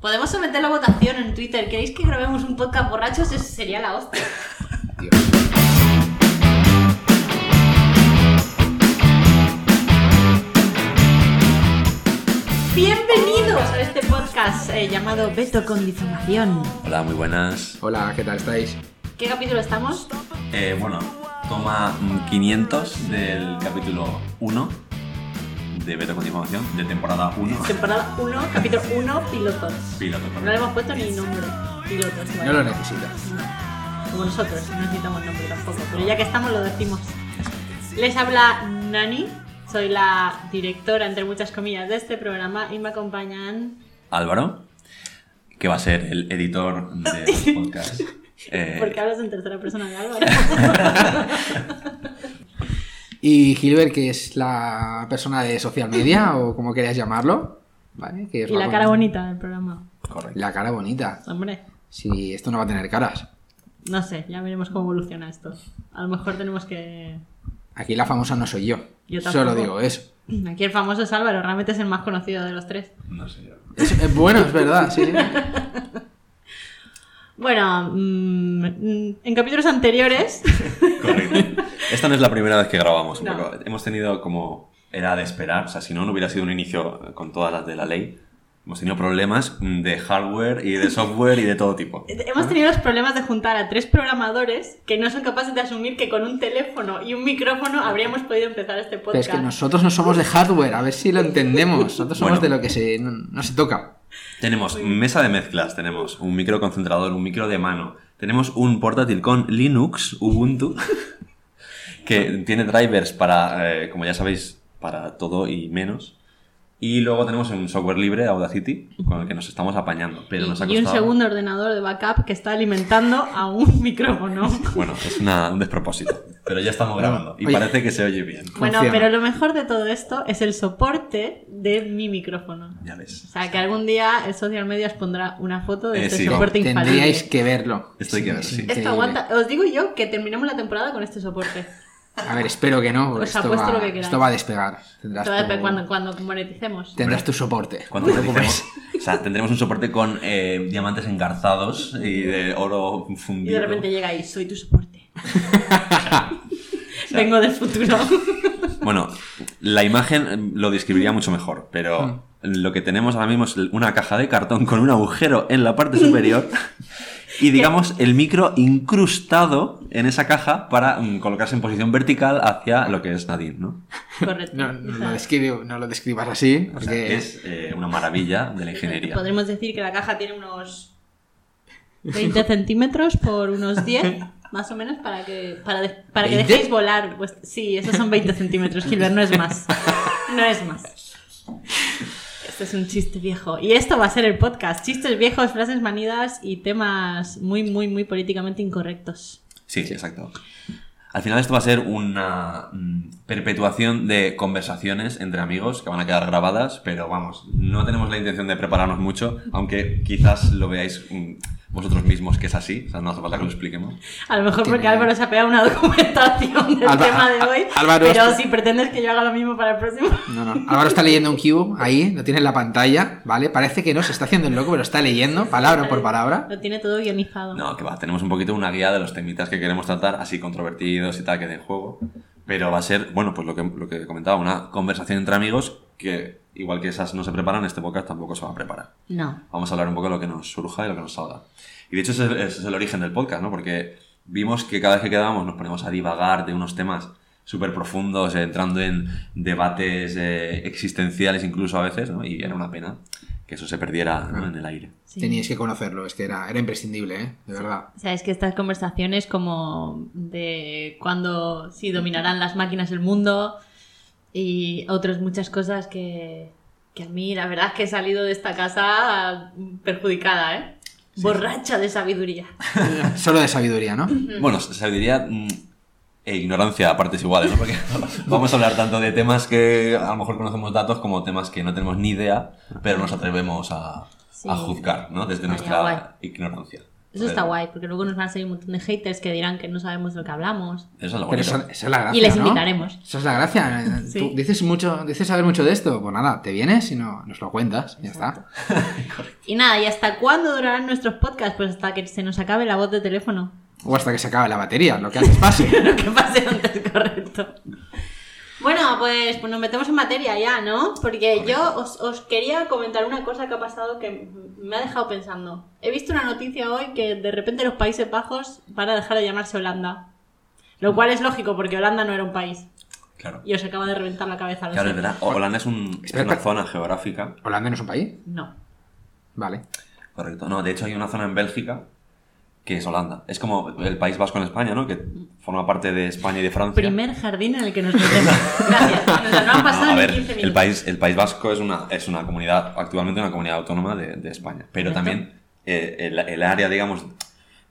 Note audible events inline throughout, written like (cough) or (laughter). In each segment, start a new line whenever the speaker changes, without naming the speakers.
Podemos someter la votación en Twitter. ¿Queréis que grabemos un podcast borrachos? Eso sería la hostia.
Dios.
Bienvenidos a este podcast eh, llamado Beto con difamación.
Hola, muy buenas.
Hola, ¿qué tal estáis?
¿Qué capítulo estamos?
Eh, bueno, toma mm, 500 del capítulo 1 de Beta con Difamación, de temporada 1.
Temporada 1, capítulo 1, pilotos.
Piloto, perdón.
No le hemos puesto ni nombre. Pilotos. ¿vale?
No lo necesitas.
No. Como nosotros, no necesitamos nombre tampoco. Pero ya que estamos, lo decimos. Les habla Nani. Soy la directora, entre muchas comillas, de este programa y me acompañan
Álvaro, que va a ser el editor
(laughs)
del podcast. Eh,
Porque hablas en tercera persona de Álvaro.
Y Gilbert, que es la persona de social media, o como queráis llamarlo. ¿Vale? Que es
y la
con-
cara bonita del programa.
correcto.
La cara bonita.
Hombre,
Si esto no va a tener caras.
no sé, ya veremos cómo evoluciona esto. A lo mejor tenemos que.
Aquí la famosa no soy yo.
Yo tampoco.
Solo digo eso.
Aquí el famoso es Álvaro, realmente es el más conocido de los tres.
No sé yo.
Es, es bueno, es
(laughs)
verdad, sí, sí.
Bueno, mm, mm, en capítulos anteriores. (laughs)
Correcto. Esta no es la primera vez que grabamos un
No.
poco. Hemos tenido como. Era de esperar, o sea, si no, no hubiera sido un inicio con todas las de la ley. Hemos tenido problemas mm, de hardware y de software y de
(laughs)
todo tipo.
Hemos tenido los problemas de juntar a tres programadores que no son capaces de asumir que con un teléfono y un micrófono habríamos podido empezar este
Pero
podcast.
es que nosotros no somos de hardware, a ver si lo entendemos. Nosotros somos
Bueno.
de lo que se, no, no se toca.
Tenemos mesa de mezclas, tenemos un micro concentrador, un micro de mano, tenemos un portátil con Linux, Ubuntu, (laughs) que tiene drivers para, eh, como ya sabéis, para todo y menos. Y luego tenemos un software libre, Audacity, con el que nos estamos apañando, pero nos ha
y un
costado...
segundo ordenador de backup que está alimentando a un (laughs) micrófono.
Bueno, es una- un despropósito, pero ya estamos grabando y
Oye.
parece que se oye bien.
Bueno,
Funciona.
pero lo mejor de todo esto es el soporte de mi micrófono.
Ya
O
ves.
sea, que algún día el social media os pondrá una foto de
Eh,
este
sí.
soporte infalible.
Tendríais que verlo.
Esto hay que ver, sí. Esto
increíble.
Esto aguanta. Os digo yo que terminamos la temporada con este soporte.
A ver, espero que no, porque
Os
esto
apuesto
va,
lo que queráis.
esto va a despegar. Tendrás
Todo depende
tu-
cuando, cuando moneticemos.
Tendrás tu soporte.
Cuando
no te
lo
preocupes.
dicemos, o sea, tendremos un soporte con eh, diamantes engarzados y de oro
Y
fundido.
de repente llega ahí, soy tu soporte. (laughs) Vengo del futuro.
Bueno, la imagen eh, lo describiría mucho mejor, pero lo que tenemos ahora mismo es el- una caja de cartón con un agujero en la parte superior y digamos el micro incrustado en esa caja para mm, colocarse en posición vertical hacia lo que es Nadine, ¿no?
Correcto.
No, no
O
lo
sea,
describo- no lo describas así,
O sea,
porque
es eh, una maravilla de la ingeniería.
Podríamos decir que la caja tiene unos 20 centímetros por unos 10, más o menos, para que, para de- para que
¿20?
dejéis volar. vuest- sí, esos son 20 centímetros, Gilbert, no es más. No es más. Este es un chiste viejo. Y esto va a ser el podcast. Chistes viejos, frases manidas y temas muy, muy, muy políticamente incorrectos.
Sí, exacto. Al final esto va a ser una mm, perpetuación de conversaciones entre amigos que van a quedar grabadas, pero vamos, no tenemos la intención de prepararnos mucho, aunque quizás lo veáis mm, vosotros mismos que es así, o sea, no hace falta que lo expliquemos.
A lo mejor porque
Tiene-
Álvaro se ha pegado una documentación del
Alba-
tema de hoy.
Álvaro,
pero
este-
si pretendes que yo haga lo mismo para el próximo.
No, no. Álvaro está leyendo un cube ahí, lo tiene en la pantalla, ¿vale? Parece que no, se está haciendo el loco, pero está leyendo palabra por palabra.
Lo tiene todo guionizado.
No, que va, tenemos un poquito una guía de los temitas que queremos tratar, así controvertidos y tal, que den juego, pero va a ser, bueno, pues lo que, lo que comentaba, una conversación entre amigos que, igual que esas no se preparan, este podcast tampoco se va a preparar.
No.
vamos a hablar un poco de lo que nos surja y lo que nos salga. Y de hecho ese, ese es el origen del podcast, ¿no? Porque vimos que cada vez que quedábamos nos poníamos a divagar de unos temas súper profundos, eh, entrando en debates eh, existenciales incluso a veces, ¿no? Y era una pena que eso se perdiera ¿no? en el aire.
Sí.
Teníais que conocerlo, es que era, era imprescindible, ¿eh? De verdad.
O sea, es que estas conversaciones como de cuando sí dominarán las máquinas el mundo y otras muchas cosas que, que a mí la verdad es que he salido de esta casa perjudicada, ¿eh? Borracha de sabiduría.
Solo de sabiduría, ¿no?
Bueno, sabiduría mm, e ignorancia a partes iguales, ¿no? Porque (laughs) vamos a hablar tanto de temas que a lo mejor conocemos datos como temas que no tenemos ni idea, pero nos atrevemos a, a
Sí.
juzgar, ¿no? Desde
Estaría guay.
nuestra ignorancia.
Eso está guay, porque luego nos van a salir un montón de haters que dirán que no sabemos de lo que hablamos.
Eso es lo
Pero
bonito.
esa, esa es la gracia.
Y les
¿no?
invitaremos.
Esa es la gracia.
Sí.
Tú dices mucho, dices saber mucho de esto. Pues nada, te vienes y no, nos lo cuentas. Ya está.
Y nada, ¿y hasta cuándo durarán nuestros podcasts? Pues hasta que se nos acabe la voz de teléfono.
O hasta que se acabe la batería, lo que haces pase. (laughs)
Lo (laughs) que pase antes, correcto. Bueno, pues, pues nos metemos en materia ya, ¿no? Porque yo os, os quería comentar una cosa que ha pasado que me ha dejado pensando. He visto una noticia hoy que de repente los Países Bajos van a dejar de llamarse Holanda. Lo cual es lógico porque Holanda no era un país.
Claro.
Y os acaba de reventar la cabeza. lo
Claro, es
siento.
verdad. Holanda es, un- es
Espera,
una
espera.
zona geográfica.
Holanda no es un país.
No.
Vale.
Correcto. No, de hecho hay una zona en Bélgica que es Holanda. Es como el País Vasco en España, ¿no? Que forma parte de España y de Francia.
Primer jardín en el que nos
(laughs)
metemos. Gracias. Nos lo han
No,
pasado
a
ni
ver,
15 minutos.
el país, el país Vasco es una, es una comunidad, actualmente una comunidad autónoma de, de España,
Correcto.
pero también eh, el, el área, digamos,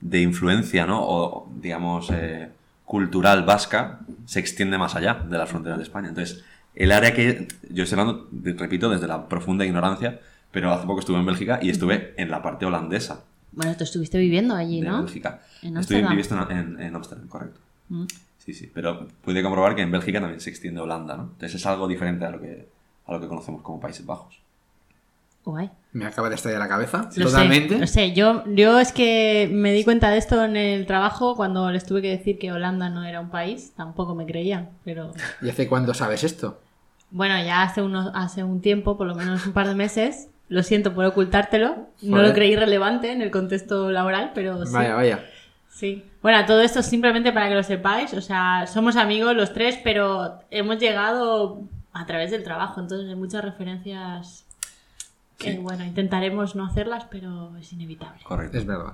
de influencia, ¿no? O, digamos, eh, cultural vasca se extiende más allá de las fronteras de España. Entonces, el área que yo estoy hablando, de- repito, desde la profunda ignorancia, pero hace poco estuve en Bélgica y estuve en la parte holandesa
Bueno, tú estuviste viviendo allí,
de
¿no?
Bélgica.
En
Estuve
Ámsterdam.
viviendo en- en- en Ámsterdam, correcto.
Mm.
Sí, sí, pero pude comprobar que en Bélgica también se extiende Holanda, ¿no? Entonces es algo diferente a lo que, a lo que conocemos como Países Bajos.
Guay.
Me acaba de estallar la cabeza.
Lo sé,
totalmente.
lo sé, yo, yo es que me di cuenta de esto en el trabajo cuando les tuve que decir que Holanda no era un país, tampoco me creían, pero
¿Y hace cuánto sabes esto?
bueno, ya hace, unos, hace un tiempo, por lo menos un par de meses, lo siento por ocultártelo, no
Joder.
lo creí relevante en el contexto laboral, pero sí.
Vaya, vaya.
Sí. Bueno, todo esto simplemente para que lo sepáis. O sea, somos amigos los tres, pero hemos llegado a través del trabajo. Entonces hay muchas referencias que,
Sí.
bueno, intentaremos no hacerlas, pero es inevitable.
Correcto.
(laughs)
Es verdad.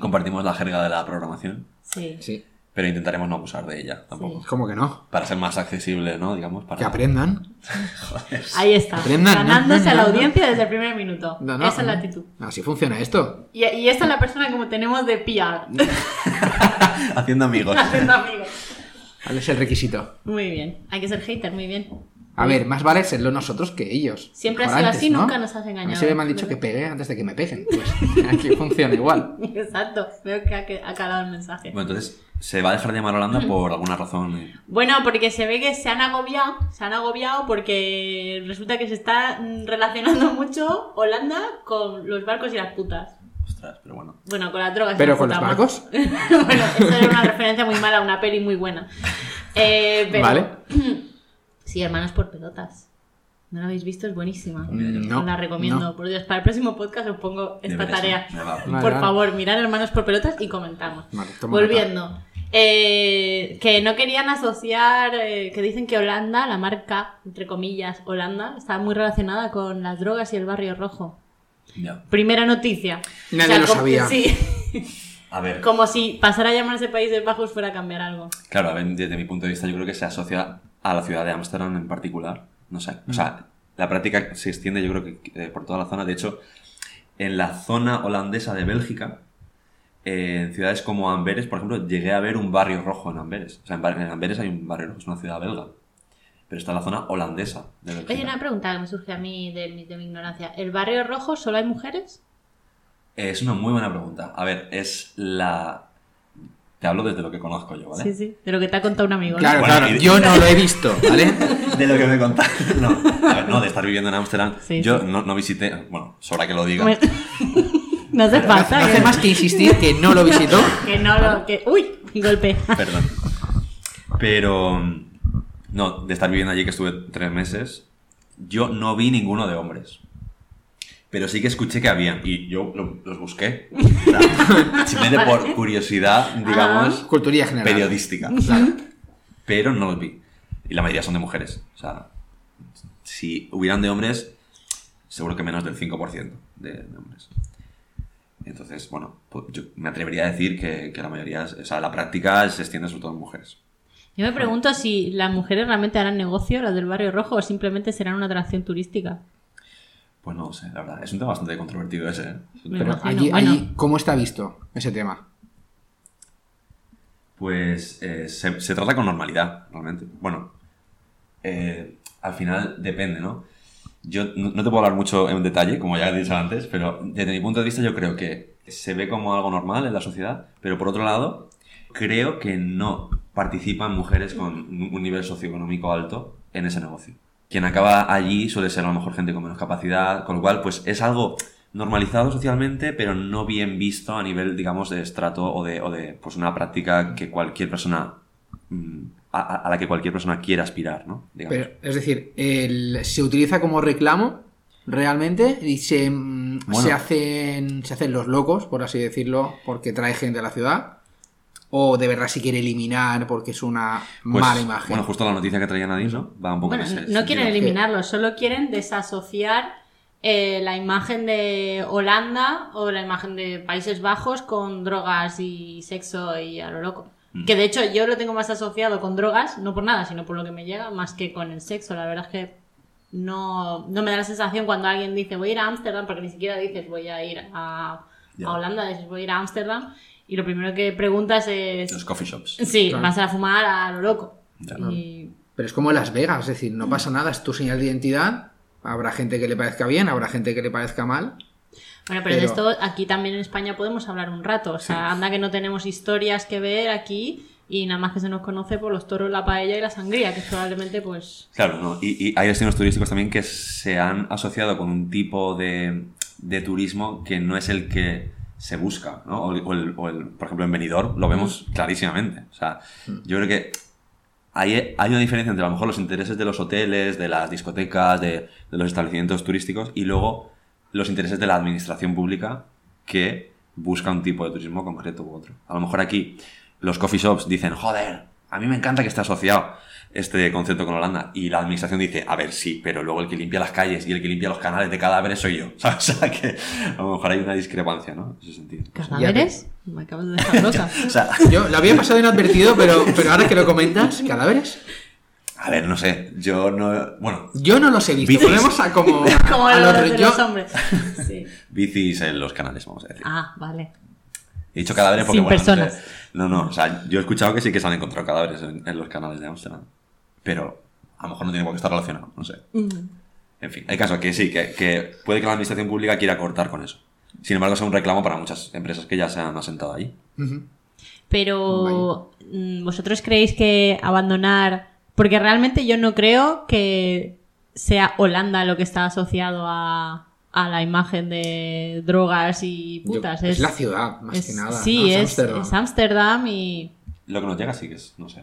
Compartimos la jerga de la programación,
Sí.
Sí.
pero intentaremos no abusar de ella tampoco.
¿Cómo que no?
Para ser más accesible, ¿no? Digamos, para...
Que aprendan.
Ahí está.
Aprendan, ¿no?
ganándose a la
No, no.
audiencia desde el primer minuto.
No, no,
Esa es la
no.
actitud.
Así funciona esto.
Y, y esta es la persona como tenemos de PR,
(laughs) Haciendo
(laughs)
amigos.
haciendo amigos.
¿Cuál es el requisito?
Muy bien. Hay que ser hater, muy bien. (laughs)
A ver, más vale serlo nosotros que ellos.
Siempre ha
Mejor
sido
antes,
así,
¿no?
nunca nos has
A mí
engañado.
siempre me han dicho que pegué antes de que me peguen. Pues (laughs) aquí funciona igual.
Exacto. Veo que ha, que ha calado el mensaje.
Bueno, entonces, ¿se va a dejar de llamar Holanda por alguna razón?
Bueno, porque se ve que se han agobiado, se han agobiado porque resulta que se está mm, relacionando (laughs) mucho Holanda con los barcos y las putas.
Ostras, pero bueno.
Bueno, con las drogas. y
¿Pero
las
con los
putas,
barcos?
bueno, (laughs) Bueno, eso era una referencia muy mala, una peli muy
(laughs)
buena. Eh, pero-
Vale.
Sí, hermanos por pelotas. No la habéis visto, es buenísima.
Mm, no,
Os la recomiendo.
no.
Por Dios, para el próximo podcast os pongo esta
Deberes,
tarea.
¿no? Me va.
Vale,
por
vale.
favor, mirar hermanos por pelotas y comentamos.
Vale, toma
Volviendo. Eh, que no querían asociar, eh, que dicen que Holanda, la marca, entre comillas, Holanda, está muy relacionada con las drogas y el barrio rojo.
Ya.
Primera noticia.
Nadie lo
como-
sabía.
Sí,
A ver,
como si pasara a llamarse Países Bajos fuera a cambiar algo.
claro, a ver, desde mi punto de vista yo creo que se asocia a la ciudad de Ámsterdam en particular. No sé. O
Mm.
sea, la práctica se extiende yo creo que eh, por toda la zona. De hecho, en la zona holandesa de Bélgica, eh, en ciudades como Amberes, por ejemplo, llegué a ver un barrio rojo en Amberes. O sea, en, bar- en Amberes hay un barrio rojo, es una ciudad belga. Pero está en la zona holandesa de Bélgica.
Oye, una pregunta que me surge a mí de, mi- de mi ignorancia. ¿El barrio rojo solo hay mujeres?
Eh, Es una muy buena pregunta. A ver, es la... Te hablo desde lo que conozco yo, ¿vale?
Sí, sí. De lo que te ha contado un amigo. ¿no?
Claro,
Bueno,
claro.
y-
Yo no lo he visto,
(laughs)
¿vale?
De lo que me contaron. (laughs) No, a ver, no, de estar viviendo en Ámsterdam.
Sí,
yo
sí.
No, no visité, bueno, sobra que lo
(laughs)
diga.
Me- (laughs) no hace
No
falta.
hace
que-
más que insistir que no lo visitó.
Que no lo. Que... ¡Uy! Golpe.
Perdón. Pero, no, de estar viviendo allí que estuve tres meses, yo no vi ninguno de hombres. Pero sí que escuché que habían y yo lo- los busqué. O sea, (laughs) Simplemente por curiosidad, digamos,
Cultura general.
periodística.
Claro.
pero no los vi. Y la mayoría son de mujeres. O sea, si hubieran de hombres, seguro que menos del 5% de, de hombres. Entonces, bueno, pues yo me atrevería a decir que, que la mayoría, es- o sea, la práctica se extiende sobre todo en mujeres.
Yo me pregunto si las mujeres realmente harán negocio, las del barrio rojo, o simplemente serán una atracción turística.
Pues no sé, la verdad, es un tema bastante controvertido ese. ¿eh? Es un
Me
tema-
Pero
imagino.
allí,
Bueno.
allí, ¿cómo está visto ese tema?
Pues eh, se, se trata con normalidad, realmente. Bueno, eh, al final depende, ¿no? Yo no no te puedo hablar mucho en detalle, como ya he dicho antes, pero desde mi punto de vista yo creo que se ve como algo normal en la sociedad, pero por otro lado, creo que no participan mujeres con un un nivel socioeconómico alto en ese negocio. Quien acaba allí suele ser a lo mejor gente con menos capacidad, con lo cual pues es algo normalizado socialmente, pero no bien visto a nivel, digamos, de estrato o de, o de pues una práctica que cualquier persona... mm, A, a- a la que cualquier persona quiera aspirar, ¿no? Digamos.
Pero, es decir, el- se utiliza como reclamo realmente y se, mm,
Bueno.
se hacen, se hacen los locos, por así decirlo, porque trae gente a la ciudad. O de verdad se quiere eliminar porque es una
Pues,
mala imagen.
Bueno, justo la noticia que traía Nadine, ¿no? Va un poco
Bueno,
en ese
no quieren
sentido.
eliminarlo, solo quieren desasociar eh, la imagen de Holanda o la imagen de Países Bajos con drogas y sexo y a lo loco.
Mm.
Que de hecho yo lo tengo más asociado con drogas, no por nada, sino por lo que me llega, más que con el sexo. La verdad es que no, no me da la sensación cuando alguien dice voy a ir a Ámsterdam, porque ni siquiera dices voy a ir a,
Ya.
a Holanda, dices voy a ir a Ámsterdam y lo primero que preguntas es...
Los coffee shops.
Sí,
Claro.
vas a fumar a lo loco.
Ya.
Y-
Pero es como Las Vegas, es decir, no pasa nada, es tu señal de identidad. Habrá gente que le parezca bien, habrá gente que le parezca mal.
Bueno, pero, de
Pero-
esto aquí también en España podemos hablar un rato. O sea,
Sí.
anda que no tenemos historias que ver aquí y nada más que se nos conoce por los toros, la paella y la sangría, que probablemente pues...
Claro, no. Y, y hay destinos turísticos también que se han asociado con un tipo de, de turismo que no es el que se busca, ¿no? O, el- o el- o el- por ejemplo, en Benidorm lo vemos clarísimamente. O sea, yo creo que hay, hay una diferencia entre a lo mejor los intereses de los hoteles, de las discotecas, de, de los establecimientos turísticos y luego los intereses de la administración pública que busca un tipo de turismo concreto u otro. A lo mejor aquí los coffee shops dicen, joder, a mí me encanta que esté asociado este concepto con Holanda. Y la administración dice, a ver, sí, pero luego el que limpia las calles y el que limpia los canales de cadáveres soy yo. (laughs) ¿Sabes? O sea que a lo mejor hay una discrepancia, ¿no? En ese sentido.
¿Cadáveres? Me acabas de dejar
(laughs)
loca.
O sea,
Yo lo había pasado inadvertido, pero, pero ahora que lo comentas, cadáveres,
a ver, no sé, yo no... Bueno,
yo no los he visto.
Bicis.
Ponemos a como,
(laughs) (laughs) Como
a
los,
los-
de
Ah, yo-
los
(laughs)
hombres. Sí.
bicis en los canales, vamos a decir.
Ah, vale.
He dicho cadáveres porque,
Sin
bueno, no sé.
personas.
No, no, o sea, yo he escuchado que sí que se han encontrado cadáveres en, en los canales de Ámsterdam. Pero a lo mejor no tiene por qué estar relacionado, no sé.
Mm.
En fin, hay caso que sí, que, que puede que la administración pública quiera cortar con eso. Sin embargo, es un reclamo para muchas empresas que ya se han asentado ahí.
Ujú.
Pero mm, vosotros creéis que abandonar, porque realmente yo no creo que sea Holanda lo que está asociado a, a la imagen de drogas y
Yo-
putas.
es, la ciudad, más
es-
que nada.
Sí,
¿no? Es
es,
Ámsterdam.
es Ámsterdam y...
Lo que nos llega sí que es, no sé.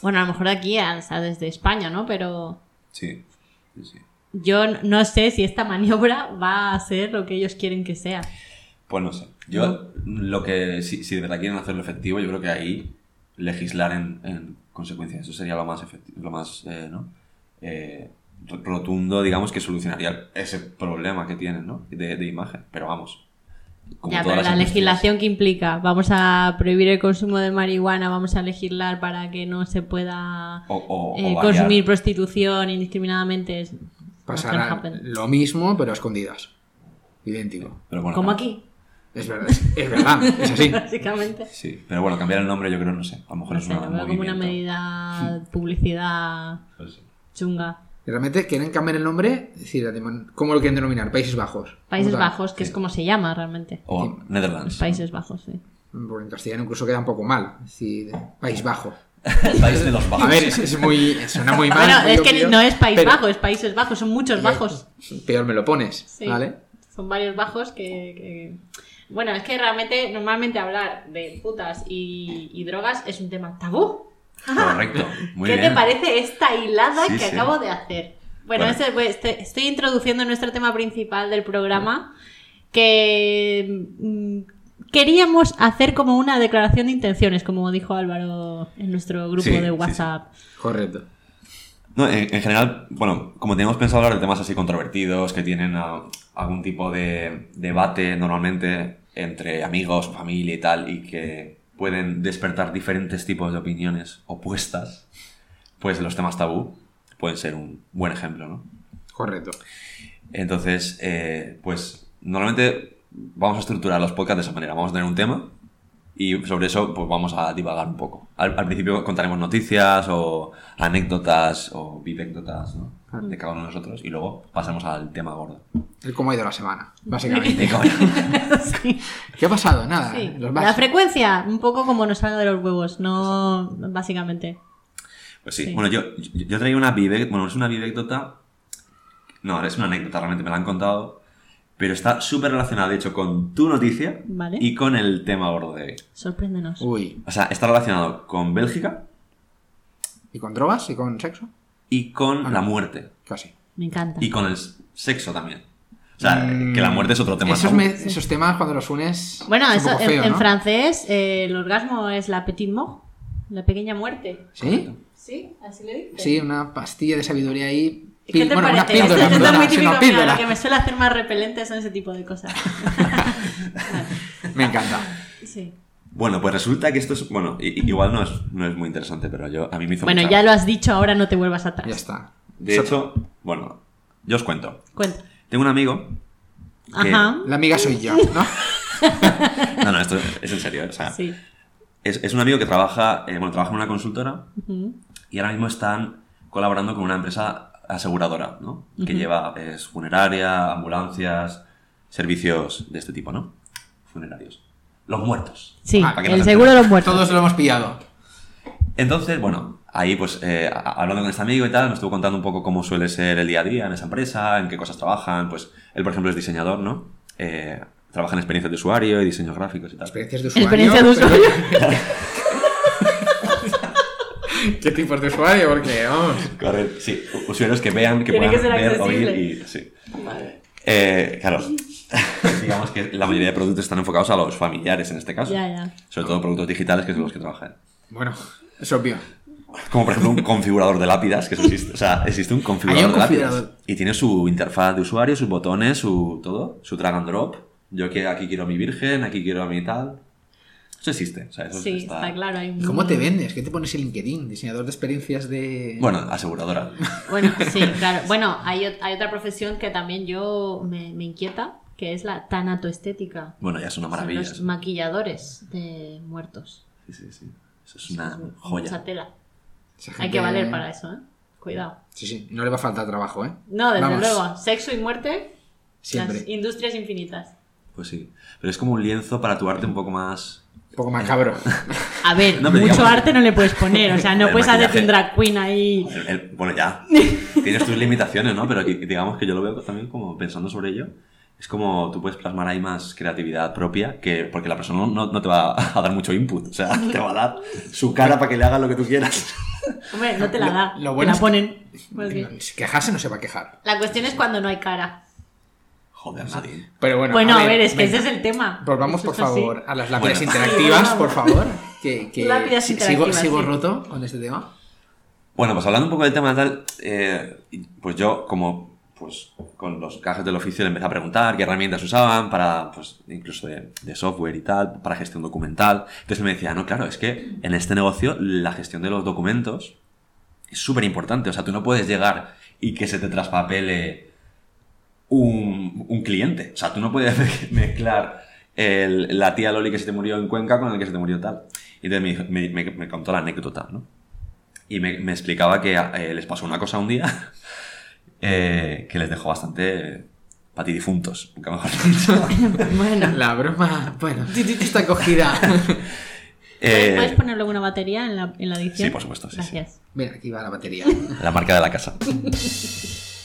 Bueno, a lo mejor aquí, o sea, desde España, ¿no? Pero
Sí, sí, sí.
yo n- no sé si esta maniobra va a ser lo que ellos quieren que sea.
Pues no sé. Yo, lo que, si, si de verdad quieren hacerlo efectivo, yo creo que ahí legislar en, en consecuencia. Eso sería lo más efectivo, lo más, eh, ¿no? Eh, ro- rotundo, digamos, que solucionaría ese problema que tienen, ¿no? De, de imagen. Pero vamos. como
ya, pero
todas las
la
industrias-
legislación que implica, vamos a prohibir el consumo de marihuana, vamos a legislar para que no se pueda
O, o- o
eh,
variar.
consumir prostitución indiscriminadamente. es- not
Pasará (laughs)
gonna happen.
lo mismo, pero a escondidas. Idéntico.
Pero bueno,
Como
cam-
aquí,
Es verdad, es, es verdad, es así.
(laughs) básicamente.
Sí, pero bueno, cambiar el nombre yo creo, no sé. A lo mejor
No
es
sé,
una, Pues
lo veo como una medida publicidad chunga.
Y realmente quieren cambiar el nombre, es decir, adem- ¿cómo lo quieren denominar? Países Bajos.
Países
Brutal.
Bajos, que es
Sí.
como se llama realmente.
O
Los
Netherlands.
Países Bajos, sí.
Porque en castellano incluso queda un poco mal. Es decir,
(laughs)
País Bajo.
El país de los bajos.
A ver, es, es muy. Suena muy mal.
bueno,
muy
es que
obvio,
no es País
pero-
Bajo, es Países Bajos, son muchos bajos.
Peor me lo pones,
Sí.
¿vale?
Son varios bajos que, que- Bueno, es que realmente normalmente hablar de putas y, y drogas es un tema tabú.
Correcto. Muy
¿Qué
bien.
te parece esta hilada
Sí,
que
sí.
acabo de hacer? Bueno,
Bueno.
ese- pues, este- estoy, introduciendo nuestro tema principal del programa que mm, queríamos hacer como una declaración de intenciones, como dijo Álvaro en nuestro grupo
Sí, sí,
de
sí.
WhatsApp. (laughs)
(laughs)
Correcto.
No, en, en general, bueno, como teníamos pensado hablar de temas así controvertidos, que tienen ah, algún tipo de debate normalmente entre amigos, familia y tal, y que pueden despertar diferentes tipos de opiniones opuestas, pues los temas tabú pueden ser un buen ejemplo, ¿no?
Correcto.
Entonces, eh, pues normalmente vamos a estructurar los podcasts de esa manera. Vamos a tener un tema Y sobre eso pues vamos a divagar un poco. Al, al principio contaremos noticias o anécdotas o vivécdotas ¿no? de cada uno de nosotros y luego pasamos al tema gordo.
El cómo ha ido
(laughs)
la semana, básicamente.
De coña.
Sí.
¿Qué ha pasado? Nada.
Sí.
Los
La
más.
frecuencia, un poco como nos salga de los huevos, no básicamente.
Pues sí.
Sí.
Bueno, yo, yo, yo traía una vive, bueno, es una vivecdota. No, es una anécdota, realmente me la han contado. Pero está súper relacionada, de hecho, con tu noticia
Vale.
y con el tema gordo de hoy.
Sorpréndenos.
Uy.
O sea, está relacionado con Bélgica
¿Y con drogas? ¿Y con sexo?
y con
Ah,
la
no.
muerte.
Casi.
Me encanta.
Y con el s- sexo también. O sea,
Mm,
que la muerte es otro tema.
Esos,
tabú.
me- esos temas cuando los unes.
Bueno,
es un
eso
poco
en,
feo,
en
¿no?
francés eh, el orgasmo es la petite mort, la pequeña muerte.
¿Sí?
Sí, así le dicen.
Sí, una pastilla de sabiduría ahí.
¿Qué te
Pil- bueno, una
parece? (laughs) Esto
píldora,
es
perdona,
muy
sí,
típico
una
mío,
píldora.
lo que me suele hacer más repelente son ese tipo de
(laughs)
cosas.
Me encanta.
Sí.
Bueno, pues resulta que esto es. Bueno, i- i- igual no es, no es muy interesante, pero yo a mí me hizo
Bueno,
mucha-
ya lo has dicho, ahora no te vuelvas
Ya
atrás.
está.
De hecho, bueno, yo os cuento.
Cuenta.
Tengo un amigo. que-
Ajá.
La amiga soy yo, ¿no?
No, no, esto es en serio. O sea,
Sí.
es, es un amigo que trabaja, eh, bueno, trabaja en una consultora
Ujú.
y ahora mismo están colaborando con una empresa aseguradora, ¿no? Que lleva es, funeraria, ambulancias, servicios de este tipo, ¿no? Funerarios. Los muertos.
Sí,
Ah,
para que no
el
se
seguro de los muertos.
Todos lo hemos pillado.
Entonces, bueno, ahí pues eh, a- hablando con este amigo y tal, nos estuvo contando un poco cómo suele ser el día a día en esa empresa, en qué cosas trabajan. Pues él, por ejemplo, es diseñador, ¿no? Eh, trabaja en experiencias de usuario y diseños gráficos y tal.
Experiencias de usuario.
Experiencia de
pero- (laughs) ¿Qué tipos de usuario? Porque, vamos.
Correcto, sí, u- usuarios que vean, que
Tiene
puedan
que ser
ver,
accesible.
oír y sí. Eh, claro, (laughs) digamos que la mayoría de productos están enfocados a los familiares en este caso.
Ya, ya.
Sobre todo productos digitales que son los que trabajan.
Bueno, es obvio.
Como por ejemplo un configurador de lápidas, que eso existe, o sea, existe un configurador
Hay un
de lápidas.
configurador.
Y tiene su interfaz de usuario, sus botones, su todo, su drag and drop. Yo que aquí quiero a mi virgen, aquí quiero a mi tal. Eso existe. o sea, eso
Sí,
está-
está claro. Hay un...
¿Y cómo te vendes? ¿Qué te pones en LinkedIn? Diseñador de experiencias de.
Bueno, aseguradora.
(laughs)
Bueno, sí, claro. Bueno, hay, ot- hay otra profesión que también yo me, me inquieta, que es la tanatoestética.
Bueno, ya es una
Son
maravilla.
Los
eso.
maquilladores de muertos.
Sí, sí, sí. Eso es una
Mucha
joya.
tela.
Esa
Hay
gente-
que valer para eso, ¿eh? Cuidado.
Sí, sí. No le va a faltar trabajo, ¿eh?
No, desde
Vamos,
luego. Sexo y muerte, las
Siempre.
industrias infinitas.
Pues sí. Pero es como un lienzo para tu arte un poco más.
Un poco macabro.
Ah.
(laughs) A ver,
No, pero
mucho
digamos-
arte no le puedes poner. O sea, no
(laughs)
El
puedes hacerte un
maquillaje.
drag queen ahí.
el- el- bueno, ya. Tienes tus limitaciones, ¿no? Pero que- digamos que yo lo veo también como pensando sobre ello. Es como tú puedes plasmar ahí más creatividad propia, que porque la persona no, no te va a dar mucho input. O sea, te va a dar su cara para que le hagas lo que tú quieras.
Hombre, no te la
Lo-
da.
lo
te la
bueno es que- (laughs)
ponen. Más Pues bien.
Si Quejarse no se va a quejar.
La cuestión es cuando no hay cara.
Joder, nadie.
Pero bueno.
Bueno, a ver, es que
venga.
ese es el tema.
Volvamos,
Eso
por
es así.
favor, a las lápidas
Bueno.
interactivas,
Sí,
por favor. Que, que
Lápidas
si- sigo,
interactivas,
sigo
sí.
roto con este tema.
Bueno, pues hablando un poco del tema tal, eh, pues yo como pues con los cajes del oficio le empecé a preguntar qué herramientas usaban para, pues incluso de, de software y tal, para gestión documental. Entonces me decía, no, claro, es que en este negocio la gestión de los documentos es súper importante. O sea, tú no puedes llegar y que se te traspapele un, un cliente. O sea, tú no puedes (laughs) mezclar el- la tía Loli que se te murió en Cuenca con el que se te murió tal. Y entonces me dijo- me, me- me contó la anécdota, ¿no? Y me, me explicaba que eh, les pasó una cosa un día (laughs) eh, que les dejó bastante patidifuntos, nunca mejor
(laughs)
dicho.
(laughs) Bueno.
La broma,
(laughs)
bueno, está cogida.
Eh,
¿Puedes poner luego una batería en la, en la edición?
Sí, por supuesto, sí, sí.
Gracias.
Mira, aquí va la batería.
pues.
La marca de
(laughs)
la casa.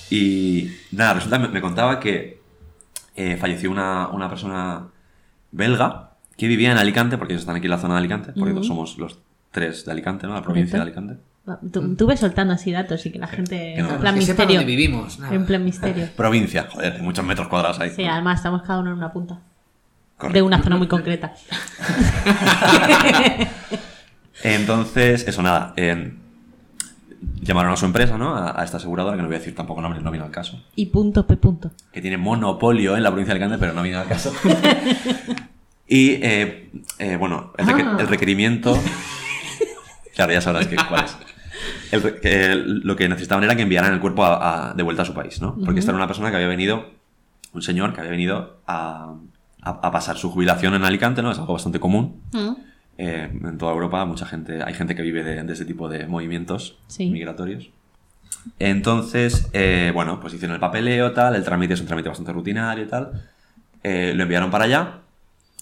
Y nada, resulta, me, me contaba que eh, falleció una, una persona belga que vivía en Alicante, porque ellos están aquí en la zona de Alicante, porque
Ujú.
somos los tres de Alicante, ¿no? La provincia de
Correcto.
Alicante.
Va, tú- Tú ves soltando así datos y que la gente.
Que no,
en
Claro,
plan
que sepa
misterio.
dónde vivimos. nada.
En plan misterio.
Provincia, joder, hay muchos metros cuadrados ahí.
Sí, además estamos cada uno en una punta.
Correcto.
De una zona muy concreta.
Entonces, eso nada. eh, llamaron a su empresa, ¿no? A, a esta aseguradora, que no voy a decir tampoco nombre, no vino al caso.
Y punto P punto.
que tiene monopolio en la provincia de Alicante, pero no viene al caso. y eh, eh, bueno, el, reque-
Ah.
el requerimiento. claro, ya sabrás que, cuál es. El re- que el- lo que necesitaban era que enviaran el cuerpo a- a- de vuelta a su país, ¿no? Porque esta era una persona que había venido, un señor que había venido a, a, a pasar su jubilación en Alicante, ¿no? Es algo bastante común.
Mm.
Eh, en toda Europa mucha gente, hay gente que vive de, de ese tipo de movimientos
Sí.
migratorios. Entonces, eh, bueno, pues hicieron el papeleo, tal, el trámite es un trámite bastante rutinario y tal. Eh, lo enviaron para allá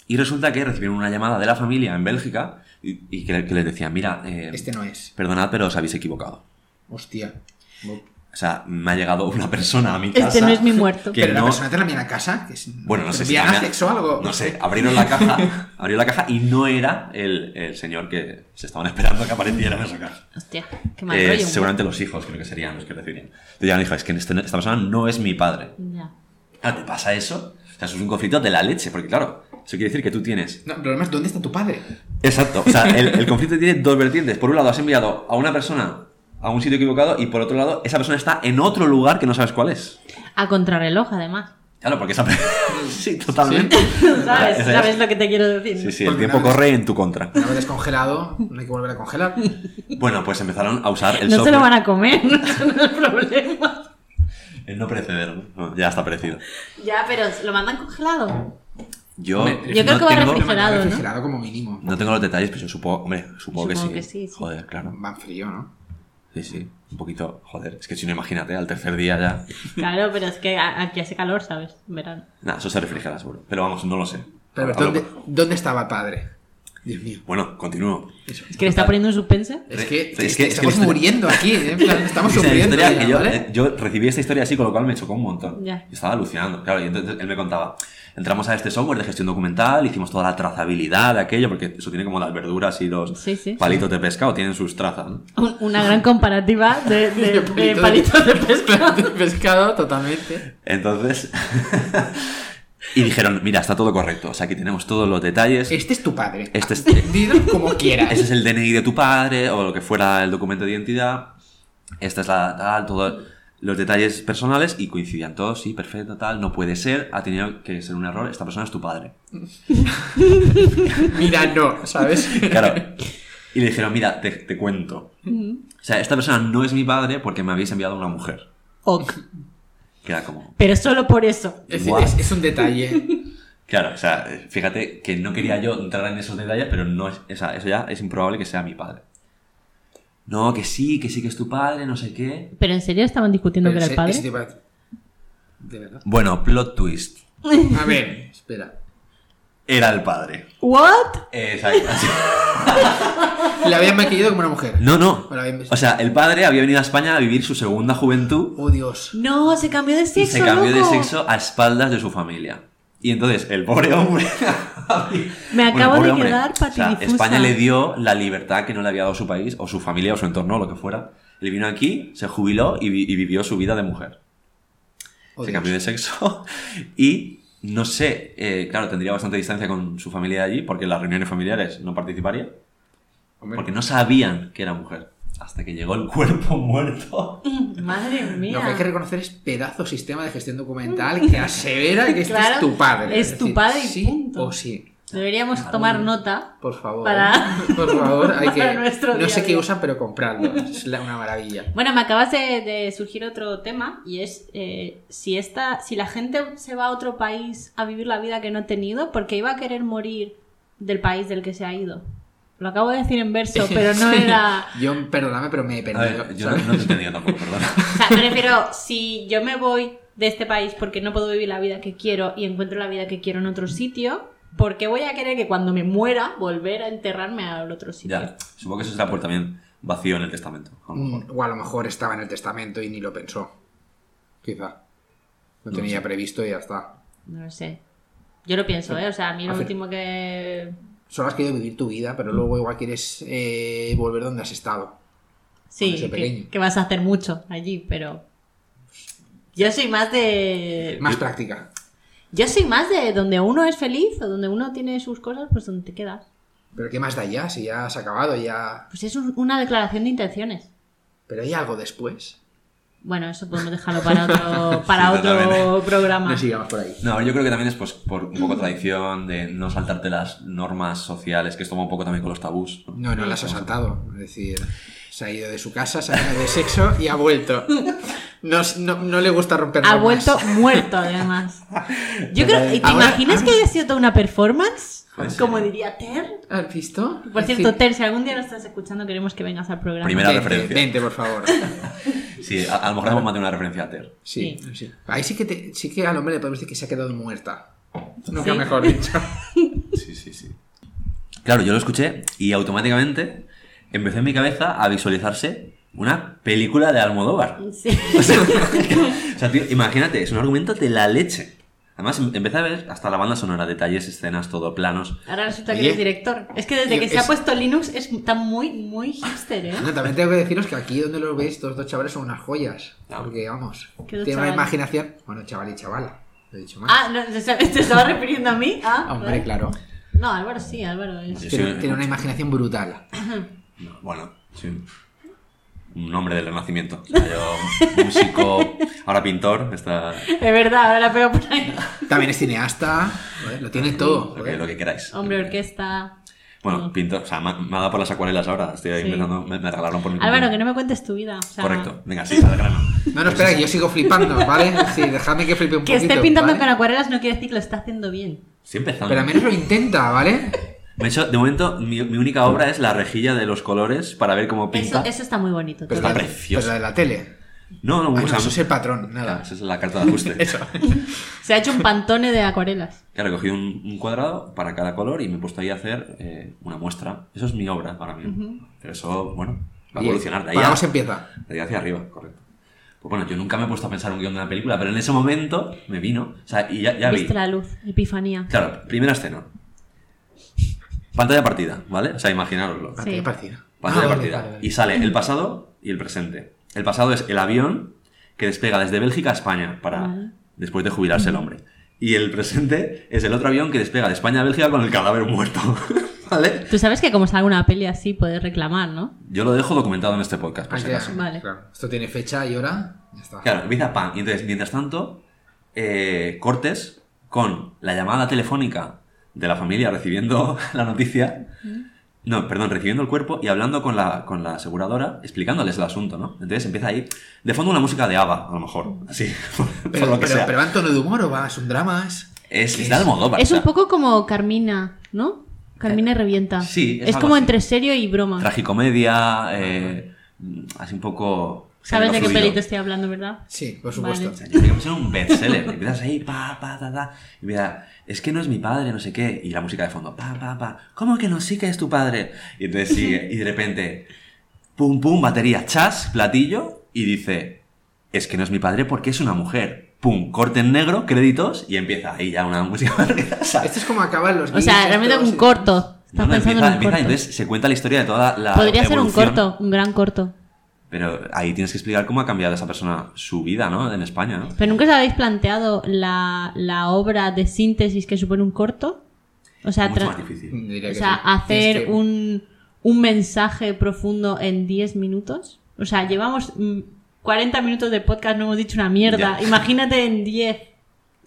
y resulta que recibieron una llamada de la familia en Bélgica y, y que, le- que les decían, mira, eh,
Este no es.
perdonad, pero os habéis equivocado.
Hostia.
O sea, me ha llegado una persona a mi
Este
casa.
no es mi muerto.
que
Pero la
no-
persona te la mía a casa. Que es-
Bueno, no
¿te
sé si
envían
también-
Aztex o algo.
No sé, abrieron la
(laughs)
caja, abrió la caja y no era el, el señor que se estaban esperando que apareciera en esa caja.
Hostia, qué mal
Eh,
rollo. un
seguramente los hijos creo que serían los que recibirían. Entonces ya me dijo, es que este- esta persona no es mi padre.
poco. Ya.
Ah, ¿te pasa eso? O sea, eso es un conflicto de la leche, porque claro, eso quiere decir que tú tienes...
No, el problema es dónde está tu padre.
Exacto, o sea, el, el conflicto tiene dos vertientes. Por un lado, has enviado a una persona a un sitio equivocado y por otro lado, esa persona está en otro lugar que no sabes cuál es.
A contrarreloj,
(laughs)
además.
Claro, porque esa persona... sí, totalmente. (laughs)
¿Sabes?
Esa es-
¿Sabes lo que te quiero decir?
Sí, sí, el
Porque
tiempo
nada.
corre en tu contra.
Una vez descongelado, no hay que volver a
(laughs)
congelar.
Bueno, pues empezaron a usar el
No se
software.
lo van a comer, (laughs) no es el problema.
El no preceder, ¿no? No, ya está parecido.
Ya, pero ¿lo mandan congelado?
Yo,
Hombre,
yo creo que va a
tengo,
refrigerar.
Lo mandan
Refrigerado, ¿no?
refrigerado como mínimo.
no tengo los detalles, pero yo supongo, hombre, supongo,
Supongo
que,
que
sí.
sí, sí.
Joder, claro.
Van frío, ¿no?
Sí, sí. Un poquito, joder. Es que si no, imagínate, al tercer día ya.
Claro, pero es que a- aquí hace calor, ¿sabes? En verano.
Nada, eso se refrigera seguro. Pero vamos, no lo sé.
Pero,
Hablo-
¿dónde, ¿dónde estaba el padre? Dios mío.
Bueno, continúo.
Eso.
Es que le está poniendo un suspense.
Es que,
Es que- es que la
estamos
historia-
muriendo aquí, ¿eh? En plan, estamos
(laughs) Dice la
sufriendo.
historia
ya,
que yo,
¿vale? (laughs)
eh, yo recibí esta historia así, con lo cual me chocó un montón.
Ya.
Yo estaba alucinando, claro. Y entonces él me contaba, entramos a este software de gestión documental, hicimos toda la trazabilidad de aquello, porque eso tiene como las verduras y los
Sí, sí.
palitos de pescado, tienen sus trazas. ¿no?
Un- una gran comparativa
(laughs)
de, de- de palitos
(laughs)
de pesca.
Palitos "Pues, de pescado, totalmente.
Entonces... (laughs) y dijeron, mira, está todo correcto. O sea, aquí tenemos todos los detalles.
Este es tu padre. (laughs)
Este es-
Dilo como quieras.
Ese es el DNI de tu padre o lo que fuera el documento de identidad. Esta es la tal, todos los detalles personales y coincidían todos, sí, perfecto, tal, no puede ser, ha tenido que ser un error, esta persona es tu padre.
Mira, no,
(laughs)
¿sabes?
Claro. Y le dijeron, mira, te, te cuento. O sea, esta persona no es mi padre porque me habéis enviado una mujer.
Ok.
Que era como...
Pero solo por eso.
Es,
Guau.
es- es un detalle.
Claro, o sea, fíjate que no quería yo entrar en esos detalles, pero no es, o sea, eso ya es improbable que sea mi padre. No, que sí, que sí que es tu padre, no sé qué.
¿Pero en serio estaban discutiendo que era el
Pero
padre?
este-
ese- ese tipo de- De verdad.
Bueno, plot twist.
A ver, espera.
Era el padre.
¿What?
Exacto.
La habían maquillado como una mujer.
No, no.
O la habían vestido.
O sea, el padre había venido a España a vivir su segunda juventud
Oh, Dios.
No, se cambió de sexo.
y se cambió de
loco.
sexo a espaldas de su familia. Y entonces el pobre hombre. (laughs)
Me
Bueno,
acabo
pobre
de
hombre.
quedar
O sea,
patidifusa.
España le dio la libertad que no le había dado su país, o su familia, o su entorno, o lo que fuera. Él vino aquí, se jubiló y, vi- y vivió su vida de mujer.
Oh,
se
Dios.
cambió de sexo (laughs) y no sé, eh, claro, tendría bastante distancia con su familia de allí porque en las reuniones familiares no participaría.
Hombre,
Porque no sabían que era mujer. Hasta que llegó el (laughs) cuerpo muerto.
Mm, Madre mía.
Lo que hay que reconocer es pedazo sistema de gestión documental que
(laughs)
asevera que este es
Mm. Claro,
tu padre.
es tu padre y
sí
punto.
O sí.
Deberíamos tomar nota.
Por favor.
Para-
¿eh? (laughs) Por favor, hay
(laughs)
que.
para nuestro
no
día
sé
a
qué
día.
usan, pero comprarlo. Es la- una maravilla.
Bueno, me acabas de, de surgir otro tema y es eh, si esta, si la gente se va a otro país a vivir la vida que no ha tenido, porque iba a querer morir del país del que se ha ido. Lo acabo de decir en
(laughs)
verso, (laughs) pero no era.
Yo, perdóname, pero me he
A
perdido.
ver, yo no,
¿sabes?
no te he entendido tampoco, perdón.
(laughs)
O sea, me refiero, si yo me voy de este país porque no puedo vivir la vida que quiero y encuentro la vida que quiero en otro sitio, ¿por qué voy a querer que cuando me muera volver a enterrarme al otro sitio?
Ya, supongo que eso será por también vacío en el testamento. a lo mejor.
Mm, O a lo mejor estaba en el testamento y ni lo pensó. Quizá. Lo
No
tenía previsto y ya está.
No lo sé. Yo lo pienso, ¿eh? O sea, a mí lo
Al fin-
último que.
Solo has querido vivir tu vida, pero luego igual quieres eh, volver donde has estado. Cuando
Sí,
sea
que,
pequeño.
que vas a hacer mucho allí, pero. Yo soy más de.
Más práctica.
Yo soy más de donde uno es feliz o donde uno tiene sus cosas, pues donde te quedas.
Pero ¿qué más da ya? Si ya has acabado, ya.
Pues es un- una declaración de intenciones.
Pero hay algo después.
Bueno, eso podemos dejarlo para otro, para
Sí,
otro
totalmente.
programa.
No sigamos por ahí.
No, a ver, yo creo que también es pues, por un poco tradición de no saltarte las normas sociales, que esto va un poco también con los tabús. ¿no?
No, no las ha saltado. Es decir, se ha ido de su casa, se ha ido de sexo y ha vuelto. No, no- no le gusta romper
Ha
normas.
vuelto muerto, además.
(laughs)
Yo creo. ¿y ¿Te
Ahora-
imaginas que haya sido toda una performance?
Puede ser.
Como diría Ter.
¿Has visto?
Por
Es
cierto,
decir,
Ter, si algún día lo estás escuchando, queremos que vengas al programa.
Primera
vente,
referencia.
Vente, por favor.
Sí, a, a lo mejor hemos mandado una referencia a Ter.
Sí,
Sí.
sí. Ahí sí que, te- sí que al hombre le podemos decir que se ha quedado muerta. Nunca
Sí.
mejor dicho.
Sí, sí, sí. Claro, yo lo escuché y automáticamente empezó en mi cabeza a visualizarse una película de Almodóvar.
Sí.
(laughs) O sea, o sea, tío, imagínate, es un argumento de la leche. Además, em- empecé a ver hasta la banda sonora, detalles, escenas, todo, planos.
Ahora resulta que
Oye.
eres director. Es que desde
Oye,
que se ha
es-
puesto Linux es, está muy, muy hipster, ¿eh?
No, también tengo que deciros que aquí donde los veis, estos dos chavales son unas joyas.
Ah.
Porque vamos,
Qué dos
tiene una
chavales.
imaginación. Bueno, chaval y chavala. Lo he dicho mal.
Ah, no, ¿te te estaba refiriendo a mí? Ah,
Hombre,
vale.
claro.
No, Álvaro sí, Álvaro es.
Sí.
Tiene, tiene una imaginación brutal.
No, Bueno, sí. Un hombre del renacimiento. O sea, yo, músico, ahora pintor, está
Es verdad, ahora la pego por ahí.
También es cineasta. joder, lo tiene todo.
lo que,
joder.
lo que queráis.
¿eh?
Eh,
Hombre, orquesta.
Bueno, pintor, o sea, me, me ha dado por las acuarelas ahora. Estoy ahí
Sí.
empezando, me, me regalaron por mi
Álvaro,
cumpleaños.
que no me cuentes tu vida. o sea,
Correcto, venga, sí, al grano.
No, no, espera, que yo sigo flipando, ¿vale? Sí, dejadme que flipe un
Que
poquito.
esté pintando
¿vale?
con acuarelas no quiere decir que lo está haciendo bien.
Estoy empezando.
Pero al menos lo intenta, ¿vale?
De hecho, de momento, mi, mi única obra es la rejilla de los colores para ver cómo pinta.
Eso, eso está muy bonito.
Pero
todo.
la,
precioso.
pero la de la tele.
No, no,
Ah,
o
no,
sea,
eso es el patrón,
Claro,
nada.
esa es la carta
(laughs)
de ajuste.
Eso.
Se ha hecho un pantone de acuarelas.
Claro, he cogido un, un cuadrado para cada color y me he puesto ahí a hacer eh, una muestra. Eso es mi obra ahora mismo. Pero eso, bueno, va a
Bien,
evolucionar de ahí,
Vamos, em-
a-
empieza.
de ahí hacia arriba, correcto. Pues bueno, yo nunca me he puesto a pensar un guión de una película, pero en ese momento me vino. O sea, y (laughs) ya, ya vi.
Viste la luz, epifanía.
Claro, primera escena. Pantalla partida, ¿vale? O sea, imaginaroslo.
Sí.
Pantalla partida.
Pantalla
Ah, vale,
partida.
vale, vale.
Y sale el pasado y el presente. El pasado es el avión que despega desde Bélgica a España para
Vale.
después de jubilarse el hombre. Y el presente es el otro avión que despega de España a Bélgica con el cadáver muerto. (laughs) ¿Vale?
Tú sabes que como salga una peli así puedes reclamar, ¿no?
Yo lo dejo documentado en este podcast, por
Ah,
si
ya,
acaso.
Vale.
claro. Esto tiene fecha y hora. Ya está.
Claro, empieza pan. Y entonces, mientras tanto, eh, cortes con la llamada telefónica de la familia recibiendo (laughs) la noticia. No, perdón, recibiendo el cuerpo y hablando con la, con la aseguradora, explicándoles el asunto, ¿no? Entonces empieza ahí. De fondo una música de ABBA, a lo mejor. Así, (laughs) por, por
Pero,
lo que
pero,
sea.
pero va en tono de humor o va, son dramas.
es, es de Almodóvar.
Es
o
un
sea, Eh,
poco como Carmina, ¿no? Carmina y revienta.
sí, es
es
algo
como
así.
entre serio y broma.
Tragicomedia, eh, así un poco...
Sabes de qué
fluido.
peli te estoy hablando, ¿verdad?
Sí, por supuesto.
O sea, yo creo que ser un bestseller. Y empiezas ahí, pa, pa, ta, ta. Y mira, es que no es mi padre, no sé qué. Y la música de fondo, pa, pa, pa. ¿Cómo que no? Sí que es tu padre. Y entonces sigue. Y de repente, pum, pum, batería, chas, platillo. Y dice, es que no es mi padre porque es una mujer. Pum, corte en negro, créditos. Y empieza ahí ya una música. (laughs) ¿sabes?
Esto es como acaban los
O sea,
guiones
realmente
estos,
un
sí.
corto. Estás
No, no,
pensando
empieza,
en un corto.
empieza, entonces se cuenta la historia de toda la.
Podría ser un
evolución.
corto, un gran corto.
Pero ahí tienes que explicar cómo ha cambiado esa persona su vida, ¿no? En España, ¿no?
¿Pero nunca os habéis planteado la, la obra de síntesis que supone un corto? O sea,
Mucho
tra-
más difícil.
Diría
o
que
sea
sí. Este,
hacer
Es que-
un, un mensaje profundo en 10 minutos. O sea, llevamos mm, 40 minutos de podcast, no hemos dicho una mierda.
Ya.
Imagínate en 10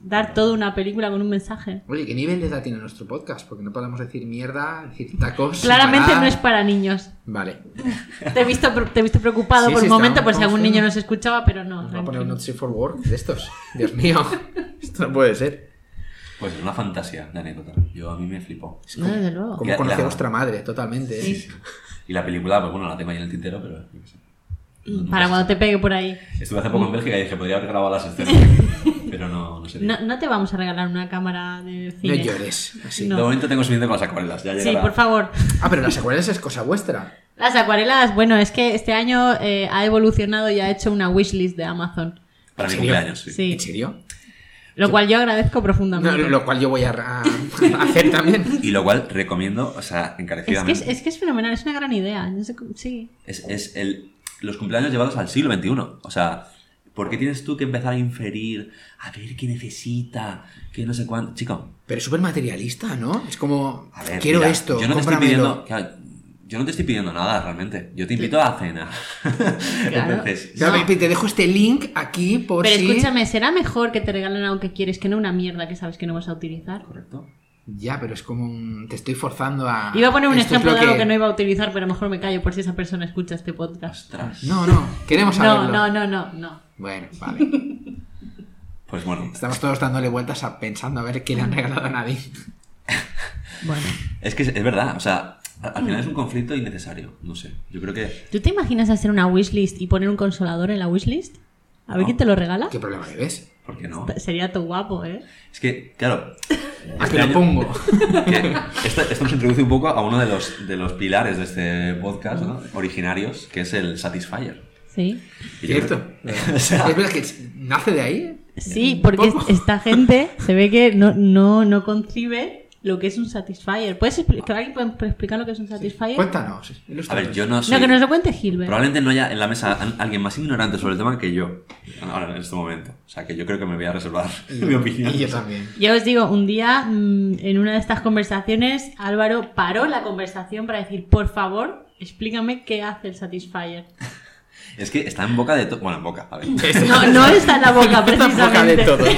dar toda una película con un mensaje.
Oye, ¿qué nivel de edad tiene nuestro podcast? Porque no podemos decir mierda, decir tacos. sin
Claramente
parar.
no es para niños.
Vale.
Te he visto, pre- te he visto preocupado
(laughs) Sí,
por
sí,
un momento
estamos-
por si algún
estamos-
niño nos escuchaba, pero no.
Nos va a poner
tranquilo.
un Not Safe for Work de estos. Dios
(laughs)
mío. Esto no puede ser.
Pues es una fantasía de anécdota. Yo a mí me flipó.
No, desde luego.
Como
Ya,
conocí
la-
a vuestra madre, totalmente. ¿eh?
Y la película, pues bueno, la tengo ahí en el tintero, pero yo qué sé.
Para cuando te pegue por ahí.
Estuve hace poco en Bélgica y dije, podría haber grabado las escenas. (laughs) pero no, no sé.
No, no te vamos a regalar una cámara de
No
cine.
llores. Así.
No.
De momento tengo suficiente con las acuarelas. Ya
Sí,
llegará.
por favor.
Ah, pero las secuelas es cosa vuestra.
Las acuarelas, bueno, es que este año eh, ha evolucionado y ha hecho una wishlist de Amazon.
Para mi
¿En serio?
cumpleaños, sí.
Sí.
¿En serio?
Lo cual yo agradezco
No,
profundamente.
lo cual yo voy a, a- (laughs) a hacer también.
Y lo cual recomiendo, o sea,
es, que
encarecidamente.
es, es que es fenomenal, es una gran idea. No sé cómo- sí.
Es, es el, los cumpleaños llevados al siglo XXI. O sea, ¿por qué tienes tú que empezar a inferir, a ver qué necesita, qué no sé cuánto? Chico,
Pero es súper materialista, ¿no? Es como,
a ver.
quiero
mira,
esto,
Yo no, te estoy pidiendo,
cómpramelo.
claro, yo no te estoy pidiendo nada realmente. Yo te invito
(laughs)
a cenar.
Claro.
Entonces,
O sea,
No.
Pepe, Te dejo este link aquí por
Pero
si...
escúchame, será mejor que te regalen algo que quieres que no una mierda que sabes que no vas a utilizar.
Correcto.
Ya, pero es como un... Te estoy forzando a...
Iba a poner un
Esto es
ejemplo
lo
de algo que no iba a utilizar, pero mejor me callo por si esa persona escucha este podcast.
Ostras.
No, no, queremos
No,
saberlo.
no, no, no, no.
Bueno, vale.
Pues bueno,
Estamos todos dándole vueltas a pensando a ver qué le han regalado a nadie.
Bueno.
es que es, es verdad, o sea, al final es un conflicto innecesario, no sé. Yo creo que
¿Tú te imaginas hacer una wishlist y poner un consolador en la wishlist? A ver
No.
quién te lo regala.
¿Qué problema le ves?
¿por qué no?
Sería todo guapo, ¿eh?
Es que, claro.
¿A
este
que lo
año-
pongo?
(laughs) que esto, esto nos introduce un poco a uno de los, de los pilares de este podcast, ¿no? Originarios, que es el Satisfyer.
Sí.
Y yo
¿Cierto?
creo- (laughs) O sea,
¿Es verdad que nace de ahí?
Sí, porque es-
poco.
esta gente se ve que no, no, no concibe lo que es un satisfier. ¿Puedes expli- que alguien puede explicar lo que es un satisfier?
Cuéntanos.
a
ilústranos.
ver, yo no sé.
No, que nos lo cuente Gilbert.
Probablemente no haya en la mesa al- alguien más ignorante sobre el tema que yo. Ahora, en este momento. O sea, que yo creo que me voy a reservar (laughs) mi opinión.
Y yo también.
Ya os digo, un día mm, en una de estas conversaciones, Álvaro paró la conversación para decir, por favor, explícame qué hace el satisfier.
Es que está en boca de todo. Bueno, en boca,
(laughs)
a ver.
No, no está en la boca, precisamente.
Boca de todos.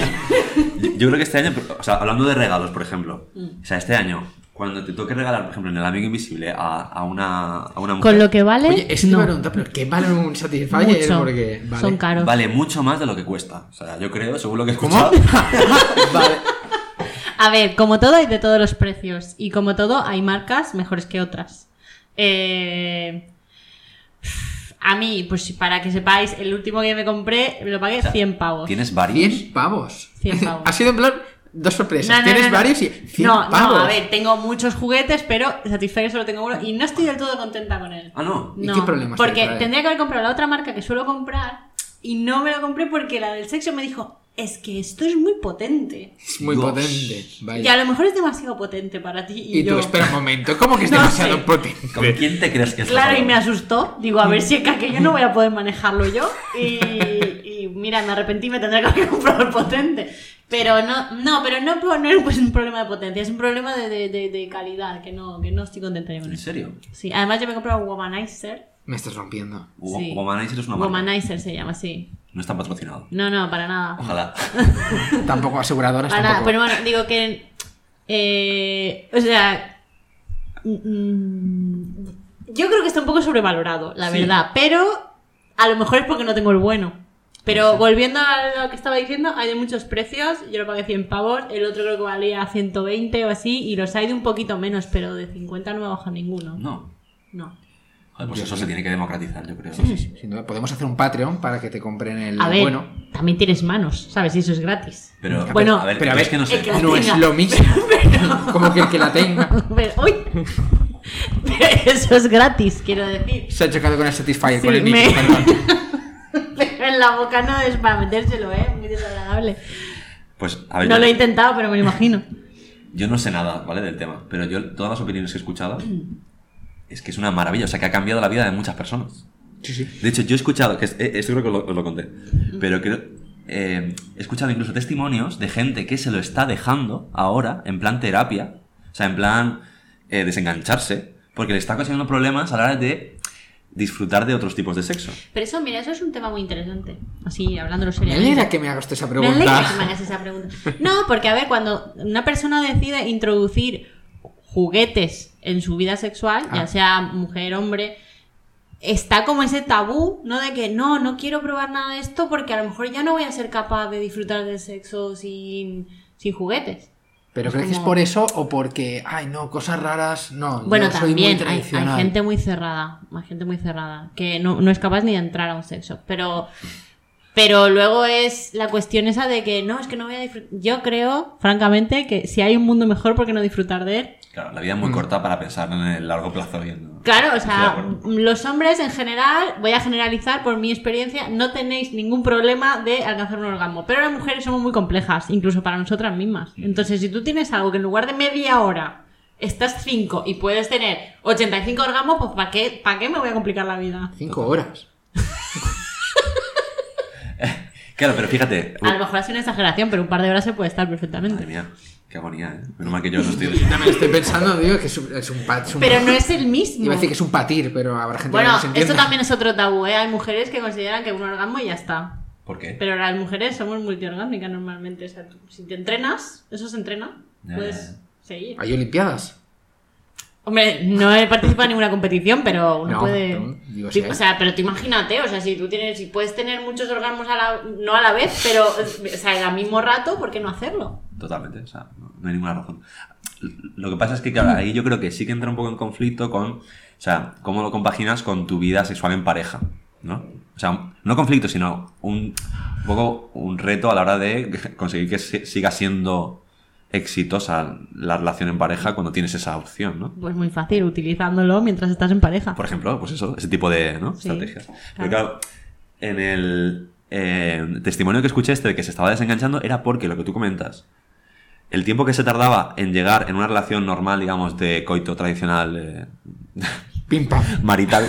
Yo, yo creo que este año, o sea, hablando de regalos, por ejemplo.
Mm.
O sea, este año, cuando te toque regalar, por ejemplo, en el amigo invisible a, a una, a una mujer.
Con lo que vale,
Oye, es que
no.
me pregunta, pero ¿qué vale un Satisfyer?
Mucho.
Porque, vale.
Son caros.
Vale mucho más de lo que cuesta. O sea, yo creo, según lo que he
¿Cómo?
escuchado.
(laughs) vale.
A ver, como todo hay de todos los precios y como todo hay marcas mejores que otras. Eh, A mí, pues para que sepáis, el último que me compré lo pagué 100 pavos.
¿Tienes varios?
100 pavos.
100 pavos.
(laughs) ha sido en plan dos
No,
sorpresas.
no,
Tienes
no, no.
varios y 100
No,
pavos.
no, a ver, tengo muchos juguetes, pero Satisfyer solo tengo uno y no estoy del todo contenta con él.
Ah, no.
¿Y
No,
qué problemas te
Porque
trae?
tendría que haber comprado la otra marca que suelo comprar y no me la compré porque la del sexo me dijo, es que esto es muy potente.
Es muy
Dios.
potente. Vaya.
Y a lo mejor es demasiado potente para ti. Y,
Y tú,
yo...
espera un momento, ¿cómo que
(laughs)
es
No
demasiado
sé.
potente?
¿Con quién te crees que estás
Claro, y me
hablando?
asustó. Digo, a ver si es que aquello no voy a poder manejarlo yo. Y, y mira, me arrepentí, me tendré que haber comprado el potente. Pero no, no, pero no, po- no es un problema de potencia, es un problema de, de- de- de calidad, que no, que no estoy contenta yo con
¿En
eso.
serio?
Sí, además yo me he comprado un Womanizer.
Me estás rompiendo.
Wo-
Sí.
Womanizer es una marca.
Womanizer se llama, sí.
No está patrocinado.
No, no, para nada. (laughs)
Ojalá.
(laughs) Tampoco aseguradoras,
Para nada,
Pues tampoco.
pero bueno, digo que. eh, o sea. mm, Yo creo que está un poco sobrevalorado, la
Sí.
verdad. Pero a lo mejor es porque no tengo el bueno. Pero volviendo a lo que estaba diciendo, hay de muchos precios. Yo lo pagué 100 pavos, el otro creo que valía 120 o así, y los hay de un poquito menos, pero de 50 no me baja ninguno.
No.
No.
Joder, pues
Dios
eso se tiene que democratizar, yo creo.
Si no, podemos hacer un Patreon para que te compren el
A ver, (laughs)
bueno.
también tienes manos, ¿sabes? Y eso es
(laughs)
gratis. (laughs)
Pero,
Bueno,
a ver,
pero a
yo
ver,
es que no
es
sé.
que-
No es
tenga. (laughs)
lo mismo. Como que el que la tenga.
Pero, ¡Uy! (laughs) Pero eso es gratis, quiero decir.
Se ha chocado con el Satisfyer,
Sí,
con el
me-
micro,
(laughs)
perdón.
Pero en la boca no es para metérselo, ¿eh? Muy desagradable.
Pues, a ver,
No
yo,
lo he intentado, pero me lo imagino.
yo no sé nada, ¿vale? Del tema. Pero yo, todas las opiniones que he escuchado, es que es una maravilla. O sea, que ha cambiado la vida de muchas personas.
Sí, sí.
De hecho, yo he escuchado, que es- eh, esto creo que os lo, os lo conté, pero creo, eh, he escuchado incluso testimonios de gente que se lo está dejando ahora en plan terapia, o sea, en plan eh, desengancharse, porque le está causando problemas a la hora de disfrutar de otros tipos de sexo.
(laughs) Pero eso, mira, eso es un tema muy interesante. Así, hablándolo
Me alegra
seriamente.
que me hagas tú esa
Me alegra que me
pregunta.
hagas esa pregunta. No, porque a ver, cuando una persona decide introducir juguetes en su vida sexual, ya
Ah.
sea mujer, hombre, está como ese tabú, ¿no? De que no, no quiero probar nada de esto porque a lo mejor ya no voy a ser capaz de disfrutar del sexo sin, sin juguetes.
¿Pero
Es
crees que es
como-
por eso o porque, ay, no, cosas raras, no?
Bueno,
yo soy
también
muy
hay- hay,
tradicional.
gente muy cerrada, hay gente muy cerrada, que no, no es capaz ni de entrar a un sexo, pero, pero luego es la cuestión esa de que no, es que no voy a disfrutar. Yo creo, francamente, que si hay un mundo mejor, ¿por qué no disfrutar de él?
Claro, la vida es muy corta para pensar en el largo plazo. y en-
Claro, o
Estoy
sea,
de acuerdo.
los hombres en general, voy a generalizar por mi experiencia, no tenéis ningún problema de alcanzar un orgasmo, pero las mujeres somos muy complejas, incluso para nosotras mismas. Entonces, si tú tienes algo que en lugar de media hora estás 5 y puedes tener 85 orgasmos, pues ¿para qué, ¿para qué me voy a complicar la vida?
Cinco horas.
Claro, pero fíjate... uy,
A lo mejor es una exageración, pero un par de horas se puede estar perfectamente.
madre mía, qué agonía, ¿eh? Menos mal que yo no estoy...
(laughs)
También estoy pensando, digo, que es un, es un pat- es un-
Pero no es el mismo.
(laughs) Iba a decir que es un patir, pero habrá gente que
Bueno,
no se entienda.
esto también es otro tabú, ¿eh? Hay mujeres que consideran que un orgasmo y ya está.
¿Por qué?
Pero las mujeres somos multiorgánicas normalmente. O sea, tú- si te entrenas, eso se entrena.
Ya,
Pues
ya,
seguir.
¿Hay Olimpiadas?
Hombre, no he participado en ninguna competición, pero uno
No,
puede.
no, digo,
Sí,
sí hay.
o sea, pero tú imagínate, o sea, si tú tienes, si puedes tener muchos orgasmos a la, no a la vez, pero eh, o sea, al mismo rato, ¿por qué no hacerlo?
Totalmente, o sea, no no hay ninguna razón. Lo que pasa es que, claro, ahí yo creo que sí que entra un poco en conflicto con, o sea, cómo lo compaginas con tu vida sexual en pareja, ¿no? O sea, no conflicto, sino un, un poco un reto a la hora de conseguir que se- siga siendo exitosa la relación en pareja cuando tienes esa opción, ¿no?
Pues muy fácil, utilizándolo mientras estás en pareja.
Por ejemplo, pues eso, ese tipo de ¿no?
Sí,
estrategias. Pero
claro.
claro, en el eh, testimonio que escuché este de que se estaba desenganchando era porque lo que tú comentas, el tiempo que se tardaba en llegar en una relación normal, digamos, de coito tradicional eh,
Pim pam.
(laughs)
marital.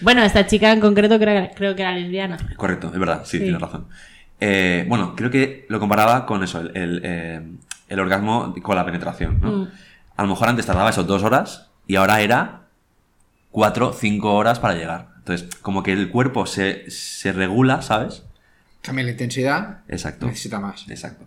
Bueno, esta chica en concreto creo, creo que era lesbiana. (laughs)
Correcto, es verdad, sí,
Sí.
tienes razón. Eh, bueno, creo que lo comparaba con eso, el, el, eh, el orgasmo con la penetración. ¿no?
Mm.
A lo mejor antes tardaba esos dos horas y ahora era cuatro, cinco horas para llegar. Entonces, como que el cuerpo se, se regula, ¿sabes?
Cambia la intensidad.
Exacto.
Necesita más.
Exacto.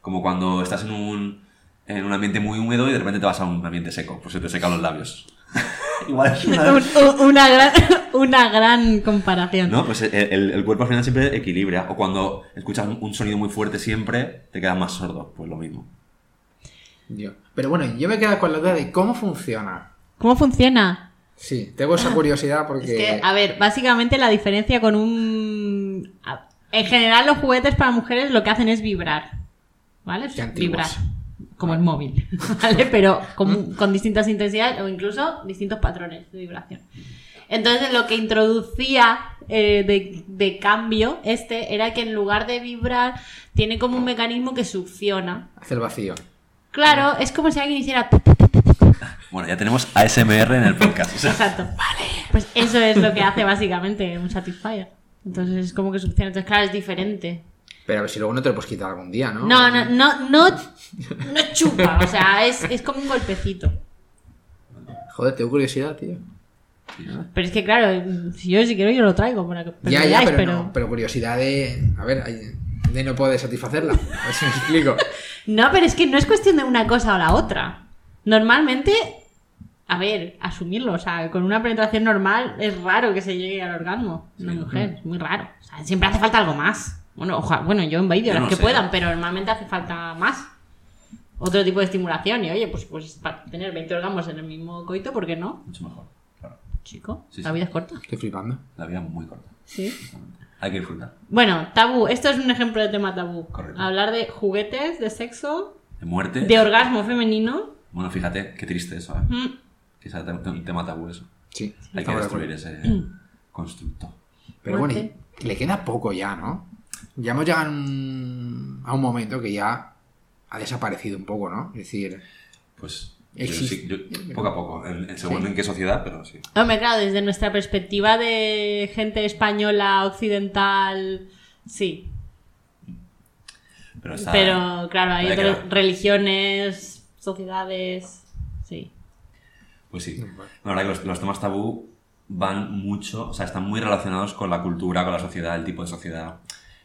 Como cuando estás en un, en un ambiente muy húmedo y de repente te vas a un ambiente seco, pues se te secan los labios. (laughs) Igual es
(laughs)
una...
Un- un- una, gran, (laughs) una gran comparación.
No, pues el, el- el cuerpo al final siempre equilibra. O cuando escuchas un, un sonido muy fuerte siempre, te quedas más sordo. Pues lo mismo.
Yo. Pero bueno, yo me quedo con la duda de cómo funciona.
¿Cómo funciona?
Sí, tengo esa
(laughs)
curiosidad
Es
porque.
que, a ver, básicamente la diferencia con un... a- En general los juguetes para mujeres lo que hacen es vibrar, ¿vale?
Qué
vibrar,
antiguos.
como el móvil, (laughs) ¿vale? Pero con, con distintas intensidades o incluso distintos patrones de vibración. Entonces lo que introducía eh, de, de cambio este era que en lugar de vibrar tiene como un mecanismo que succiona.
Hace el vacío.
Claro, es como si alguien hiciera...
Bueno, ya tenemos ASMR en el podcast. o sea, (laughs)
(laughs)
Exacto. Pues eso es lo que hace básicamente un Satisfyer. Entonces es como que succiona. Entonces, claro, es diferente.
Pero a ver si luego no te lo puedes quitar algún día, ¿no?
No, no, no, no,
(laughs)
no chupa. O sea, es, es como un golpecito.
Joder, tengo curiosidad, tío.
Pero es que, claro, si yo si quiero, yo lo traigo para que para
ya,
que
ya,
veáis,
pero, no. Pero curiosidad de. A ver, hay- de no poder satisfacerla. A ver si me explico.
No, pero es que no es cuestión de una cosa o la otra. Normalmente, a ver, asumirlo, o sea, con una penetración normal es raro que se llegue al orgasmo de una mujer, es muy raro. O sea, siempre hace falta algo más. Bueno, ojalá, bueno, yo envidio
Yo
las
no
que
sé.
puedan, pero normalmente hace falta más. Otro tipo de estimulación, y oye, pues, pues para tener 20 orgasmos en el mismo coito, ¿por qué no?
Mucho mejor. Claro.
Chico,
Sí,
la
sí.
vida es corta.
Estoy flipando.
La vida es muy corta.
Sí.
Hay que disfrutar.
Bueno, tabú, esto es un ejemplo de tema tabú.
Correcto.
Hablar de juguetes, de sexo,
De muerte.
de orgasmo femenino.
Bueno, fíjate, qué triste eso, ¿eh?
Mm.
Que sea un un tema tabú eso.
Sí.
Hay que
estamos de acuerdo.
destruir ese constructo.
Pero bueno, y-
Muerte.
le queda poco ya, ¿no? Ya hemos llegado a un a un momento que ya ha desaparecido un poco, ¿no? Es decir,
Pues yo
Existe.
sí, yo- poco a poco, en, en según en qué sociedad, pero sí.
Hombre, claro, desde nuestra perspectiva de gente española, occidental, sí.
Pero, está-
Pero claro, hay
Hay que
otras
ver.
religiones, sociedades, sí.
Pues sí.
Bueno.
La verdad que los, los temas tabú van mucho, o sea, están muy relacionados con la cultura, con la sociedad, el tipo de sociedad,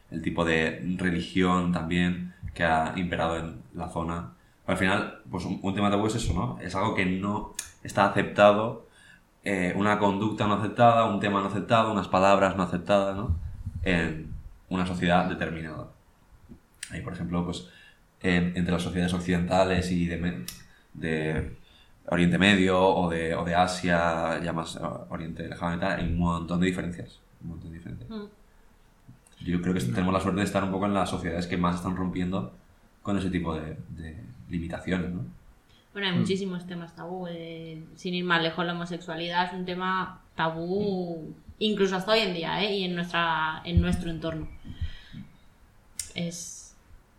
el tipo de religión también que ha imperado en la zona. Al final, pues un, un tema tabú es eso, ¿no? Es algo que no está aceptado, eh, una conducta no aceptada, un tema no aceptado, unas palabras no aceptadas, ¿no? En una sociedad determinada. Ahí, por ejemplo, pues en- entre las sociedades occidentales y de, me- de Oriente Medio o de, o de Asia, ya más eh, Oriente lejano y tal, hay un montón de diferencias. Un montón de diferencias.
Mm.
Yo creo que tenemos la suerte de estar un poco en las sociedades que más están rompiendo con ese tipo de, de limitaciones, ¿no?
Bueno,
Hmm.
hay muchísimos temas tabú. eh, sin ir más lejos, la homosexualidad es un tema
Hmm.
tabú, incluso hasta hoy en día, ¿eh? Y en, nuestra, en nuestro entorno. Es...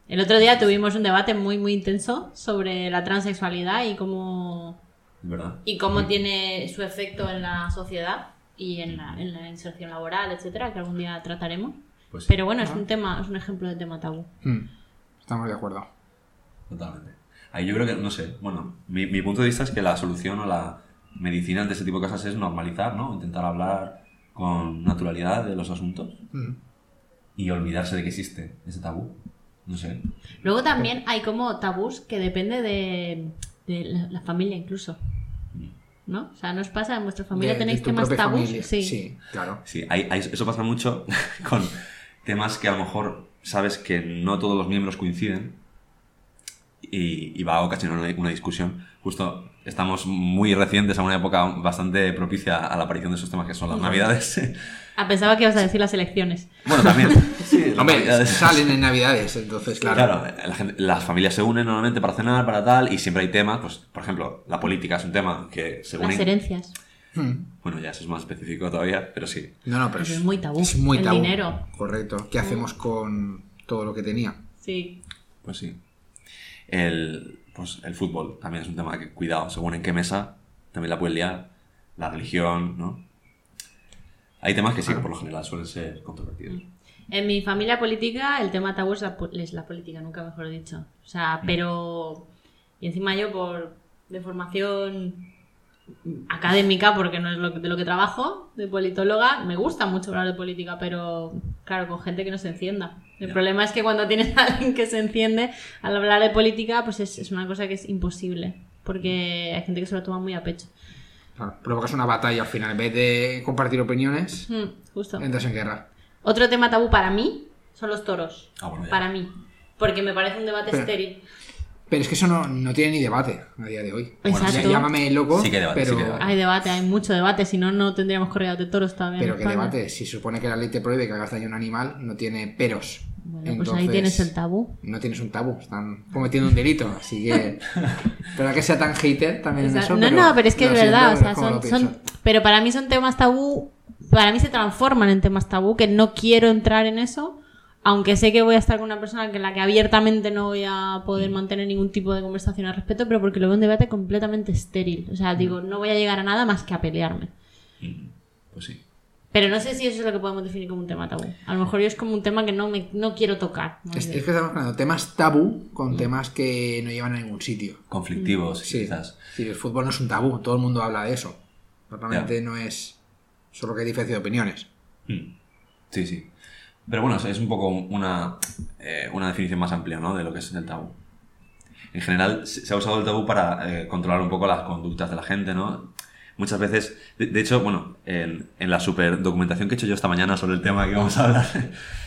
El otro día tuvimos un debate muy, muy intenso sobre la transexualidad y cómo
Es verdad.
y
Mm.
cómo tiene su efecto en la sociedad y en la, en la inserción laboral, etcétera, que algún día trataremos.
Pues sí,
Pero bueno, es un tema, es un ejemplo de tema tabú.
hmm, estamos de acuerdo.
totalmente. Ahí yo creo que, no sé, bueno, mi, mi punto de vista es que la solución o la medicina ante ese tipo de cosas es normalizar, ¿no? Intentar hablar con naturalidad de los asuntos
Hmm.
y olvidarse de que existe ese tabú. No sé.
Luego también hay como tabús que depende de, de la, la familia incluso. ¿No? O sea, ¿nos pasa? ¿En vuestra familia
De- de
tenéis
tu
temas
propia
tabús?
familia.
Sí.
sí, claro.
Sí, hay- hay- eso pasa mucho (laughs) con temas que a lo mejor sabes que no todos los miembros coinciden y, y va a ocasionar una, una discusión. Justo estamos muy recientes a una época bastante propicia a la aparición de esos temas que son las navidades. (laughs)
Ah, pensaba que ibas a decir las elecciones.
bueno, también. Sí, las
Hombre,
navidades. (laughs)
salen en Navidades, entonces, claro.
Claro, la gente- las familias se unen normalmente para cenar, para tal, y siempre hay temas, pues, por ejemplo, la política es un tema que se
Las
une...
herencias.
Hmm.
Bueno, ya eso es más específico todavía, pero sí.
No, no, pero
Eso es muy tabú.
Es muy
El
tabú.
dinero. Mm.
Correcto. ¿Qué hacemos con todo lo que tenía?
Sí.
Pues sí. El, pues el fútbol también es un tema que, cuidado, según en qué mesa, también la puedes liar. La religión, ¿no? Hay temas que sí, que por lo general suelen ser controvertidos.
En mi familia política, el tema tabú es la, po- es la política, nunca mejor dicho. O sea, pero. Y encima yo, por de formación académica, porque no es lo que- de lo que trabajo, de politóloga, me gusta mucho hablar de política, pero claro, con gente que no se encienda. El
Ya.
problema es que cuando tienes a alguien que se enciende al hablar de política, pues es, es una cosa que es imposible, porque hay gente que se lo toma muy a pecho.
Claro, provocas una batalla al final. En vez de compartir opiniones,
Mm, justo.
entras en guerra.
Otro tema tabú para mí son los toros.
Ah, bueno, ya.
Para mí. Porque me parece un debate
Pero-
estéril.
Pero es que eso no, no tiene ni debate a día de hoy.
Bueno,
Ya-
Exacto.
llámame loco,
Sí que hay debate,
pero,
sí que hay debate.
Hay debate, hay mucho debate, si no, no tendríamos corrido de toros todavía. en
pero que
España.
debate. Si se supone que la ley te prohíbe que hagas daño a un animal, no tiene peros.
Bueno, pues ahí tienes el tabú.
No tienes un tabú, están cometiendo un delito, así (laughs) que. Pero que sea tan hater también en
O sea,
eso.
no,
pero
no, pero es que
lo
es
siento,
verdad,
pero
o sea,
es como lo
son,
pienso.
son- Pero para mí son temas tabú, para mí se transforman en temas tabú, que no quiero entrar en eso, aunque sé que voy a estar con una persona que la que abiertamente no voy a poder
Mm.
mantener ningún tipo de conversación al respecto, pero porque lo veo un debate completamente estéril. O
Mm.
sea, digo, no voy a llegar a nada más que a pelearme.
Pues sí.
Pero no sé si eso es lo que podemos definir como un tema tabú. A lo mejor yo es como un tema que no, me, no quiero tocar. más
Es,
bien.
es que estamos hablando de temas tabú con temas que no llevan a ningún sitio.
Conflictivos,
Mm. Sí.
quizás.
Sí, el fútbol no es un tabú, todo el mundo habla de eso. Normalmente no es. Solo que hay diferencia de opiniones.
Mm. Sí, sí. Pero bueno, es- es un poco una, eh, una definición más amplia, ¿no? De lo que es el tabú. En general, se se ha usado el tabú para eh, controlar un poco las conductas de la gente, ¿no? Muchas veces, de, de hecho, bueno, en, en la super documentación que he hecho yo esta mañana sobre el tema que vamos a hablar,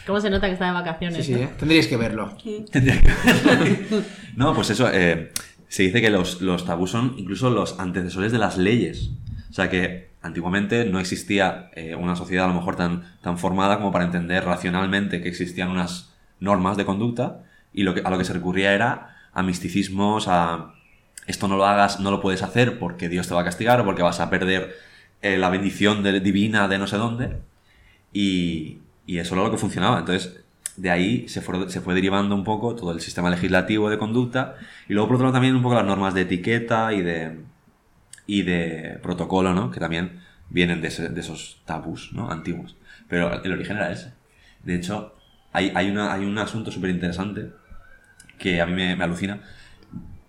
¿Cómo se nota que está de vacaciones?
Sí, sí,
no?
¿eh? tendríais que verlo.
tendría que verlo. No, pues eso, eh, se dice que los, los tabús son incluso los antecesores de las leyes. O sea que antiguamente no existía eh, una sociedad a lo mejor tan, tan formada como para entender racionalmente que existían unas normas de conducta y lo que, a lo que se recurría era a misticismos, a esto no lo hagas, no lo puedes hacer porque Dios te va a castigar o porque vas a perder eh, la bendición de- divina de no sé dónde. Y, y eso era lo que funcionaba. Entonces, de ahí se fue, se fue derivando un poco todo el sistema legislativo de conducta y luego, por otro lado, también un poco las normas de etiqueta y de, y de protocolo, ¿no? Que también vienen de, ese- de esos tabús, ¿no? Antiguos. Pero el origen era ese. De hecho, hay, hay, una- hay un asunto súper interesante que a mí me, me alucina.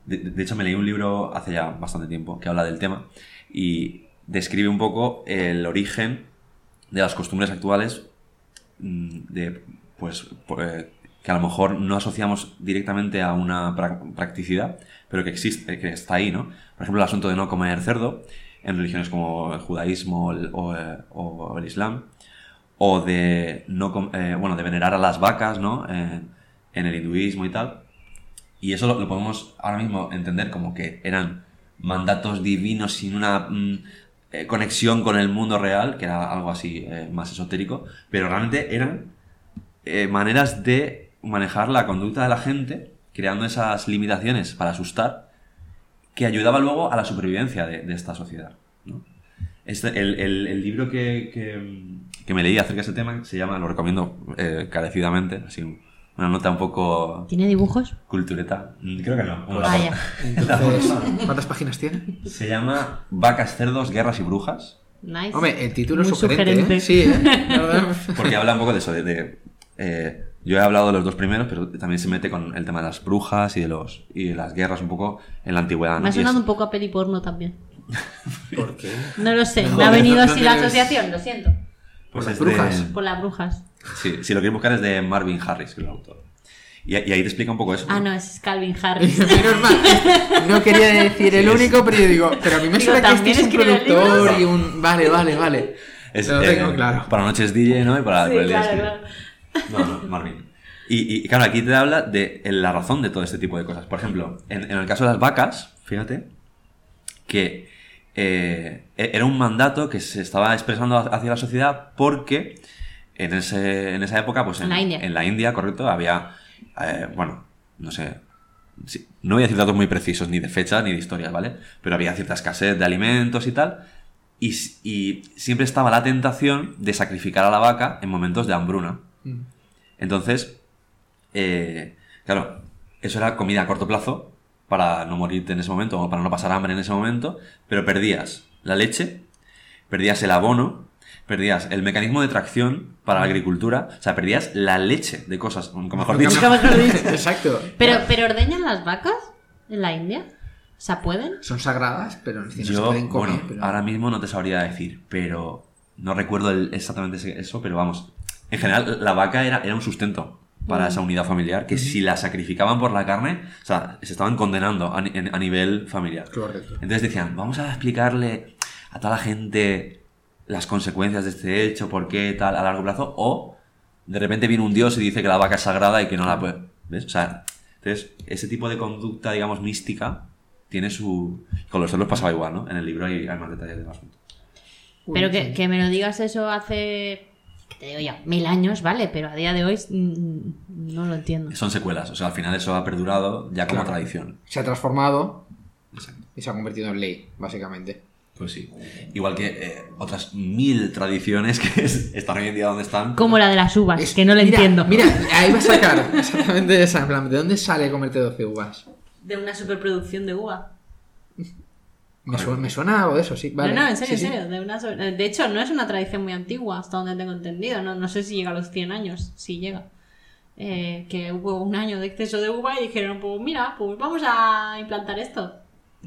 De, de hecho, me leí un libro hace ya bastante tiempo que habla del tema y describe un poco el origen de las costumbres actuales mm, de pues por, eh, que a lo mejor no asociamos directamente a una pra- practicidad, pero que existe, que está ahí, ¿no? Por ejemplo, el asunto de no comer cerdo en religiones como el judaísmo o el, o, eh, o el islam, o de no com- eh, bueno, de venerar a las vacas, ¿no? Eh, en el hinduismo y tal. Y eso lo, lo podemos ahora mismo entender como que eran mandatos divinos sin una mm, eh, conexión con el mundo real, que era algo así eh, más esotérico, pero realmente eran eh, maneras de manejar la conducta de la gente, creando esas limitaciones para asustar, que ayudaba luego a la supervivencia de, de esta sociedad. ¿no? Este- el, el- el libro que, que- que me leí acerca de ese tema se llama, lo recomiendo eh, carecidamente, así una nota un poco
¿Tiene dibujos?
Cultureta. Mm, Creo que no. Bueno, la
Vaya.
Entonces, ¿cuántas páginas tiene?
Se llama Vacas, Cerdos, Guerras y Brujas.
Nice.
Hombre, eh, el título
Muy
es sugerente.
sugerente.
¿eh?
(laughs)
Sí, ¿eh? La verdad.
Porque habla un poco de eso, de... de, eh, yo he hablado de los dos primeros, pero también se mete con el tema de las brujas y de los y de las guerras un poco en la antigüedad. ¿no?
me ha
Y es-
sonado un poco a peli porno también.
¿Por qué?
No lo sé, me
Joder,
ha venido
no
así la
tienes-
asociación, lo siento.
Por
pues
las
es
brujas.
de-
Por las brujas.
sí, si lo queréis buscar es de Marvin Harris, que es el autor. Y, y ahí te explica un poco eso.
Ah, no, ese es Calvin Harris.
(laughs) Menos mal. No quería decir el
Sí, es-
único, pero yo digo, pero a mí me
Digo,
suena que este
¿también
es un
escribe
productor y un. Vale, vale, vale.
Es,
Lo
eh,
tengo claro.
Para noches DJ, ¿no? Y para
Sí,
para el día
claro,
siguiente. No, no, Marvin. Y, y, claro, aquí te habla de la razón de todo este tipo de cosas. Por ejemplo, en, en el caso de las vacas, fíjate, que eh, e- era un mandato que se estaba expresando ha- hacia la sociedad porque en, ese, en esa época, pues en,
En la India.
en la India, correcto, había, eh, bueno, no sé, sí, no voy a decir datos muy precisos ni de fecha ni de historias, ¿vale? Pero había cierta escasez de alimentos y tal. Y, s- y siempre estaba la tentación de sacrificar a la vaca en momentos de hambruna.
Mm.
Entonces, eh, claro, eso era comida a corto plazo para no morirte en ese momento o para no pasar hambre en ese momento, pero perdías la leche, perdías el abono, perdías el mecanismo de tracción para la agricultura, o sea, perdías la leche de cosas, nunca mejor dicho.
Nunca mejor (laughs) dicho.
Exacto.
Pero, ¿Pero ordeñan las vacas en la India? O sea, ¿pueden?
Son sagradas, pero en fin, no se
Yo,
pueden comer.
bueno,
pero-
ahora mismo no te sabría decir, pero no recuerdo el- exactamente ese- eso, pero vamos. En general, la vaca era, era un sustento para
Mm.
esa unidad familiar, que si la sacrificaban por la carne, o sea, se estaban condenando a, ni- en- a nivel familiar.
Correcto.
Entonces decían, vamos a explicarle a toda la gente las consecuencias de este hecho, por qué, tal, a largo plazo, o de repente viene un dios y dice que la vaca es sagrada y que no la puede... ¿Ves? O sea, entonces, ese tipo de conducta, digamos, mística, tiene su... Con los cerdos pasaba igual, ¿no? En el libro hay, hay más detalles del asunto.
Uy,
Pero que,
sí.
que me lo digas eso hace, que te digo yo, mil años, vale, pero a día de hoy mm, no lo entiendo.
Son secuelas, o sea, al final eso ha perdurado ya como
Claro.
tradición.
Se ha transformado
Exacto.
y se ha convertido en ley, básicamente.
Pues sí. Igual que eh, otras mil tradiciones que (laughs) es- están hoy en día donde están.
Como la de las uvas,
Es-
Ah, que no lo
mira,
entiendo. (laughs)
Mira, ahí va a sacar exactamente esa. En plan, ¿de dónde sale comerte 12 uvas?
De una superproducción de uva.
Me, su- me suena algo de eso, sí. Vale.
no, no, en serio,
Sí, sí.
en serio. De, una so- eh, de hecho, no es una tradición muy antigua, hasta donde tengo entendido. No, no sé si llega a los 100 años, si llega. Eh, que hubo un año de exceso de uva y dijeron, pues mira, pues vamos a implantar esto.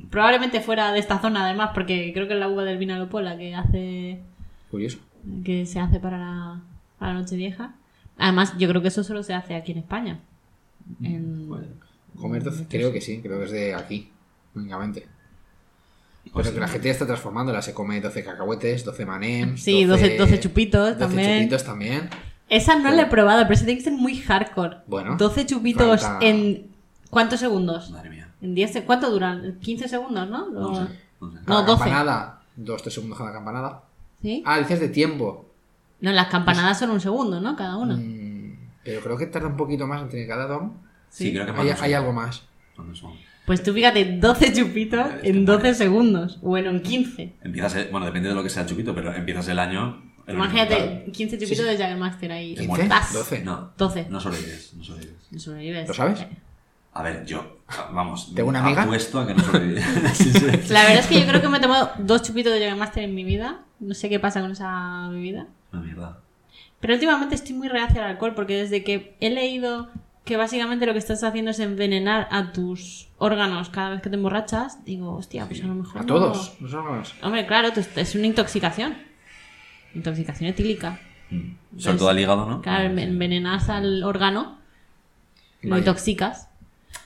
Probablemente fuera de esta zona, además, porque creo que es la uva del vino Lopola que hace
Curioso.
que se hace para la, para la Nochevieja. Además, yo creo que eso solo se hace aquí en España.
Mm,
En-
Comer 12, creo que sí, creo que es de aquí, únicamente. Pero
Pues
que la gente ya está transformándola, se come 12 cacahuetes, 12 manems.
Sí, 12 12 chupitos también.
chupitos también.
Esa no la he probado, pero esa tiene que ser muy hardcore.
Bueno,
12 chupitos
falta-
en. ¿Cuántos segundos?
Madre mía.
En 10 se- ¿Cuánto duran? 15 segundos, ¿no?
No
O-
sé, no sé.
Cada
No, 12.
campanada, 2 3 segundos cada campanada.
¿Sí?
Ah, dices de tiempo.
No, las campanadas son un segundo, ¿no? Cada una.
Mm, pero creo que tarda un poquito más entre cada dom.
Sí, creo que
Hay,
cuando son-
hay algo más.
cuando son-
Pues tú fíjate, 12 chupitos
Madre, es que
en 12
madre.
segundos. Bueno, en 15.
Empiezas, el- bueno, depende de lo que sea el chupito, pero empiezas el año. el horizontal.
Imagínate, 15 chupitos de Jagermaster ahí.
Te
15,
¡Tas!
12.
No,
12.
no sobrevives, no sobrevives.
No sobrevives.
¿Lo sabes?
A ver, yo, ah, vamos,
¿Tengo una amiga?
apuesto a que
(laughs)
no sobrevives. (laughs) Sí, sí.
La verdad es que yo creo que me he tomado dos chupitos de Jagermaster en mi vida. No sé qué pasa con esa bebida.
Una mierda.
Pero últimamente estoy muy reacia al alcohol porque desde que he leído que básicamente lo que estás haciendo es envenenar a tus órganos cada vez que te emborrachas, digo, hostia, pues a lo mejor.
A
no.
todos. No son más.
Hombre, claro, tú- es una intoxicación. Intoxicación etílica.
Mm. Sobre
Entonces,
todo al hígado, ¿no?
Claro,
Sí.
envenenas al órgano, lo
Vaya.
intoxicas.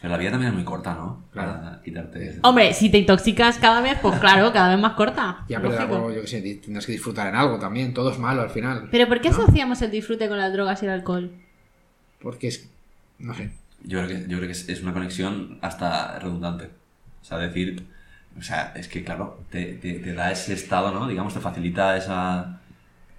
Pero la vida también es muy corta, ¿no?
Claro.
Para quitarte.
Hombre, si te intoxicas cada vez, pues claro, cada vez más corta.
Ya, pero
lógico.
algo, yo qué sé, di- tendrás que disfrutar en algo también. Todo es malo al final.
Pero ¿por qué
¿No?
asociamos el disfrute con las drogas y el alcohol?
Porque es. No sé.
Yo creo que, yo creo que es, es una conexión hasta redundante. O sea, decir. O sea, es que, claro, te, te- te da ese estado, ¿no? Digamos, te facilita esa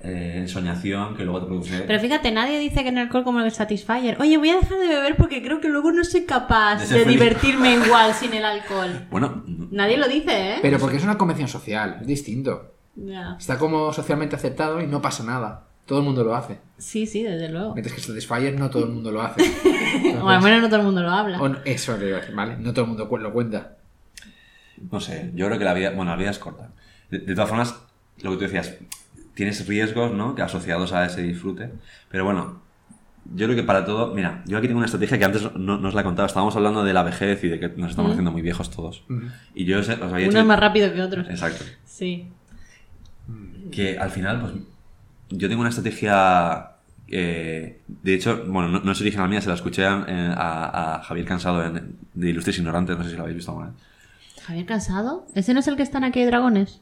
eh, ensoñación que luego te produce.
Pero fíjate, nadie dice que en el alcohol como el Satisfyer. Oye, voy a dejar de beber porque creo que luego no soy capaz
De
de,
ser feliz".
divertirme igual sin el alcohol.
Bueno, no-
Nadie lo dice, ¿eh?
Pero porque es una convención social, es distinto.
Ya.
Está como socialmente aceptado y no pasa nada. Todo el mundo lo hace.
Sí, sí, desde luego.
Mientras que Satisfyer no todo el mundo
(laughs)
lo hace.
O al menos no todo el mundo lo habla.
O no- eso le iba a decir, ¿vale? No todo el mundo cu- lo cuenta.
No sé, yo creo que la vida, bueno, la vida es corta. De, de todas formas, lo que tú decías, tienes riesgos, ¿no? Que asociados a ese disfrute. Pero bueno, yo creo que para todo, mira, yo aquí tengo una estrategia que antes no, no os la he contado. Estábamos hablando de la vejez y de que nos estamos haciendo muy viejos todos. Y yo os, os había
Uno
dicho...
es más rápido que otro.
Exacto.
Sí.
Que al final, pues, yo tengo una estrategia Eh, de hecho, bueno, no, no es original mía, se la escuché a, eh, a- a Javier Cansado en- de Ilustres Ignorantes, no sé si lo habéis visto alguna vez.
¿Javier Cansado? ¿Ese no es el que están aquí de dragones?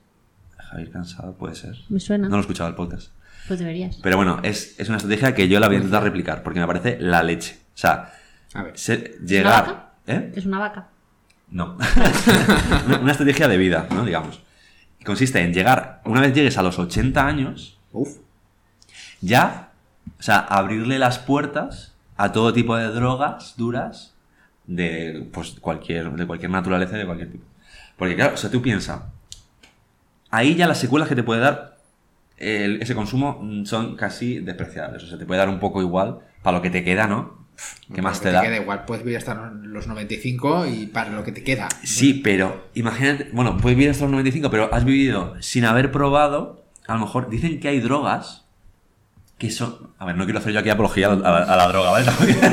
Javier Cansado puede ser.
Me suena.
No lo he escuchado el podcast.
Pues deberías.
Pero bueno, es, es una estrategia que yo la voy a intentar replicar, porque me parece la leche. O sea,
A ver.
ser-
vaca?
llegar... ¿Eh?
Es una vaca.
No. (laughs) Una- una estrategia de vida, ¿no? Digamos. Consiste en llegar, una vez llegues a los 80 años,
Uf.
ya, o sea, abrirle las puertas a todo tipo de drogas duras de, pues, cualquier, de cualquier naturaleza y de cualquier tipo. Porque claro, o sea, tú piensa, ahí ya las secuelas que te puede dar el- ese consumo mm, son casi despreciables. O sea, te puede dar un poco igual para lo que te queda, ¿no? Pff, ¿Qué
Para
más
lo
te
que
da?
queda igual, puedes vivir hasta los 95 y para lo que te queda.
Sí, pero imagínate, bueno, puedes vivir hasta los 95, pero has vivido sin haber probado, a lo mejor dicen que hay drogas que son... A ver, no quiero hacer yo aquí apología a la, a la droga, ¿vale?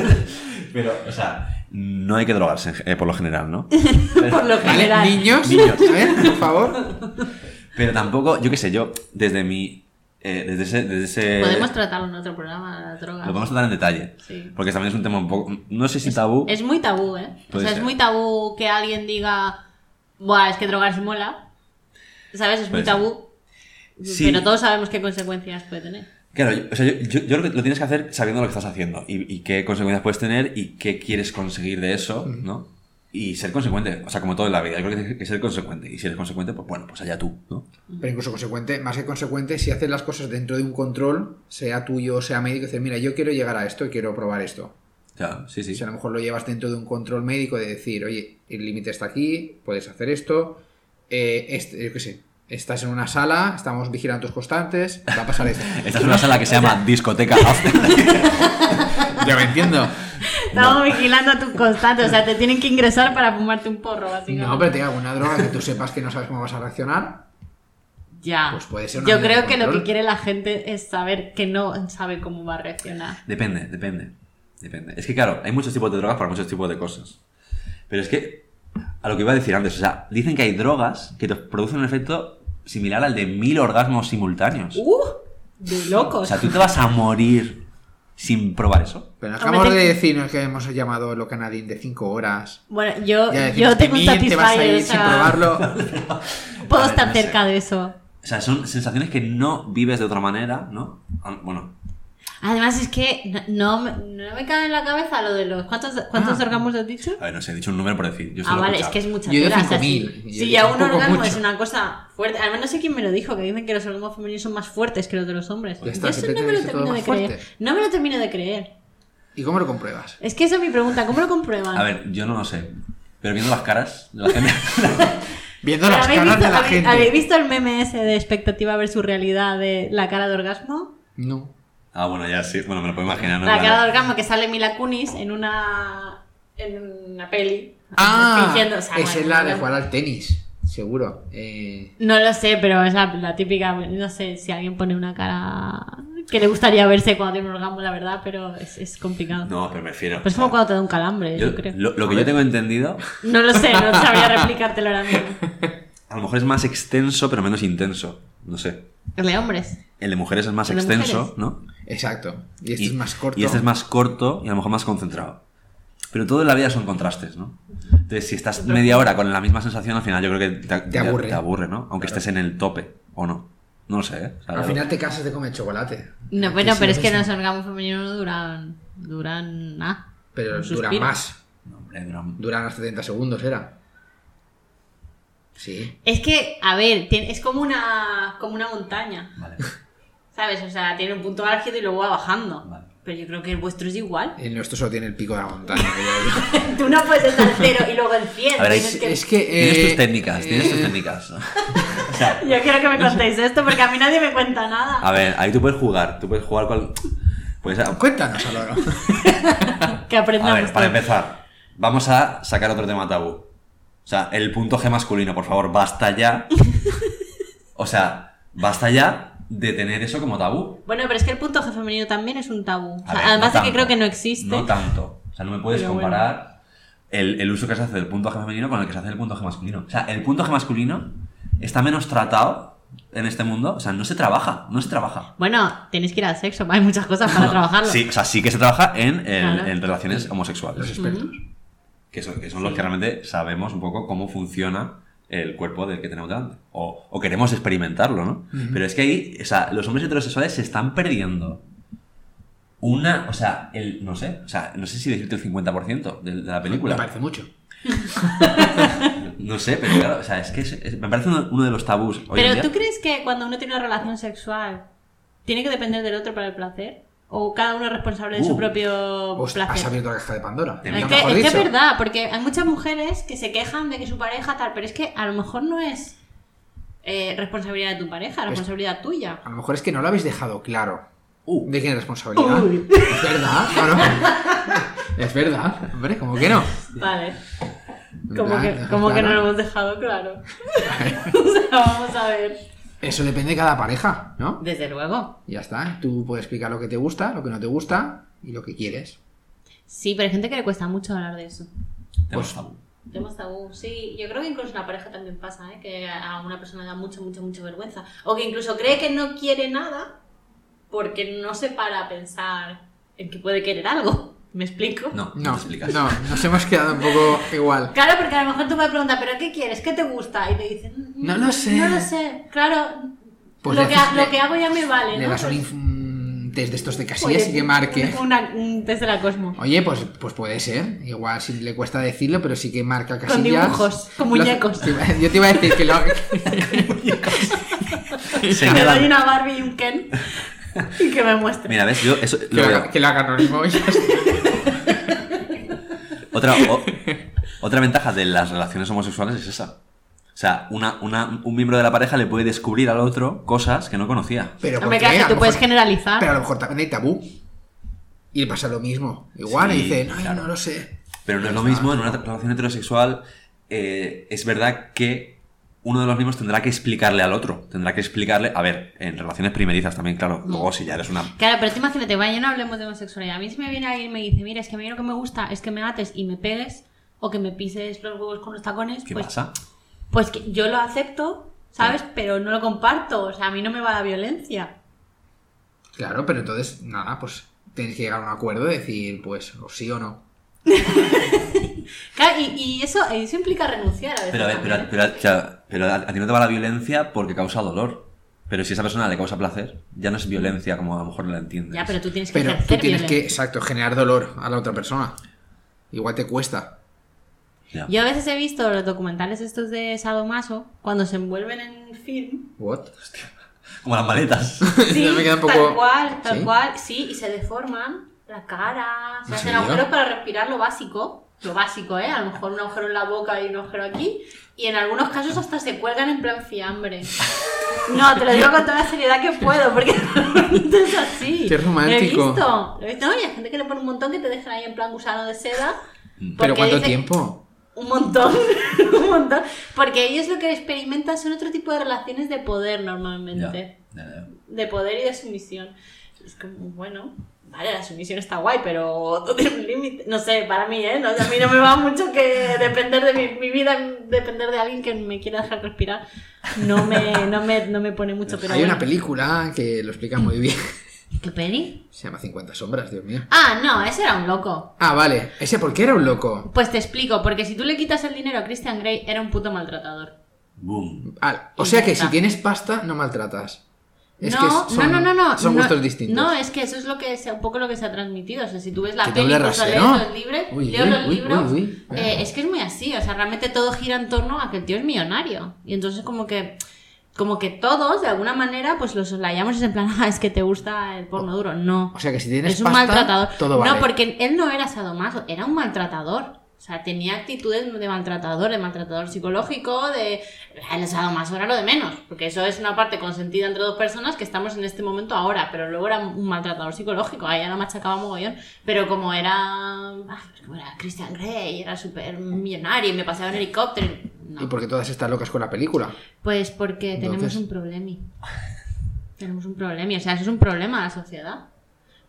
(laughs) pero, o sea, no hay que drogarse en ge- eh, por lo general, ¿no?
(laughs) Por lo
¿Vale?
general.
Niños,
Niños.
a ver, por favor.
Pero tampoco, yo qué sé, yo, desde mi... eh, desde ese... Desde ese
Podemos tratarlo en otro programa, la droga.
lo podemos tratar en detalle.
Sí.
Porque también es un tema un poco... No sé si tabú...
Es muy tabú, ¿eh? O
Puede
sea,
ser.
es muy tabú que alguien diga, Buah, es que drogarse mola. ¿Sabes? Es muy
Puede ser.
tabú.
Sí.
Pero todos sabemos qué consecuencias puede tener.
Claro, yo, o sea, yo, yo- yo creo que lo tienes que hacer sabiendo lo que estás haciendo y, y qué consecuencias puedes tener y qué quieres conseguir de eso, ¿no? Y ser consecuente, o sea, como todo en la vida, yo creo que tienes que ser consecuente. Y si eres consecuente, pues bueno, pues allá tú, ¿no?
Pero incluso consecuente, más que consecuente, si haces las cosas dentro de un control, sea tuyo, sea médico, decir, mira, yo quiero llegar a esto y quiero probar esto.
Ya, sí, sí.
Si a lo mejor lo llevas dentro de un control médico de decir, oye, el límite está aquí, puedes hacer esto, eh, este- yo qué sé, estás en una sala, estamos vigilando tus constantes, va a pasar (laughs) esto.
Esta es una sala que se llama discoteca after.
ya me entiendo.
(laughs) Estamos vigilando tu constante, o sea, te tienen que ingresar para fumarte un porro, básicamente.
No, pero tiene alguna droga que tú sepas que no sabes cómo vas a reaccionar.
Ya.
Pues puede ser una
Yo
medida
creo
de
que lo
control.
que quiere la gente es saber que no sabe cómo va a reaccionar.
(laughs) Depende, depende. Depende. Es que claro, hay muchos tipos de drogas para muchos tipos de cosas. Pero es que, a lo que iba a decir antes, o sea, dicen que hay drogas que te producen un efecto similar al de mil orgasmos simultáneos.
¡Uh! De
O
locos.
sea, tú te vas a morir sin probar eso.
Pero nos
Hombre,
acabamos de
te-
decirnos que hemos llamado lo canadín de 5 horas.
Bueno, yo,
Ya
yo
decimos,
tengo un
"Timín, te vas a
satisfier,
ir
o
sin
sea,
probarlo.
(laughs) puedo
A ver,
estar
no sé.
cerca de eso.
O sea, son sensaciones que no vives de otra manera, ¿no? Ah, Bueno,
Además, es que no- no, me- no me cae en la cabeza lo de los. ¿Cuántos, cuántos
Ah.
orgasmos has dicho?
a ver, no sé, he dicho un número por decir. Yo
Ah,
solo he
vale, es
escuchado.
que es mucha
Yo he ido
tela. o sea,
5.000,
si,
yo
si
he ido
ya un
poco,
orgasmo
mucho.
es una cosa fuerte. Además, no sé quién me lo dijo, que dicen que los orgasmos femeninos son más fuertes que los de los hombres.
Ya está,
Yo eso
siempre
no me lo
tiene que ser todo
termino de
más
creer.
fuerte.
No me lo termino de creer.
¿Y cómo lo compruebas?
Es que esa es mi pregunta, ¿cómo lo comprueban?
A ver, yo no lo sé. Pero viendo las caras de la gente. (laughs)
Viendo
¿Pero
las
¿Habéis
caras
visto,
de la
habéis-
gente.
habéis visto el meme ese de expectativa versus realidad de la cara de orgasmo?
No.
ah, bueno, ya sí. Bueno, me lo puedo imaginar, ¿no?
la
Claro.
cara de orgasmo que sale Mila Kunis en una, en una peli.
Ah,
Fingiendo, o sea,
esa es
bueno,
la de
no-
jugar al tenis, seguro. Eh,
No lo sé, pero es la, la típica, no sé si alguien pone una cara que le gustaría verse cuando tiene un orgasmo, la verdad, pero es, es complicado.
No, pero me refiero.
Pero es como cuando te da un calambre, yo,
Yo-
creo.
Lo, lo que yo tengo entendido,
No lo sé, no sabría replicártelo ahora mismo.
a lo mejor es más extenso, pero menos intenso. No sé.
El de hombres.
El de mujeres es más
El de
extenso,
mujeres.
¿no?
exacto. Y este es más corto.
Y este es más corto y a lo mejor más concentrado. Pero todo en la vida son contrastes, ¿no? Entonces, si estás media hora con la misma sensación, al final yo creo que te, te-
aburre.
te aburre, ¿no? Aunque estés en el tope o no. No lo sé, ¿eh? O sea,
Al
yo-
final te casas de comer chocolate.
No,
Aquí
bueno,
sí
pero es que
eso.
los orgasmos femeninos no duran. duran nada.
Pero
Un
duran
suspiro.
más.
No, hombre, dura-
Duran hasta 70 segundos, era. Sí.
Es que, a ver, tien- es como una, como una montaña,
Vale.
¿sabes? O sea, tiene un punto álgido y luego va bajando.
Vale.
Pero yo creo que el vuestro es igual. (laughs)
El nuestro solo tiene el pico de la montaña. que ya digo.
Tú no puedes estar al cero y luego el 100.
A ver,
tienes que-
es que.
Tienes
eh,
tus técnicas, tienes tus
eh,
(laughs) técnicas.
Yo quiero que me contéis esto porque a mí nadie me cuenta nada.
A ver, ahí tú puedes jugar, tú puedes jugar con... Pues, a,
Cuéntanos,
(laughs)
Álvaro.
Que aprendamos.
a ver, para
todos.
empezar, vamos a sacar otro tema tabú. O sea, el punto G masculino, por favor,
(laughs)
basta ya. O sea, basta ya de tener eso como tabú.
Bueno, pero es que el punto G femenino también es un tabú. O
A
sea,
ver,
además
no
de que
tanto,
creo que no existe.
No tanto. O sea, no me puedes
Pero bueno.
comparar el, el uso que se hace del punto G femenino con el que se hace del punto G masculino. O sea, el punto G masculino está menos tratado en este mundo. O sea, no se trabaja, no se trabaja.
Bueno, tenéis que ir al sexo, hay muchas cosas
(laughs)
para trabajarlo.
Sí, o sea, sí que se trabaja en, en-
Claro.
en relaciones
Los
homosexuales,
expertos.
que son, que son los que realmente sabemos un poco cómo funciona el cuerpo del que tenemos delante. O, o queremos experimentarlo, ¿no? Pero es que ahí, o sea, los hombres heterosexuales se están perdiendo una, o sea, el, no sé, o sea, no sé si decirte el 50% de, de la película.
Me parece mucho.
No sé, pero claro, o sea, es que es- es- me parece uno, uno de los tabús. hoy en
Pero
día.
¿tú crees que cuando uno tiene una relación sexual tiene que depender del otro para el placer? ¿O cada uno es responsable de
Uh,
su propio
Host- has
Oh, placer?
abierto la caja de Pandora.
Es
Es
Nunca
que,
mejor
es que es
dicho.
verdad, porque hay muchas mujeres que se quejan de que su pareja tal, pero es que a lo mejor no es eh, responsabilidad de tu pareja, responsabilidad tuya.
A lo mejor es que no lo habéis dejado claro.
Uh.
¿De quién es responsabilidad?
Uy.
Es verdad, no? (laughs) Es verdad, hombre, ¿cómo que no?
Vale. Como
Claro,
que, como que
claro.
no lo hemos dejado
(laughs)
claro. (laughs) o sea, vamos a ver.
Eso depende de cada pareja, ¿no?
Desde luego.
Y Ya está, tú puedes explicar lo que te gusta, lo que no te gusta y lo que quieres.
Sí, pero hay gente que le cuesta mucho hablar de eso.
Tenemos
Pues-
tabú.
Temas tabú, sí. Yo creo que incluso en la pareja también pasa, ¿eh? que a una persona le da mucha, mucha, mucha vergüenza. O que incluso cree que no quiere nada porque no se para a pensar en que puede querer algo. ¿Me explico?
No, no,
No,
te explicas.
no, nos hemos quedado un poco igual.
Claro, porque a lo mejor tú me preguntas, ¿pero qué quieres? ¿Qué te gusta? Y le dices, "Mm,
No lo sé".
No lo sé. Claro,
Pues
lo,
le
que,
haces-
lo que hago ya me vale.
Le
¿no?
das un,
Pues,
inf- un mm, test de estos de
oye,
casillas y que marque.
(laughs) una- un test de la Cosmo.
Oye, pues, pues puede ser. Igual si le cuesta decirlo, pero sí que marca casillas.
dibujos, con
Lo-
muñecos.
te iba- Yo te iba a decir que lo...
(laughs)
(laughs)
Me doy
Señalan.
una Barbie y un Ken y que me muestre.
Mira, ves, yo eso
que
lo
lo
veo.
haga- que lo haga anónimo. y ya está.
Otra, o- otra ventaja de las relaciones homosexuales es esa. O sea, una, una- un miembro de la pareja le puede descubrir al otro cosas que no conocía.
Pero
Hombre,
porque
claro, que tú puedes generalizar.
Pero a lo mejor también hay tabú. Y le pasa lo mismo. Igual,
Sí,
y dicen, ay,
claro.
no lo sé.
Pero no es lo
Ya está.
mismo en una relación heterosexual. eh, es verdad que uno de los miembros tendrá que explicarle al otro. Tendrá que explicarle, a ver, en relaciones primerizas también, claro.
Mm.
Luego, si ya eres una.
Claro, pero tú imagínate, vaya, no hablemos de homosexualidad. A mí si me viene alguien y me dice, mira, es que a mí lo que me gusta es que me ates y me pegues o que me pises los huevos con los tacones,
¿Qué
pues,
pasa?
pues que yo lo acepto, ¿sabes? Pero no lo comparto, o sea, a mí no me va la violencia.
Claro, pero entonces, nada, pues tienes que llegar a un acuerdo y decir, pues, o sí o no.
Claro, y, y eso, eso implica renunciar a veces.
Pero a ver, pero,
también.
pero- claro, pero a, a ti no te va la violencia porque causa dolor. Pero si a esa persona le causa placer, ya no es violencia como a lo mejor la entiendes.
Ya, pero tú tienes que
Pero tú
ejercer
tienes que,
violencia.
exacto, generar dolor a la otra persona. Igual te cuesta.
Ya.
Yo a veces he visto los documentales estos de Sadomaso cuando se envuelven en film
¿What?
Como las maletas.
(laughs) Sí,
(laughs) Ya me queda un
tal
poco-
cual, tal
¿Sí?
cual, sí, y se deforman la cara, se
¿En
hacen
serio?
agujeros para respirar lo básico, lo básico, ¿eh? A lo mejor un agujero en la boca y un agujero aquí, y en algunos casos hasta se cuelgan en plan
(laughs)
fiambre. No, te lo digo con toda la seriedad que puedo, porque (laughs) realmente es así.
Qué romántico.
Lo he visto, lo he visto, y hay gente que le pone un montón que te dejan ahí en plan gusano de seda. porque
¿Pero cuánto
dice-
tiempo?
un montón, (laughs) un montón. Porque ellos lo que experimentan son otro tipo de relaciones de poder
Ya,
normalmente
ya, ya.
de poder y de sumisión. Es como, bueno, vale, la sumisión está guay, pero todo tiene un límite. No sé, para mí, ¿eh? No, a mí no me va mucho que depender de mi, mi vida, depender de alguien que me quiera dejar respirar. No me, no me, no me pone mucho, pero
Hay una
bueno.
película que lo explica muy bien. (laughs)
¿Qué peli?
Se llama 50 sombras, Dios mío.
Ah, no, ese era un loco.
Ah, vale. ¿Ese por qué era un loco?
Pues te explico, porque si tú le quitas el dinero a Christian Grey, era un puto maltratador.
Boom.
Ah, o sea que si
Intenta.
tienes pasta, no maltratas. Es que
no,
son-
no, no, no, no.
Son
no,
gustos distintos.
No, es que eso es lo que se- un poco lo que se ha transmitido. O sea, si tú ves la
Que
peli, pues
doble
incluso lees
rasero.
los libros,
Uy,
leo
uy,
los
uy,
libros,
uy, uy.
eh, es que es muy así. O sea, realmente todo gira en torno a que el tío es millonario. Y entonces como que como que todos, de alguna manera, pues los soslayamos y es en plan, (laughs) ah, es que te gusta el porno duro. No.
O sea que si tienes
es un
pasta,
maltratador.
todo vale.
No, porque él no era sadomaso, era un maltratador. O sea, tenía actitudes de maltratador, de maltratador psicológico, de... El sadomaso era lo de menos, porque eso es una parte consentida entre dos personas que estamos en este momento ahora, pero luego era un maltratador psicológico, ahí ya lo machacaba mogollón, pero como era... ah, pues como era Christian Grey, era súper millonario y me paseaba en helicóptero...
¿Y
No.
por qué todas están locas con la película?
Pues porque tenemos
Entonces-
un problemi. (laughs) tenemos un problemi, o sea, eso es un problema a la sociedad.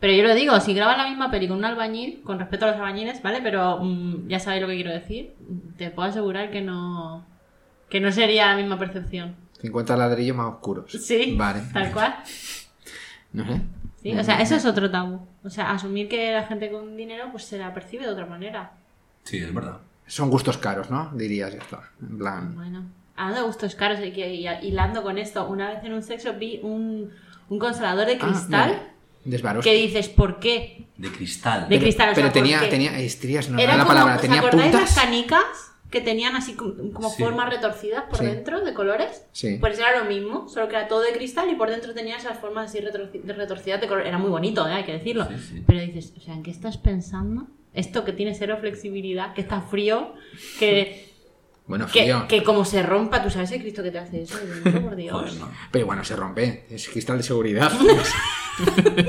Pero yo lo digo, si grabas la misma peli con un albañil, con respeto a los albañiles, ¿vale? Pero mm, ya sabéis lo que quiero decir, te puedo asegurar que no que no sería la misma percepción.
50 ladrillos más oscuros.
Sí,
Vale.
tal cual.
No sé.
Sí, o sea, eso es otro tabú. O sea, asumir que la gente con dinero pues se la percibe de otra manera.
Sí, es verdad.
Son gustos caros, ¿no? Dirías esto. En plan.
Bueno, hablando de gustos caros y que- y hilando con esto, una vez en un sexo vi un, un consolador de
Ah,
cristal
vale. Desvaros.
que dices, ¿por qué?
De cristal.
De cristal, o
Pero
sea, ¿por
tenía,
qué?
tenía eh, estrías, no
Era
era la
como,
palabra,
¿os
tenía
acordáis
puntas.
las canicas que tenían así como, como
Sí.
formas retorcidas por
Sí.
dentro de colores?
Sí.
Pues era lo mismo, solo que era todo de cristal y por dentro tenía esas formas así retorci- de retorcidas de color. Era muy bonito, ¿eh? hay que decirlo.
Sí, sí.
Pero dices, o sea, ¿en qué estás pensando? Esto que tiene cero flexibilidad, que está frío, que,
Bueno,
que,
frío.
que como se rompa, tú sabes el Cristo que te hace eso, de dentro, por Dios.
Joder, no.
Pero bueno, se rompe. Es cristal de seguridad.
(laughs)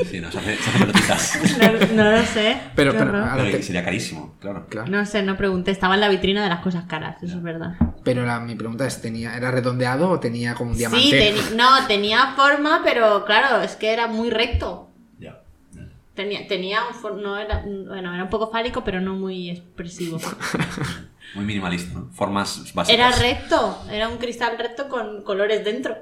Sí, no, se hace, se hace pelotitas.
No, no lo sé.
Pero,
Qué
pero, ah.
horror.
a la
Pero
te-
sería carísimo, claro.
claro.
No sé, no pregunté. Estaba en la vitrina de las cosas caras, eso es verdad.
Pero la- mi pregunta es, ¿tenía, ¿era redondeado o tenía como un diamante?
Sí, teni- no, tenía forma, pero claro, es que era muy recto.
Ya.
Tenía, tenía un for- no era, bueno, era un poco fálico, pero no muy
(laughs)
expresivo.
Muy minimalista, ¿no? Formas básicas.
Era recto, era un cristal recto con colores dentro.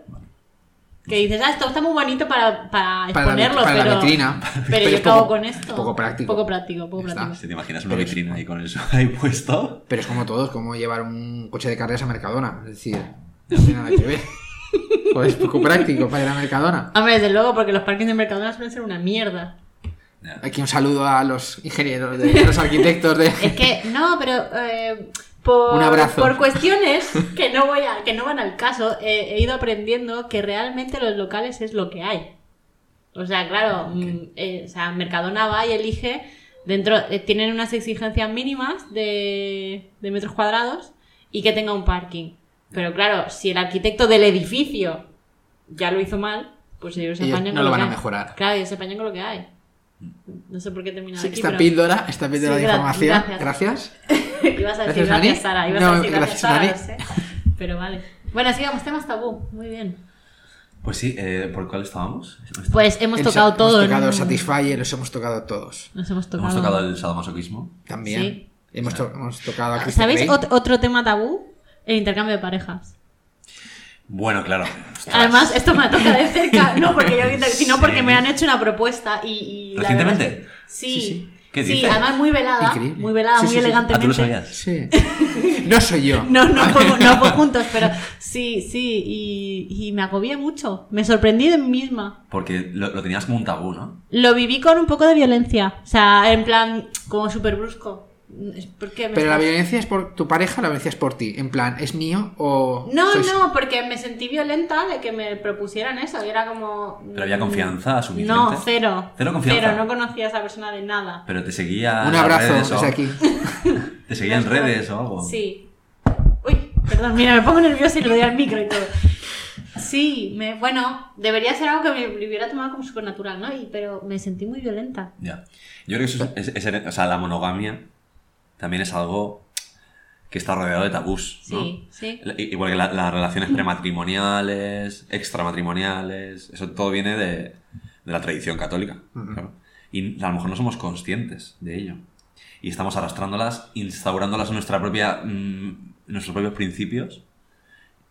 Que dices, ah, esto está muy bonito para, para
Para la vit-
exponerlo,
para la
pero,
vitrina.
(laughs)
(laughs)
pero
Pero
yo
es
qué hago
poco-
con esto.
poco práctico.
Poco práctico, poco
Ya está.
práctico.
Si te imaginas una vitrina ahí con eso (laughs) ahí puesto.
Pero es como todos, como llevar un coche de carreras a Mercadona. Es decir, no tiene nada que ver. Joder, es poco práctico para ir a Mercadona.
Hombre, desde luego, porque los parques de Mercadona suelen ser una mierda.
Ya.
Aquí un saludo a los ingenieros, de, a los
(laughs)
arquitectos de...
Es que, no, pero eh, por,
Un abrazo.
por
(laughs)
cuestiones que no, voy a, que no van al caso, eh, he ido aprendiendo que realmente los locales es lo que hay. O sea,
Ah,
claro, mm, eh, o sea, Mercadona va y elige, dentro eh, tienen unas exigencias mínimas de, de metros cuadrados y que tenga un parking. Pero claro, si el arquitecto del edificio ya lo hizo mal, pues ellos se
Ellos
apañan
no
con lo
lo van
que
a
hay.
mejorar. Mm.
Claro, ellos se apañan con lo que hay. No sé por qué he terminado
Sí,
aquí,
esta
pero-
píldora, esta píldora
Sí,
de
gra-
información.
gracias.
Gracias.
Ibas a decir
Gracias, Dani.
gracias, Sara. Ibas a
No,
decir gracias,
gracias,
Sara,
Dani.
lo sé. Pero vale. Bueno, sigamos temas tabú. Muy bien.
Pues sí, eh, ¿por cuál estábamos?
Pues hemos
El
tocado
sa-
todo.
Hemos tocado
¿no?
Satisfyer, los hemos tocado todos.
Nos hemos tocado.
Hemos tocado el sadomasoquismo.
También.
Sí. Ah,
Hemos, to- hemos tocado a Christian
¿Sabéis
Grey.
ot- otro tema tabú? El intercambio de parejas.
Bueno, claro. Ostras.
Además, esto me toca de
(laughs)
cerca. No porque yo inter- sino
Sí.
porque me han hecho una propuesta y. y la verdad
¿Recientemente?
es que- Sí.
Sí,
Sí,
sí.
¿Qué dices?
además muy velada.
Increíble.
Muy velada,
Sí,
muy
sí, sí.
Ah,
elegantemente.
tú lo sabías.
(laughs)
Sí. No soy yo.
No,
(laughs)
no, fue- no fue juntos, pero sí, sí, y, y me agobié mucho. Me sorprendí de mí misma.
Porque lo, lo tenías como un tabú, ¿no?
Lo viví con un poco de violencia. O sea, en plan, como súper brusco. Es porque me
Pero la
estás-
violencia es por tu pareja, la violencia es por ti. En plan, ¿es mío o.?
No,
sois-
no, porque me sentí violenta de que me propusieran eso. Y era como.
Pero había
mm,
confianza suficiente.
No, cero.
Cero confianza.
Cero, no conocía a esa persona de nada.
Pero te seguía. en
Un
las
abrazo
redes o-
desde aquí.
Te seguía en redes o algo.
Sí. Uy, perdón, mira, me pongo nerviosa y le doy al micro y todo. Sí, me, bueno, debería ser algo que me lo hubiera tomado como supernatural, ¿no? Y, pero me sentí muy violenta.
Ya. Yo creo que eso es, es- es- O sea, la monogamia también es algo que está rodeado de tabús. ¿no?
Sí, sí.
La- Igual que la- las relaciones prematrimoniales, extramatrimoniales, eso todo viene de, de la tradición católica. claro. Y a lo mejor no somos conscientes de ello. Y estamos arrastrándolas, instaurándolas en nuestra propia, mm, nuestros propios principios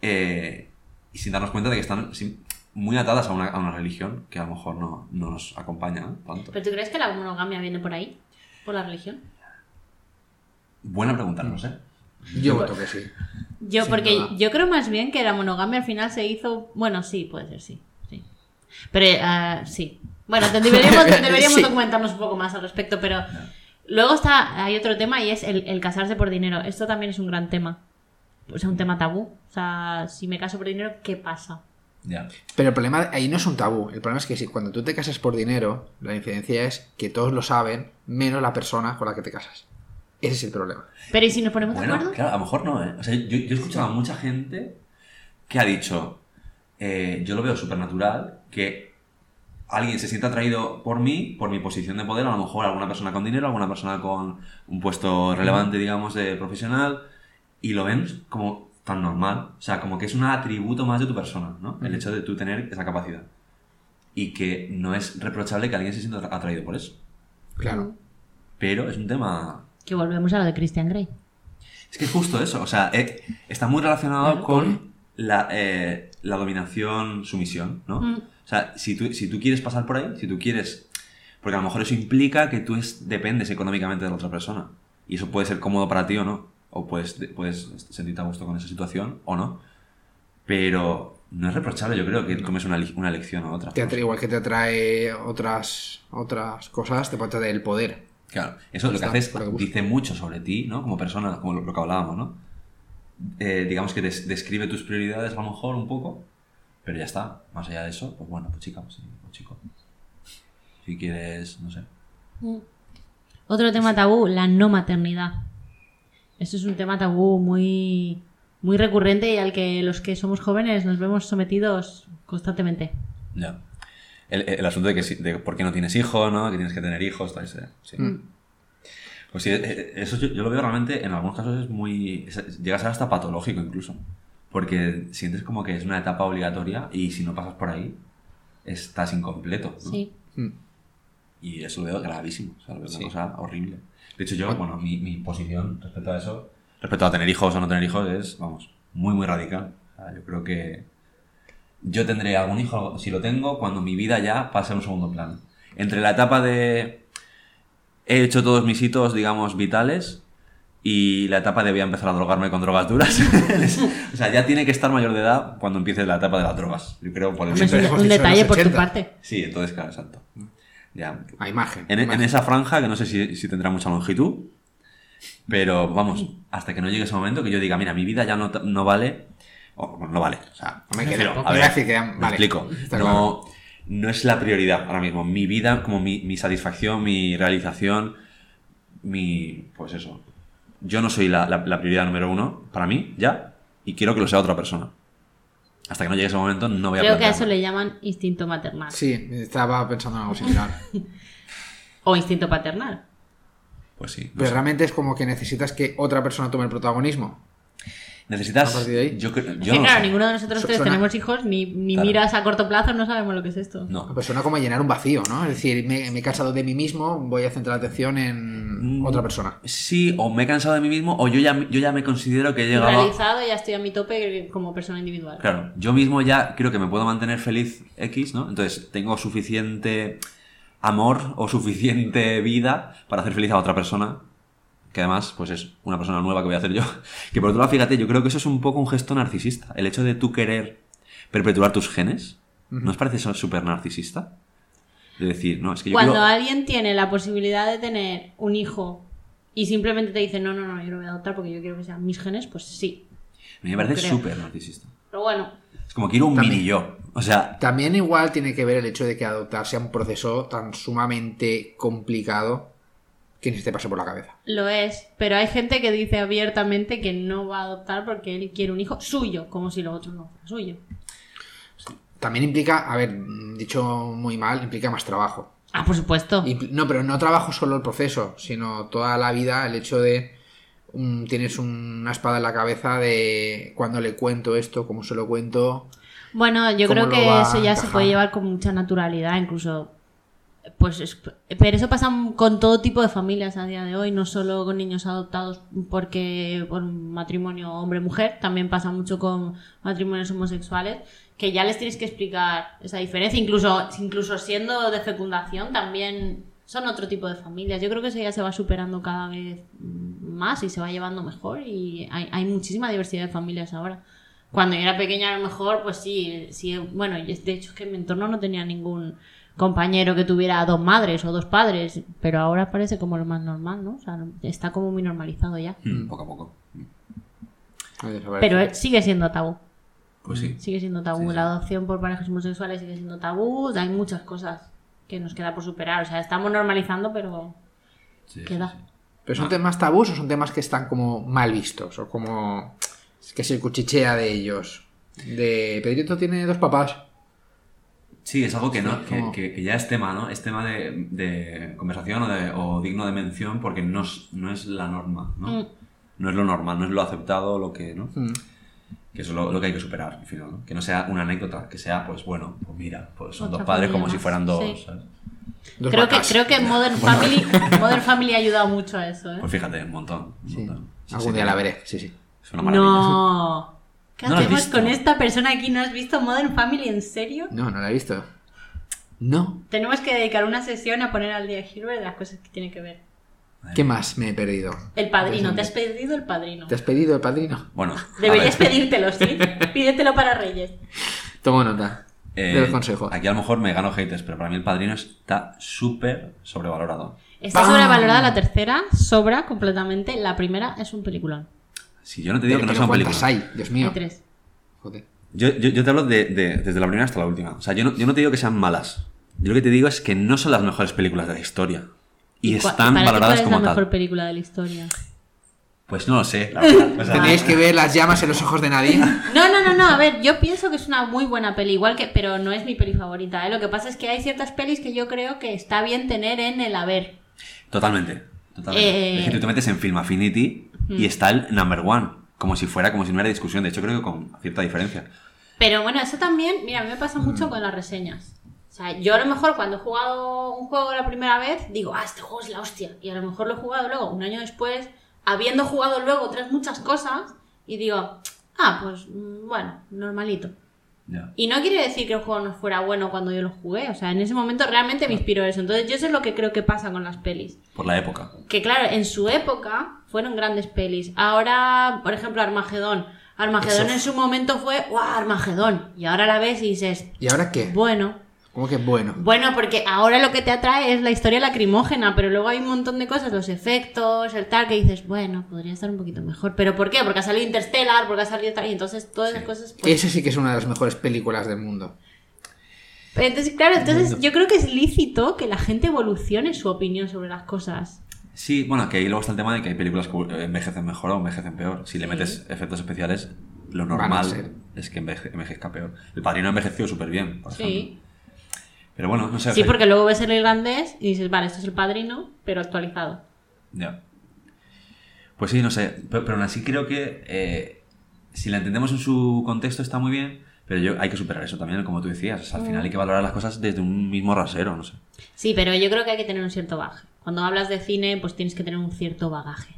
eh, y sin darnos cuenta de que están sin- muy atadas a una, a una religión que a lo mejor no, no nos acompaña tanto.
¿Pero tú crees que la monogamia viene por ahí? ¿Por la religión?
Buena pregunta, no sé.
Yo voto que sí.
Yo,
Sin
porque
duda.
yo creo más bien que la monogamia al final se hizo. Bueno, sí, puede ser, sí. sí. Pero ah, sí. Bueno, te-
(laughs)
deberíamos, deberíamos
Sí.
documentarnos un poco más al respecto, pero luego está hay otro tema y es el, el casarse por dinero. Esto también es un gran tema. O sea, un tema tabú. O sea, si me caso por dinero, ¿qué pasa?
Ya.
Pero el problema ahí no es un tabú. El problema es que si cuando tú te casas por dinero, la diferencia es que todos lo saben, menos la persona con la que te casas. Ese es el problema.
Pero ¿y si nos ponemos de
Bueno,
acuerdo?
claro, a lo mejor no, ¿eh? O sea, yo, yo he escuchado a mucha gente que ha dicho, eh, yo lo veo supernatural, que alguien se sienta atraído por mí, por mi posición de poder, a lo mejor alguna persona con dinero, alguna persona con un puesto relevante, digamos, de profesional, y lo ven como tan normal. O sea, como que es un atributo más de tu persona, ¿no? El hecho de tú tener esa capacidad. Y que no es reprochable que alguien se sienta atra- atraído por eso.
Claro.
Pero es un tema
Que volvemos a lo de Christian Grey.
Es que es justo eso, o sea, eh, está muy relacionado con la, eh, la dominación, sumisión, ¿no?
Mm.
O sea, si tú, si tú quieres pasar por ahí, si tú quieres... Porque a lo mejor eso implica que tú es- dependes económicamente de la otra persona. Y eso puede ser cómodo para ti o no. O puedes, puedes sentirte a gusto con esa situación o no. Pero no es reprochable, yo creo, que tomes una, li- una lección a otra.
Te atra- igual que te atrae otras, otras cosas, te puede atraer el poder.
Claro, eso lo que
Está,
hace es,
lo que busca.
dice mucho sobre ti, ¿no? Como persona, como lo, lo que hablábamos, ¿no? Eh, digamos que des- describe tus prioridades a lo mejor un poco, pero ya está. Más allá de eso, pues bueno, pues chica, pues sí, pues chico. Si quieres, no sé.
Mm. Otro tema tabú, la no maternidad. Esto es un tema tabú muy, muy recurrente y al que los que somos jóvenes nos vemos sometidos constantemente.
Ya. El, el asunto de, que, si- de por qué no tienes hijos, ¿no? Que tienes que tener hijos, tal, ese- sí. Pues sí, eh, eh, eso yo, yo lo veo realmente, en algunos casos es muy... es- llega a ser hasta patológico incluso. Porque sientes como que es una etapa obligatoria y si no pasas por ahí, estás incompleto. ¿no?
Sí.
Mm.
Y eso lo veo gravísimo, o sea, lo veo
Sí.
una cosa horrible. De hecho, yo, bueno, mi, mi posición respecto a eso, respecto a tener hijos o no tener hijos, es, vamos, muy, muy radical. O sea, yo creo que yo tendré algún hijo, si lo tengo, cuando mi vida ya pase a un segundo plano. Entre la etapa de he hecho todos mis hitos, digamos, vitales, y la etapa de voy a empezar a drogarme con drogas duras. (laughs) o sea, ya tiene que estar mayor de edad cuando empiece la etapa de las drogas. Yo creo por el
Hombre, es
Siempre
un,
hemos
un
dicho en
detalle
los
por tu
80.
parte.
Sí, entonces, claro, exacto. Ya,
A imagen.
en, en
imagen.
esa franja, que no sé si, si tendrá mucha longitud, pero vamos, hasta que no llegue ese momento que yo diga, mira, mi vida ya no, ta- no vale, o bueno, no vale, o sea,
Hombre, que
me refiero,
tampoco
a
iba
ver,
a decir que ya-
me
vale,
explico,
está
no, no es la prioridad ahora mismo, mi vida, como mi, mi satisfacción, mi realización, mi, pues eso, yo no soy la, la- la prioridad número uno para mí, ya, y quiero que lo sea otra persona. Hasta que no llegue ese momento, no voy a
Creo que a
plantearme.
eso le llaman instinto maternal.
Sí, estaba pensando en algo
(laughs)
similar.
O instinto paternal.
Pues sí, no
Pero
sé.
realmente es como que necesitas que otra persona tome el protagonismo.
necesitas...
a partir de ahí.
Yo, creo-
Es que,
yo no lo
claro,
sé.
ninguno de nosotros
Su-
tres
suena-
tenemos hijos, ni, ni
Claro.
miras a corto plazo, no sabemos lo que es esto.
No.
Pues suena como llenar un vacío, ¿no? Es decir, me, me he cansado de mí mismo, voy a centrar la atención en
Mm.
otra persona.
Sí, o me he cansado de mí mismo, o yo ya, yo ya me considero que he llegado. a-
Realizado, ya estoy a mi tope como persona individual.
Claro, yo mismo ya creo que me puedo mantener feliz X, ¿no? Entonces tengo suficiente amor o suficiente vida para hacer feliz a otra persona, que además pues es una persona nueva que voy a hacer yo. (laughs) Que por otro lado, fíjate, yo creo que eso es un poco un gesto narcisista. El hecho de tú querer perpetuar tus genes, ¿no os parece eso súper narcisista? De decir, no, es que yo
Cuando
quiero-
alguien tiene la posibilidad de tener un hijo y simplemente te dice, no, no, no, yo lo voy a adoptar porque yo quiero que sean mis genes, pues sí.
A mí me parece
creo.
súper narcisista.
Pero bueno,
Es como quiero un
También.
mini yo. O sea,
También igual tiene que ver el hecho de que adoptar sea un proceso tan sumamente complicado que ni se te pase por la cabeza.
lo es. Pero hay gente que dice abiertamente que no va a adoptar porque él quiere un hijo suyo, como si lo otro no fuera suyo.
También implica, a ver, dicho muy mal, implica más trabajo.
Ah, por supuesto.
Impl- No, pero no trabajo solo el proceso, sino toda la vida, el hecho de mm, tienes una espada en la cabeza de cuando le cuento esto, cómo se lo cuento.
Bueno, yo
¿Cómo
creo
lo
que
va a
eso ya se
encajar?
puede llevar con mucha naturalidad, incluso. Pues, es- pero eso pasa con todo tipo de familias a día de hoy, no solo con niños adoptados porque por un matrimonio hombre-mujer, también pasa mucho con matrimonios homosexuales, que ya les tienes que explicar esa diferencia, incluso, incluso siendo de fecundación también son otro tipo de familias. Yo creo que eso ya se va superando cada vez mm, más y se va llevando mejor y hay, hay muchísima diversidad de familias ahora. Cuando yo era pequeña, a lo mejor, pues sí, sí, bueno, y es- de hecho es que en mi entorno no tenía ningún compañero que tuviera dos madres o dos padres, pero ahora parece como lo más normal, ¿no? O sea, está como muy normalizado ya.
mm, poco a poco.
Pero eh, sigue siendo tabú,
Pues sí.
sigue siendo tabú.
Sí, sí.
La adopción por parejas homosexuales sigue siendo tabú, hay muchas cosas que nos queda por superar, o sea, estamos normalizando, pero
Sí,
queda.
sí, sí.
¿Pero son temas tabús o son temas que están como mal vistos? O como que se cuchichea de ellos. De Pedrito tiene dos papás.
Sí, es algo que, no,
Sí,
que,
como-
que- que ya es tema, ¿no? Es tema de, de conversación o, de- o digno de mención porque no es, no es la norma, ¿no?
Mm.
No es lo normal, no es lo aceptado, lo que, ¿no?
Mm.
Que eso es lo, lo que hay que superar, al final, ¿no? Que no sea una anécdota, que sea, pues bueno, pues mira, pues son
Otra
dos padres
familia
como
más,
si fueran dos,
sí.
¿sabes?
Dos
creo que,
vacas.
creo que
(laughs)
Modern Family, Modern Family ha ayudado mucho a eso, ¿eh?
Pues fíjate, un montón. un
Sí.
montón. Sí,
Algún
sí,
día la
que-
veré, sí, sí.
Es una maravilla.
No. (laughs) ¿Qué
No lo he
hacemos
visto.
con esta persona aquí? ¿No has visto Modern Family en serio?
No, no la he visto. No.
Tenemos que dedicar una sesión a poner al día Hilbert de las cosas que tiene que ver.
¿Qué más me he perdido?
El padrino, te has pedido el padrino.
¿Te has pedido el padrino?
Bueno, a
Deberías
ver, Ah.
pedírtelo, sí.
(laughs)
Pídetelo para Reyes.
Tomo nota
eh,
del consejo.
Aquí a lo mejor me gano haters, pero para mí el padrino está súper sobrevalorado.
Está
¡Bam!
sobrevalorada la tercera, sobra completamente. La primera es un peliculón.
Si yo no te digo
Pero
que no
pero
sea
¿Cuántas
un película.
hay? Dios mío.
Hay tres.
Joder.
Yo, yo, yo te hablo de, de- desde la primera hasta la última. O sea, yo no, yo no te digo que sean malas. Yo lo que te digo es que no son las mejores películas de la historia. Y,
cua-
están
para ti
valoradas como
¿Cuál es la
tal.
mejor película de la historia?
Pues no lo sé,
(laughs)
la verdad. O sea,
¿Tenéis que ver las llamas en los ojos de nadie?
No, no, no, no. A ver, yo pienso que es una muy buena peli, igual que, pero no es mi peli favorita. ¿eh? Lo que pasa es que hay ciertas pelis que yo creo que está bien tener en el haber.
Totalmente. totalmente.
Eh. Mm.
Es que tú te metes en Film Affinity y está el number one. Como si fuera, como si no hubiera discusión. De hecho, creo que con cierta diferencia.
Pero bueno, eso también, mira, a mí me pasa mucho con las reseñas. O sea, yo a lo mejor cuando he jugado un juego la primera vez, digo, ah, este juego es la hostia. Y a lo mejor lo he jugado luego, un año después, habiendo jugado luego otras muchas cosas, y digo, ah, pues mm, bueno, normalito.
Ya.
Y no quiere decir que el juego no fuera bueno cuando yo lo jugué. O sea, en ese momento realmente me inspiró eso. Entonces, yo eso es lo que creo que pasa con las pelis.
Por la época.
Que claro, en su época fueron grandes pelis. Ahora, por ejemplo, Armagedón. Armagedón
Eso.
en su momento fue, ¡guau, Armagedón! Y ahora la ves y dices,
¿Y ahora qué?
bueno.
¿Cómo que bueno?
Bueno, porque ahora lo que te atrae es la historia lacrimógena, pero luego hay un montón de cosas, los efectos, el tal, que dices, bueno, podría estar un poquito mejor. ¿Pero por qué? Porque ha salido Interstellar, porque ha salido tal, y entonces todas esas
Sí.
cosas... pues,
Esa sí que es una de las mejores películas del mundo.
Pero Entonces, claro, entonces yo creo que es lícito que la gente evolucione su opinión sobre las cosas.
Sí, bueno, que ahí luego está el tema de que hay películas que eh, envejecen mejor o envejecen peor. Si le metes efectos especiales, lo
Van a
normal
ser.
es que enveje- envejezca peor. El padrino envejeció súper bien, por ejemplo. Pero bueno, no sé.
Sí,
o sea,
porque luego ves el irlandés y dices, vale, esto es el padrino, pero actualizado.
Ya. Pues sí, no sé. pe- Pero, aún así creo que eh, si la entendemos en su contexto está muy bien, pero yo hay que superar eso también, como tú decías. O sea, al final hay que valorar las cosas desde un mismo rasero, no sé.
Sí, pero yo creo que hay que tener un cierto bagaje. Cuando hablas de cine, pues tienes que tener un cierto bagaje.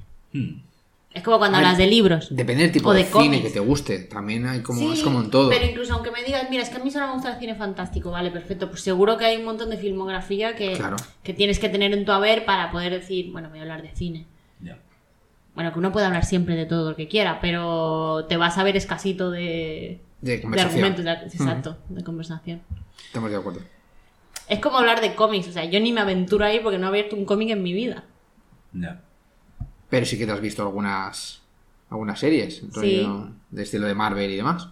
Es como cuando
Hmm. A ver,
hablas de libros.
Depende del tipo
O
de,
de
cine
cómics.
que te guste. También hay como,
Sí,
es como en todo.
Pero incluso aunque me digas, mira, es que a mí solo me gusta el cine fantástico, vale, perfecto. Pues seguro que hay un montón de filmografía que,
Claro.
que tienes que tener en tu haber para poder decir, bueno, voy a hablar de cine.
Ya.
Bueno, que uno puede hablar siempre de todo lo que quiera, pero te vas a ver escasito de,
De
de
conversación. Hmm.
argumentos, de- exacto, de conversación.
Estamos de acuerdo.
Es como hablar de cómics, o sea, yo ni me aventuro ahí porque no he abierto un cómic en mi vida.
Ya.
Pero sí que te has visto algunas algunas series. rollo De estilo de Marvel y demás.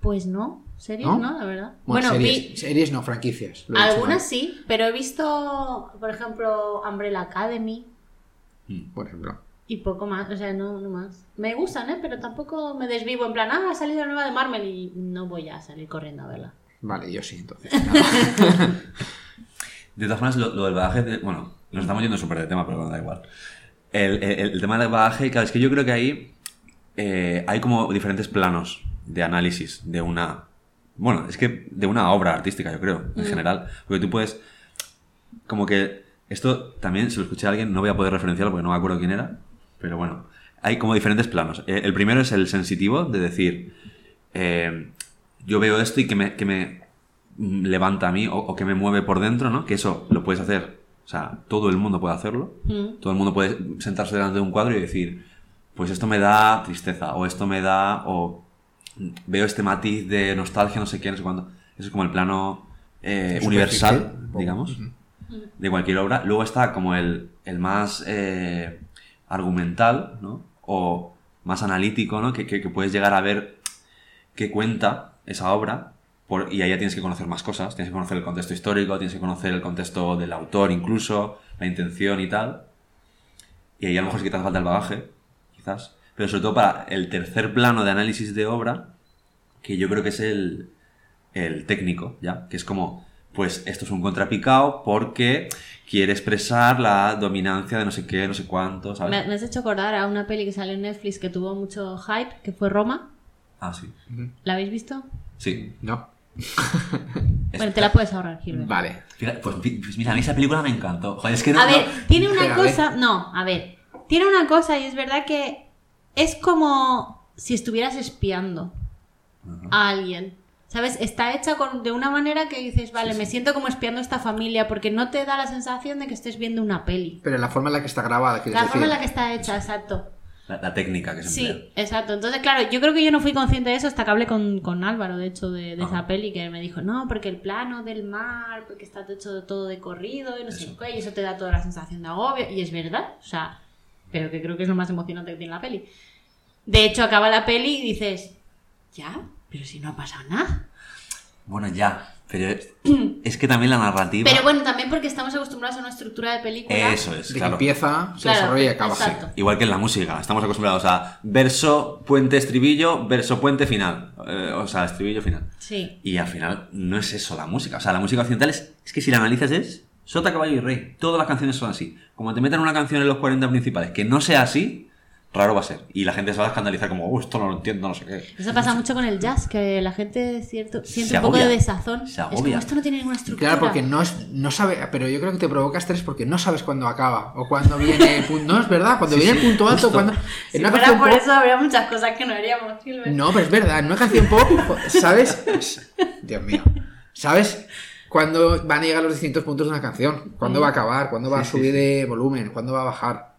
Pues no, series
¿No?
no, la verdad.
Bueno, series,
vi
series no, franquicias. lo he dicho
algunas
mal,
sí, pero he visto, por ejemplo, Umbrella Academy
Por ejemplo.
y poco más, o sea, no, no más. Me gustan, ¿eh? Pero tampoco me desvivo en plan, ah, ha salido la nueva de Marvel y no voy a salir corriendo a verla.
Vale, yo sí, entonces.
De todas formas, lo, lo del bagaje, de- bueno, nos estamos yendo súper de tema, pero bueno, da igual. El, el- el tema del bagaje, claro, es que yo creo que ahí eh, hay como diferentes planos de análisis de una... Bueno, es que de una obra artística, yo creo, en general. Porque tú puedes... Como que esto también, se lo escuché a alguien, no voy a poder referenciarlo porque no me acuerdo quién era, pero bueno, hay como diferentes planos. Eh, El primero es el sensitivo, de decir, eh, yo veo esto y que me, que me mm, levanta a mí o, o que me mueve por dentro, ¿no? Que eso lo puedes hacer, o sea, todo el mundo puede hacerlo.
Mm.
Todo el mundo puede sentarse delante de un cuadro y decir, pues esto me da tristeza, o esto me da, o mm, veo este matiz de nostalgia, no sé qué, no sé cuándo. Eso es como el plano eh,
Superficie,
universal,
un poco.
digamos, de cualquier obra. Luego está como el, el más eh, argumental, ¿no? O más analítico, ¿no? Que, que- que puedes llegar a ver qué cuenta esa obra. por- y ahí ya tienes que conocer más cosas, tienes que conocer el contexto histórico, tienes que conocer el contexto del autor incluso, la intención y tal. Y ahí a lo mejor sí que te hace falta el bagaje, quizás. Pero sobre todo para el tercer plano de análisis de obra, que yo creo que es el, el técnico, ¿ya? Que es como, pues esto es un contrapicado porque quiere expresar la dominancia de no sé qué, no sé cuánto, ¿sabes?
Me, me has hecho acordar a una peli que salió en Netflix que tuvo mucho hype, que fue Roma.
Ah, sí.
¿La habéis visto?
Sí.
No.
Bueno, te la puedes ahorrar, Gilbert.
Vale.
Fíjate, pues, fi- pues mira, a mí esa película me encantó. Joder, es que no...
A ver,
no-
tiene
Pero,
una
a ver.
cosa. No, a ver. Tiene una cosa y es verdad que es como si estuvieras espiando. a alguien. ¿Sabes? Está hecha con- de una manera que dices, vale, me siento como espiando a esta familia porque no te da la sensación de que estés viendo una peli.
Pero la forma en la que está grabada, quieres
La forma en la
decir.
que está hecha, exacto.
La, la técnica que se emplea.
Sí, exacto. Entonces, claro, yo creo que yo no fui consciente de eso hasta que hablé con, con Álvaro, de hecho, de, de esa
Ajá.
peli, que me dijo, no, porque el plano del mar, porque está hecho todo de corrido y no sé
Eso.
qué, y eso te da toda la sensación de agobio, y es verdad, o sea, pero que creo que es lo más emocionante que tiene la peli. De hecho, acaba la peli y dices, ya, pero si no ha pasado nada.
Bueno, ya. Pero es que también la narrativa.
Pero bueno, también porque estamos acostumbrados a una estructura de película.
eso es,
De que
claro.
empieza, se
Claro,
desarrolla y acaba.
exacto.
Igual que en la música, estamos acostumbrados a verso, puente, estribillo, verso, puente, final. Eh, o sea, estribillo, final.
Sí.
Y al final no es eso la música. O sea, la música occidental es, es que si la analizas es sota, caballo y rey. Todas las canciones son así. Como te metan una canción en los 40 principales que no sea así, raro va a ser. Y la gente se va a escandalizar como, "Oh, esto no lo entiendo, no sé qué.
Eso pasa mucho con el jazz, que la gente cierto, siente
Se
un poco
agobia.
de desazón.
Se
Es
agobia.
como, esto no tiene ninguna estructura.
Claro, porque no es, no sabe, pero yo creo que te provoca estrés porque no sabes cuándo acaba o cuándo viene el punto. No es verdad, cuando viene el punto alto,
justo.
cuando. en
Si
una
fuera
canción
por
pop-
eso pues. habría muchas cosas que no haríamos, Silver.
No, pero es verdad, en una canción pop, jo- ¿sabes? Dios mío. ¿Sabes? Cuándo van a llegar los distintos puntos de una canción, cuándo va a acabar, cuándo va a
Sí, sí,
subir de volumen, cuándo va a bajar.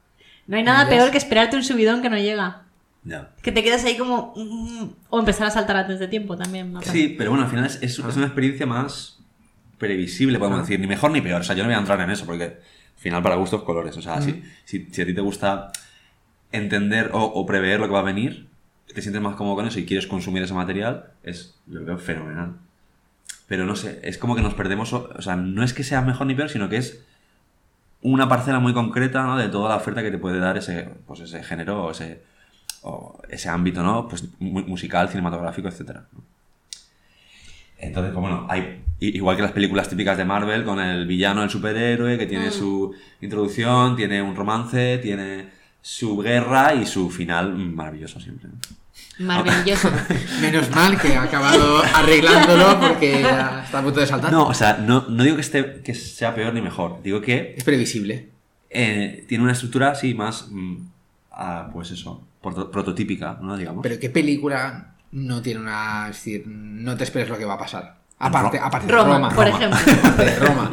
No hay nada
Ya
peor
es.
que esperarte un subidón que no llega.
Ya.
Que te quedas ahí como... mm, O empezar a saltar antes de tiempo también. me ha pasado.
Sí, pero bueno, al final es, es- es una experiencia más previsible, podemos decir, ni mejor ni peor. O sea, yo no voy a entrar en eso porque al final para gustos colores. O sea, si, si- si a ti te gusta entender o, o prever lo que va a venir, te sientes más cómodo con eso y quieres consumir ese material, es lo veo fenomenal. Pero no sé, es como que nos perdemos, o, o sea, no es que sea mejor ni peor, sino que es una parcela muy concreta ¿no? de toda la oferta que te puede dar ese, pues ese género o ese, o ese ámbito, ¿no? Pues mu- musical, cinematográfico, etcétera. ¿no? Entonces, pues bueno, hay i- igual que las películas típicas de Marvel, con el villano, el superhéroe, que tiene su introducción, tiene un romance, tiene su guerra y su final maravilloso siempre.
(laughs) Maravilloso.
Menos mal que ha acabado arreglándolo porque ya está a punto de saltar.
No, o sea, no, no digo que, esté, que sea peor ni mejor, digo que
Es previsible.
eh, tiene una estructura así más, mm, ah, pues eso, proto- prototípica, ¿no? Digamos.
Pero ¿qué película no tiene una... es decir, no te esperes lo que va a pasar? Aparte,
Ro-
aparte de
Roma,
Roma.
por
Roma.
ejemplo.
Aparte
(laughs)
de Roma.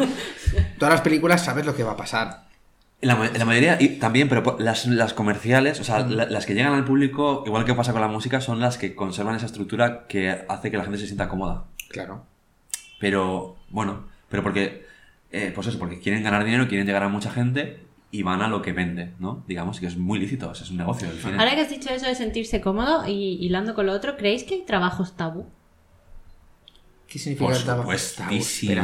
Todas las películas sabes lo que va a pasar.
La, ma- la mayoría, y también, pero po- las, las comerciales, o sea, la- las que llegan al público, igual que pasa con la música, son las que conservan esa estructura que hace que la gente se sienta cómoda.
Claro.
Pero, bueno, pero porque, eh, pues eso, porque quieren ganar dinero, quieren llegar a mucha gente y van a lo que vende, ¿no? Digamos que es muy lícito, o sea, es un negocio. al final.
Ahora que has dicho eso de sentirse cómodo y hilando con lo otro, ¿creéis que hay trabajos tabú?
¿Qué significa
Por
el trabajo? Tabú.
supuestísimo.
Espera un
¿Qué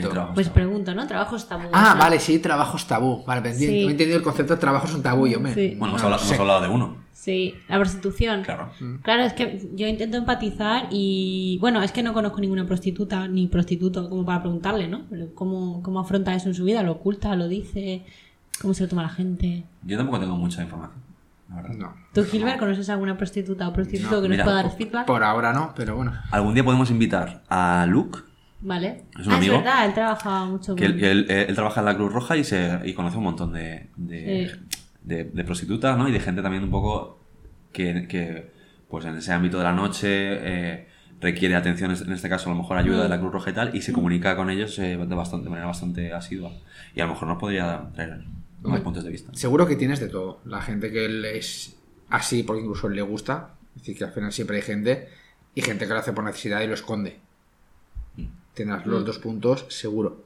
trabajo?
momento.
Pues
tabú.
pregunto, ¿no? Trabajos tabú. o
Ah,
sea,
vale, sí, trabajos tabú. Vale, pero entiendo-
Sí.
he entendido el concepto de trabajo es un tabú, yo me...
Sí.
Bueno, hemos,
no
hablado,
sé.
hemos hablado de uno,
Sí, la prostitución.
claro.
Mm.
Claro, es que yo intento empatizar y bueno, es que no conozco ninguna prostituta ni prostituto como para preguntarle, ¿no? Pero ¿Cómo, cómo afronta eso en su vida? ¿Lo oculta? ¿Lo dice? ¿Cómo se lo toma la gente?
Yo tampoco tengo mucha información, la verdad.
No.
¿Tú, Gilbert, conoces alguna prostituta o prostituto
No,
que nos
mira,
pueda dar
po-
feedback?
Por ahora no, pero bueno.
Algún día podemos invitar a Luke,
Vale.
Es un
ah,
amigo.
es verdad, él trabaja mucho
Que
con...
él, que él- eh, él trabaja en la Cruz Roja y, se, y conoce un montón de, de, de- de prostitutas, ¿no? Y de gente también un poco que, que, pues en ese ámbito de la noche eh, requiere atención, en este caso a lo mejor ayuda de la Cruz Roja y tal, y se comunica con ellos eh, de, bastante, de manera bastante asidua. Y a lo mejor nos podría traer más puntos de vista.
Seguro que tienes de todo. La gente que le es así porque incluso le gusta. Es decir, que al final siempre hay gente. Y gente que lo hace por necesidad y lo esconde.
Mm.
Tendrás los dos puntos, seguro.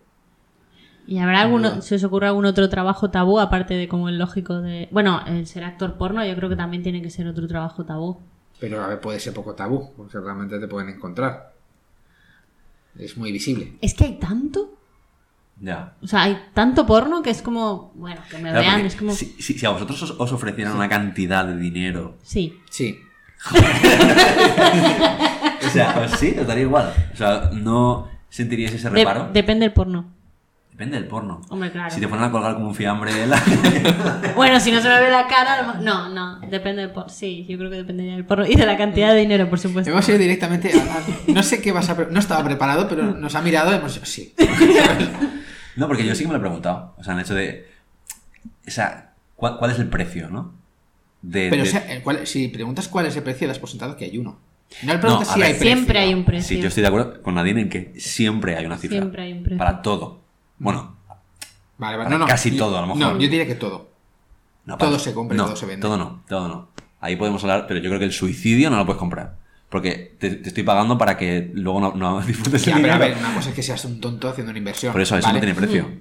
¿Y habrá alguno, se os ocurre algún otro trabajo tabú aparte de como el lógico de... Bueno, el ser actor porno yo creo que también tiene que ser otro trabajo tabú.
Pero a ver, puede ser poco tabú, porque realmente te pueden encontrar. Es muy visible.
Es que hay tanto...
Ya.
O sea, hay tanto porno que es como... Bueno, que me
Claro,
vean,
porque
es como...
si, si- si a vosotros os, os ofrecieran una cantidad de dinero,
(laughs) sí.
Sí.
o sea, pues sí, os daría igual. O sea, no sentiríais ese
De-
reparo.
depende del porno.
Depende del porno.
Hombre, claro.
Si te ponen a colgar como un fiambre (laughs) de la...
Bueno, si no se me ve la cara, a lo mejor- no, no, depende del porno. Sí, yo creo que dependería del porno y de la cantidad de dinero, por supuesto.
Hemos ido directamente a- a- No sé qué vas a... pre- No estaba preparado, pero nos ha mirado y hemos dicho, sí.
No, porque yo sí que me lo he preguntado. O sea, en el hecho de... O sea, ¿cuál, cuál es el precio, no? De,
Pero eh,
de-
o sea, ¿cuál- si preguntas cuál es el precio, das por sentado que hay uno. No le preguntes
No, a
si
ver.
hay precio.
Siempre hay un precio.
Sí, yo estoy de acuerdo con Nadine en que siempre hay una cifra.
Siempre hay un precio.
Para todo. Bueno,
Vale, vale.
Para
No, no.
casi
Yo-
todo, a lo mejor.
No, yo diría que todo.
no,
Todo
para-
se compra y
no,
todo se vende.
Todo no, todo no. Ahí podemos hablar, pero yo creo que el suicidio no lo puedes comprar. Porque te, te estoy pagando para que luego no, no (laughs) disfrutes
Ya,
el
pero a
dinero.
ver, una cosa es que seas un tonto haciendo una inversión.
Por eso, eso
¿vale? Mm.
no tiene precio.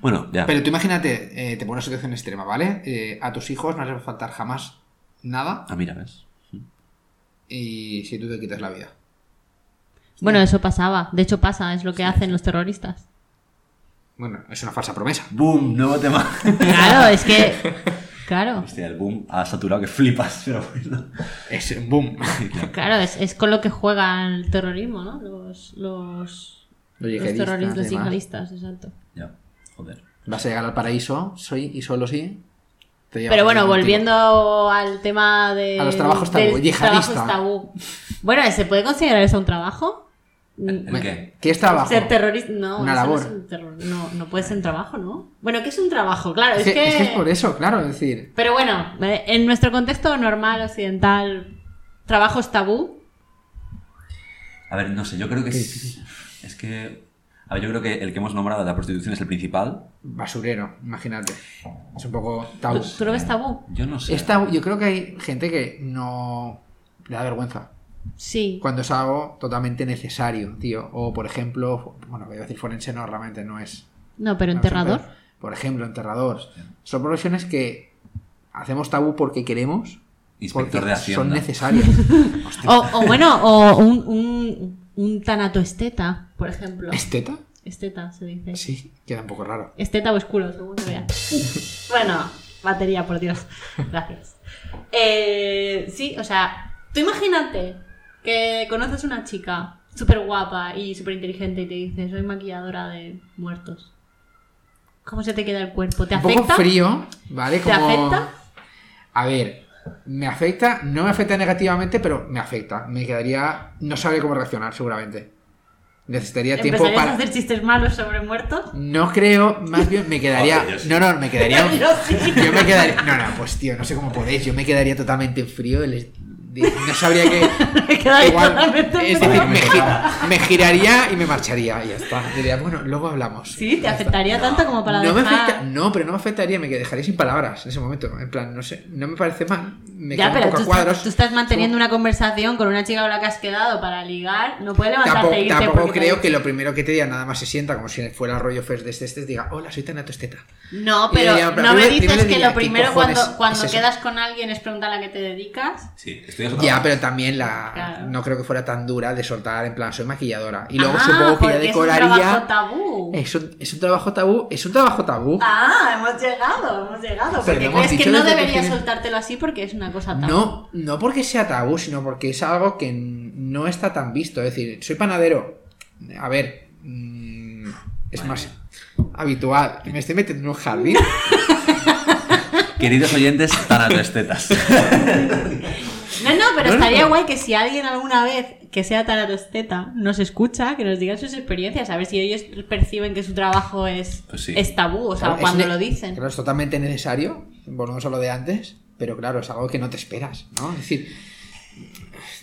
Bueno, ya.
Pero tú imagínate, eh, te pones una situación extrema, ¿vale? Eh, a tus hijos no les va a faltar jamás nada
Ah, mira, ¿ves?
y si tú te quitas la vida.
Bueno, eso pasaba. De hecho, pasa, es lo que hacen los terroristas.
Bueno, es una falsa promesa.
¡Boom! Nuevo tema. (laughs)
Claro, es que.
(laughs)
Claro,
Hostia, el boom Este ha saturado que flipas, (laughs) pero bueno.
Es un
(laughs)
boom.
claro, es, es con lo que juega el terrorismo, ¿no? Los, los,
Los
los
yihadistas,
terroristas, los
demás.
yihadistas, exacto.
Ya, joder.
Vas a llegar al paraíso, soy y solo sí. te llevas
Pero bueno,
contigo.
volviendo al tema de.
A los trabajos tabú,
del
yihadista.
trabajos tabú. Bueno, ¿se puede considerar eso un trabajo? Mm,
¿El qué?
¿Qué es trabajo?
Ser terrorista. No,
Una
eso no
labor.
es un terror- no, no puede ser un trabajo, ¿no? Bueno, ¿qué es un trabajo? Claro,
Es que, es que es por eso, claro, es decir.
Pero bueno, eh, en nuestro contexto normal occidental, trabajo es tabú.
A ver, no sé, yo creo que es, es que. A ver, yo creo que el que hemos nombrado de la prostitución es el principal.
Basurero, imagínate. Es un poco tabú.
¿Tú, tú lo ves tabú?
Yo no sé.
Es tabú. Yo creo que hay gente que no le da vergüenza.
Sí.
Cuando es algo totalmente necesario, tío. O por ejemplo, bueno, voy a decir forense, no, realmente no es.
No,
Ah,
pero enterrador.
Por ejemplo, enterrador. Son profesiones que hacemos tabú porque queremos.
Inspector
porque
de Hacienda.
Son
(laughs)
necesarias.
O, o bueno, o un, un, un tanatoesteta, por ejemplo.
¿Es teta?
Esteta se dice.
Sí, queda un poco raro.
Esteta o esculo, según se
(laughs)
vea. Bueno, batería, por Dios. Gracias. Eh, sí, o sea, tú imagínate que conoces una chica súper guapa y súper inteligente y te dice, soy maquilladora de muertos. ¿Cómo se te queda el cuerpo? ¿Te
un poco
afecta?
frío, ¿vale?
¿Te
Como...
afecta?
A ver, me afecta, no me afecta negativamente, pero me afecta. Me quedaría, no sabría cómo reaccionar, seguramente. Necesitaría tiempo
¿Empezarías a
para...
hacer chistes malos sobre muertos?
No creo, más bien me quedaría...
Joder, (laughs) yo sí.
No, no, me quedaría...
Yo sí.
Yo me quedaría... No, no, pues tío, no sé cómo podéis. Yo me quedaría totalmente en frío. les- No sabría qué...
Me (laughs) quedaría totalmente en
es
frío.
decir, me, gi- me giraría y me marcharía y ya está. Diría, bueno, luego hablamos.
Sí, te afectaría tanto como para
no me
dejar-
afecta, no, pero no me afectaría, me dejaría sin palabras en ese momento. En plan, no sé, no me parece mal. Me
Ya,
quedo
pero
un poco
tú,
a cuadros.
estás- tú estás manteniendo una conversación con una chica con la que has quedado para ligar. No puedes levantarte
Tampoco,
e irte
tampoco
porque te
creo
ha
que lo primero que te diga nada más se sienta, como si fuera rollo Fest de este, este, diga, hola, soy Tanatosteta.
No,
Y
pero
ella, pero
no me
Eh, primero- primero
dices que
diría,
lo
¿qué
primero
cojones
cuando, cuando
es eso?
quedas con alguien es preguntar a la que te dedicas.
Sí, estudias otra
Ya,
cosa.
pero también la
Claro.
no creo que fuera tan dura de soltar en plan, soy maquilladora. Y luego
Ah,
supongo que
porque
ya
Es un trabajo
decoraría. Eh.
tabú.
Es un, es un trabajo tabú, es un trabajo tabú.
Ah, hemos llegado, hemos llegado.
Pero
Porque
lo hemos
crees que
dicho
no
desde el
deberías
principio.
soltártelo así porque es una cosa tabú.
No, no porque sea tabú, sino porque es algo que n- no está tan visto. Es decir, soy panadero. A ver, mm, es más habitual. Me estoy metiendo en
(laughs)
un jardín.
Queridos oyentes,
(laughs)
tanatoestetas.
No, no, pero
No, no,
estaría
no.
guay que si alguien alguna vez que sea taratosteta nos escucha, que nos digan sus experiencias, a ver si ellos perciben que su trabajo es,
Pues sí.
es tabú, o sea,
Es
cuando
ne-
lo dicen.
Claro, es totalmente necesario. Volvemos a lo de antes. Pero claro, es algo que no te esperas, ¿no? Es decir,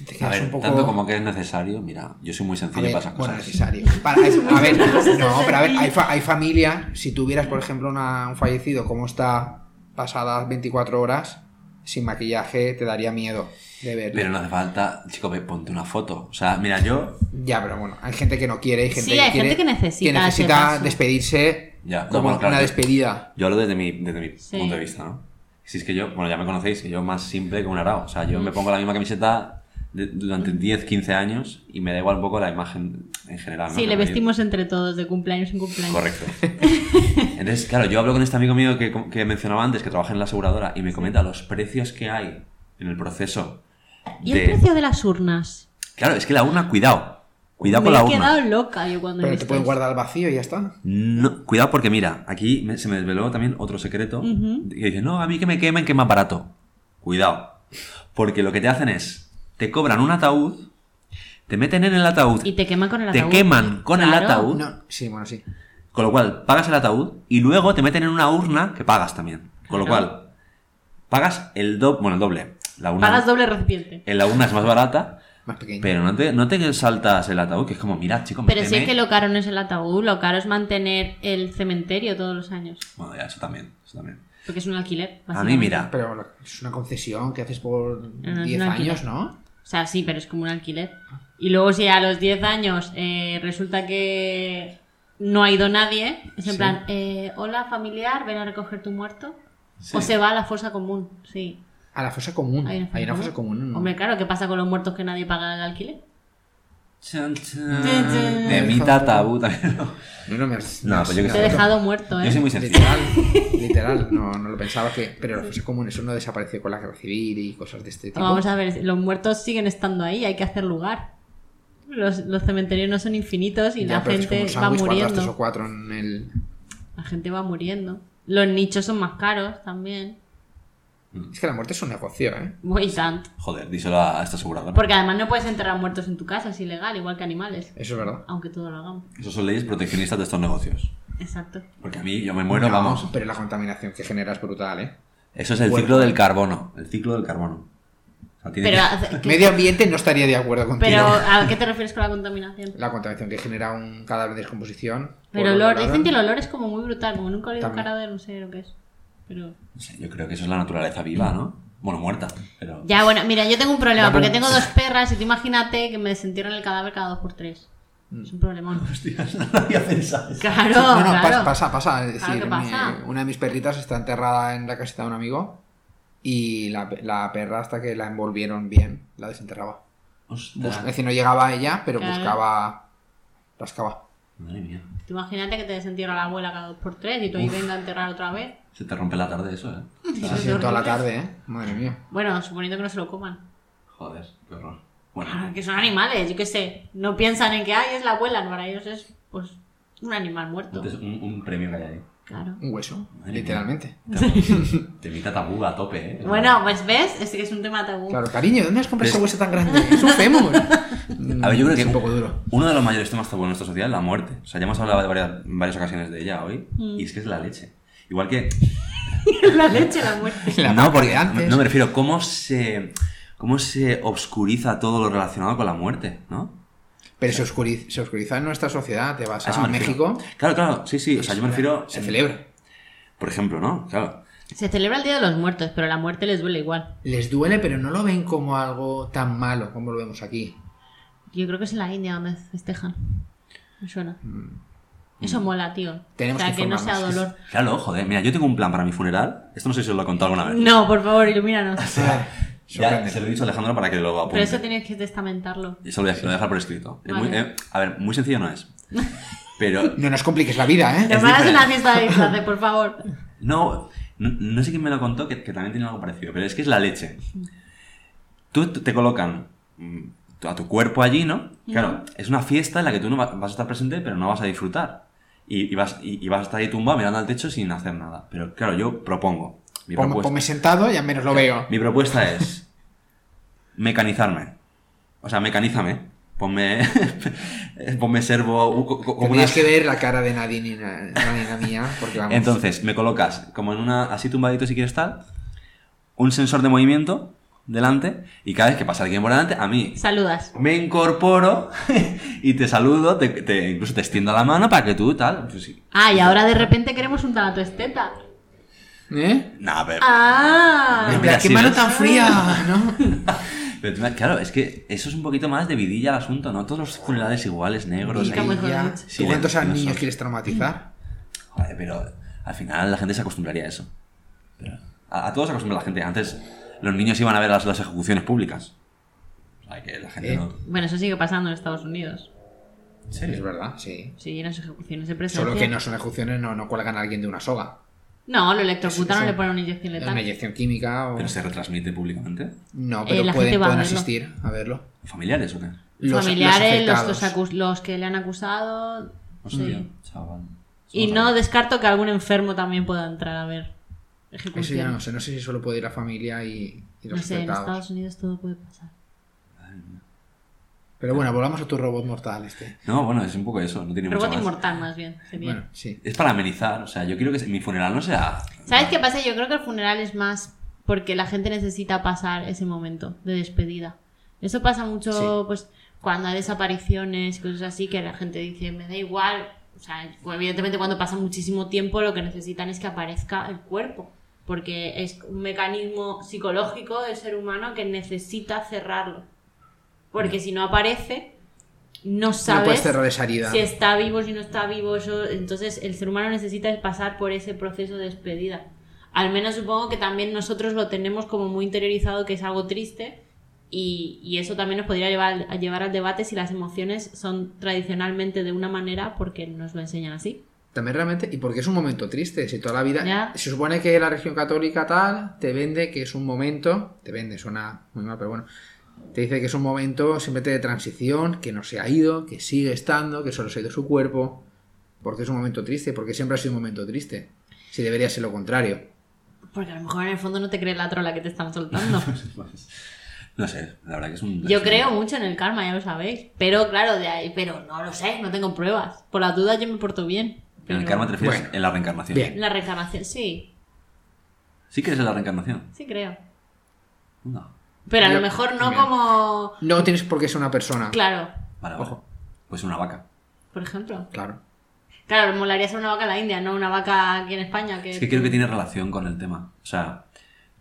te
A
quedas
ver,
un poco.
tanto como que es necesario, mira, yo soy muy
A
sencillo
ver,
para esas
bueno,
cosas.
necesario. Para- hay- a ver,
cosas
no, pero a ver,
sencillas.
hay, fa- hay familia. Si tuvieras, por ejemplo, una- un fallecido como está pasadas 24 horas, sin maquillaje, te daría miedo de verlo.
pero no hace falta, chico, ve, ponte una foto. O sea, mira, yo.
Ya, pero bueno, hay gente que no quiere, hay gente
Sí,
que
hay
quiere-
gente que necesita ese
necesita
paso.
despedirse
Ya, no,
como
bueno, claro,
una
yo-
despedida.
Yo hablo desde mi, desde mi
Sí.
punto de vista, ¿no? Si es que yo, bueno, ya me conocéis, que yo más simple que un arao. O sea, yo
Mm.
me pongo la misma camiseta de- durante 10, 15 años y me da igual un poco la imagen en general. ¿no?
Sí, le
Que me-
vestimos entre todos, de cumpleaños en cumpleaños.
Correcto.
(laughs)
Entonces, claro, yo hablo con este amigo mío que, que mencionaba antes, que trabaja en la aseguradora, y me comenta los precios que hay en el proceso.
¿Y
de-
el precio de las urnas?
Claro, es que la urna, cuidado. Cuidado con
me
la
he quedado
urna.
loca yo cuando he
Pero te
visto
pueden
eso.
guardar al vacío y ya está.
No, cuidado porque mira, aquí me- se me desveló también otro secreto
Ujú.
que dice, no, a mí que me quemen, que es más barato. Cuidado. Porque lo que te hacen es, te cobran un ataúd, te meten en el ataúd,
Y te queman con el
Te
ataúd.
queman con el
Claro.
ataúd.
No, sí, bueno, sí.
con lo cual pagas el ataúd y luego te meten en una urna que pagas también. Con lo
Claro.
cual, pagas el doble, bueno, el doble. La urna,
Pagas doble recipiente.
En la urna es más barata,
Más pequeño.
Pero no te, no te saltas el ataúd, que es como, mirad, chicos,
Pero si
méteme".
es que lo caro no es el ataúd, lo caro es mantener el cementerio todos los años.
Bueno, ya, eso también, eso también.
Porque es un alquiler.
A mí,
básicamente.
mira,
Pero la- es una concesión que haces por
no,
10
no,
años,
que-
¿no?
O sea, sí, pero es como un alquiler. Y luego si a los 10 años eh, resulta que no ha ido nadie, es en
Sí.
plan, eh, hola familiar, ven a recoger tu muerto.
Sí.
O se va a la fosa común, sí.
A la fosa común.
Hay una fosa
Hay una
común.
fosa común. ¿no?
Hombre, claro, ¿qué pasa con los muertos que nadie paga el alquiler?
Chan, chan.
Chan, chan.
de mitad tabú también. ¿no?
No, no, me has-
No,
me has-
pues yo qué
me
Te he
sé.
has-
dejado muerto, ¿eh?
Yo soy muy sencillo.
(laughs) Literal, literal, no, no lo pensaba que. Pero la fosa común, eso no desaparece con la guerra civil y cosas de este tipo.
Vamos a ver, los muertos siguen estando ahí, hay que hacer lugar. Los, los cementerios no son infinitos y
Ya,
la
pero es como
gente
un
va
sándwich cuando das tres o
muriendo.
cuatro en el.
La gente va muriendo. Los nichos son más caros también.
Es que la muerte es un negocio, ¿eh?
Muy tanto.
Joder, díselo a esta aseguradora.
Porque además no puedes enterrar muertos en tu casa, es ilegal, igual que animales.
Eso es verdad.
Aunque todo lo hagamos.
Esas son leyes proteccionistas de estos negocios.
Exacto.
Porque a mí yo me muero,
No,
vamos.
Pero la contaminación que genera es brutal, ¿eh?
Eso es el
Bueno.
ciclo del carbono. El ciclo del carbono. O sea, tiene
Pero,
que-
(laughs)
¿a- qué-
Medio ambiente no estaría de acuerdo contigo.
pero ¿a qué te refieres con la contaminación?
La contaminación que genera un cadáver en descomposición. por
Pero olor,
olor-
dicen que el olor es como muy brutal, como nunca he olido un
También.
cadáver, no sé lo que es. Pero...
no sé, yo creo que eso es la naturaleza viva, ¿no? Bueno, muerta. Pero...
Ya, bueno, mira, yo tengo un problema,
Dame
porque
un-
tengo dos perras y tú imagínate que me desentierran el cadáver cada dos por tres. Es un
(laughs)
problemón.
Hostia, (laughs) no lo había pensado.
Claro,
Mm. no, no,
claro.
pas- pasa, pasa. Es
Claro
decir,
que pasa.
mi- una de mis perritas está enterrada en la casita de un amigo y la, pe- la perra hasta que la envolvieron bien, la desenterraba. Bus- Es
Hostia.
decir, no llegaba a ella, pero
Claro.
buscaba, rascaba.
Madre mía.
Tú imagínate que te desentierra la abuela cada dos por tres y tú ahí venga a enterrar otra vez.
Se te rompe la tarde eso, ¿eh?
Se
es
siente toda la
horrible.
tarde, ¿eh? Madre mía.
Bueno, suponiendo que no se lo coman.
Joder, qué horror.
Ah,
Bueno,
Que son animales, yo qué sé. No piensan en que, ay, es la abuela. Para ellos es, pues, un animal muerto.
entonces un, un premio que hay ahí.
Claro.
Un hueso,
Madre
literalmente.
Te invita tabú a tope, ¿eh?
Bueno, pues ves, es que es un tema tabú.
Claro, cariño, ¿dónde has comprado
Pero
ese hueso tan grande? Es un
(laughs)
fémur.
A ver, yo creo
Mm, es
que
un poco
(laughs)
duro.
Uno de los mayores temas tabú en nuestra sociedad es la muerte. O sea, ya hemos hablado de varias, en varias ocasiones de ella hoy.
Mm.
Y es que es la leche. Igual que.
(laughs) la leche, la muerte.
La
no,
parte
porque
de antes.
No me refiero cómo se. cómo se obscuriza todo lo relacionado con la muerte, ¿no?
Pero se oscuriza, se oscuriza en nuestra sociedad. Te vas
A eso
a
me refiero.
México. pues
Claro, claro, sí, sí. O sea, yo me refiero.
Se celebra.
Por ejemplo, ¿no? Claro.
Se celebra el Día de los Muertos, pero la muerte les duele igual.
Les duele, pero no lo ven como algo tan malo como lo vemos aquí.
Yo creo que es en la India donde festejan. Me suena. Eso mola, tío.
Mm. Tenemos
o sea,
que
que, no sea
informarnos.
dolor.
Claro, joder. Mira, yo tengo un plan para mi funeral. Esto no sé si os lo he contado alguna vez.
No, por favor,
(laughs)
ilumínanos.
Ya
Sorprende.
se lo he dicho a Alejandro para que lo apunte.
Pero eso tienes que testamentarlo.
Y eso lo voy a, lo voy a dejar por escrito. Es
Vale.
muy- eh, a ver, muy sencillo
(laughs)
no es. Pero
No nos compliques la vida, ¿eh?
Te paras
diferente.
una fiesta de disfraces, por favor.
no, no, no sé quién me lo contó, que, que también tiene algo parecido, pero es que es la leche. Tú t- te colocan mm, a tu cuerpo allí, ¿no? Claro, es una fiesta en la que tú no va- vas a estar presente, pero no vas a disfrutar. Y, y vas, y, y vas a estar ahí tumbado mirando al techo sin hacer nada. Pero claro, yo propongo. Mi
Ponme,
propuesta-
ponme sentado y al menos lo veo.
Mi propuesta es mecanizarme. O sea, mecanízame. Ponme, (laughs) ponme servo u- co- co- como una...
Tendrías que ver la cara de Nadine y na- Nadine mía, porque vamos.
Entonces, me colocas como en una... Así tumbadito si quieres estar. Un sensor de movimiento delante. Y cada vez que pasa alguien por delante, a mí
Saludas.
me incorporo (laughs) y te saludo. te- te- incluso te extiendo la mano para que tú tal... Pues sí.
Ah, y ahora de repente queremos un tanato
(laughs)
esteta.
¿Eh?
Nah, pero...
Ah.
Mira,
Mira, ¡Qué
sí,
mano
¿ves?
tan fría! ¿no?
pero tú- claro, es que eso es un poquito más de vidilla el asunto, ¿no? Todos los funerales iguales, negros...
Nunca
ahí.
mejor
Ya.
dicho.
¿Tú cuántos
Silencio.
niños quieres traumatizar?
Joder, pero al final la gente se acostumbraría a eso. Pero a, a todos se acostumbra la gente. Antes los niños iban a ver las, las ejecuciones públicas. O sea, que la gente
Eh.
no...
Bueno, eso sigue pasando en Estados Unidos.
¿En
Es
serio?
verdad, sí.
Sí, en las ejecuciones de presencia.
Solo que no son ejecuciones, no, no cuelgan a alguien de una soga.
No, lo electrocutaron,
Eso-
le ponen una inyección
Es
letal.
una inyección química o...
¿Pero se retransmite públicamente?
No,
Eh,
pero
la gente
pueden,
va a
pueden
verlo.
asistir a verlo.
¿Familiares o qué?
Los familiares, los, los,
afectados.
acu- los que le han acusado.
Hostia,
Sí.
chaval.
Y
Somos
no
ahí.
descarto que algún enfermo también pueda entrar a ver
Eso ya no
ejecuciones.
sé, no sé si solo puede ir la familia y, y
No
los
sé, en
afectados.
Estados Unidos todo puede pasar.
Pero bueno, volvamos a tu robot mortal este.
No, bueno, es un poco eso. No tiene mucho
Robot
más.
inmortal, más bien. sería.
Bueno, sí.
Es para amenizar. O sea, yo quiero que mi funeral no sea...
¿Sabes qué pasa? Yo creo que el funeral es más porque la gente necesita pasar ese momento de despedida. Eso pasa mucho,
Sí.
pues, cuando hay desapariciones y cosas así, que la gente dice, me da igual. O sea, evidentemente cuando pasa muchísimo tiempo lo que necesitan es que aparezca el cuerpo. Porque es un mecanismo psicológico del ser humano que necesita cerrarlo. Porque si no aparece, no
No puedes
sabes
cerrar esa herida.
si está vivo, si no está vivo, eso, entonces el ser humano necesita pasar por ese proceso de despedida. Al menos supongo que también nosotros lo tenemos como muy interiorizado que es algo triste y, y eso también nos podría llevar, a llevar al debate si las emociones son tradicionalmente de una manera porque nos lo enseñan así.
También realmente, y porque es un momento triste, si toda la vida...
Ya.
Se supone que la religión católica tal te vende que es un momento, te vende, suena muy mal, pero bueno, te dice que es un momento simplemente de transición, que no se ha ido, que sigue estando, que solo se ha ido su cuerpo, porque es un momento triste, porque siempre ha sido un momento triste, si debería ser lo contrario.
Porque a lo mejor en el fondo no te crees la trola que te están
(laughs)
soltando.
No sé, la verdad que es un...
Yo creo mucho en el karma, ya lo sabéis. Pero claro, de ahí, pero no lo sé, no tengo pruebas. Por las dudas yo me porto bien.
En el
pero-
karma te refieres
Bueno.
en la reencarnación.
Bien.
La reencarnación, sí,
¿Sí crees en la reencarnación?
sí creo.
No.
Pero a
Yo
lo mejor no
también.
como.
No tienes por qué ser una persona.
Claro,
Vale, vale.
Ojo.
Pues una vaca.
por ejemplo.
Claro.
Claro, molaría ser una vaca en la India, no una vaca aquí en España. Que...
Es que creo que tiene relación con el tema. O sea,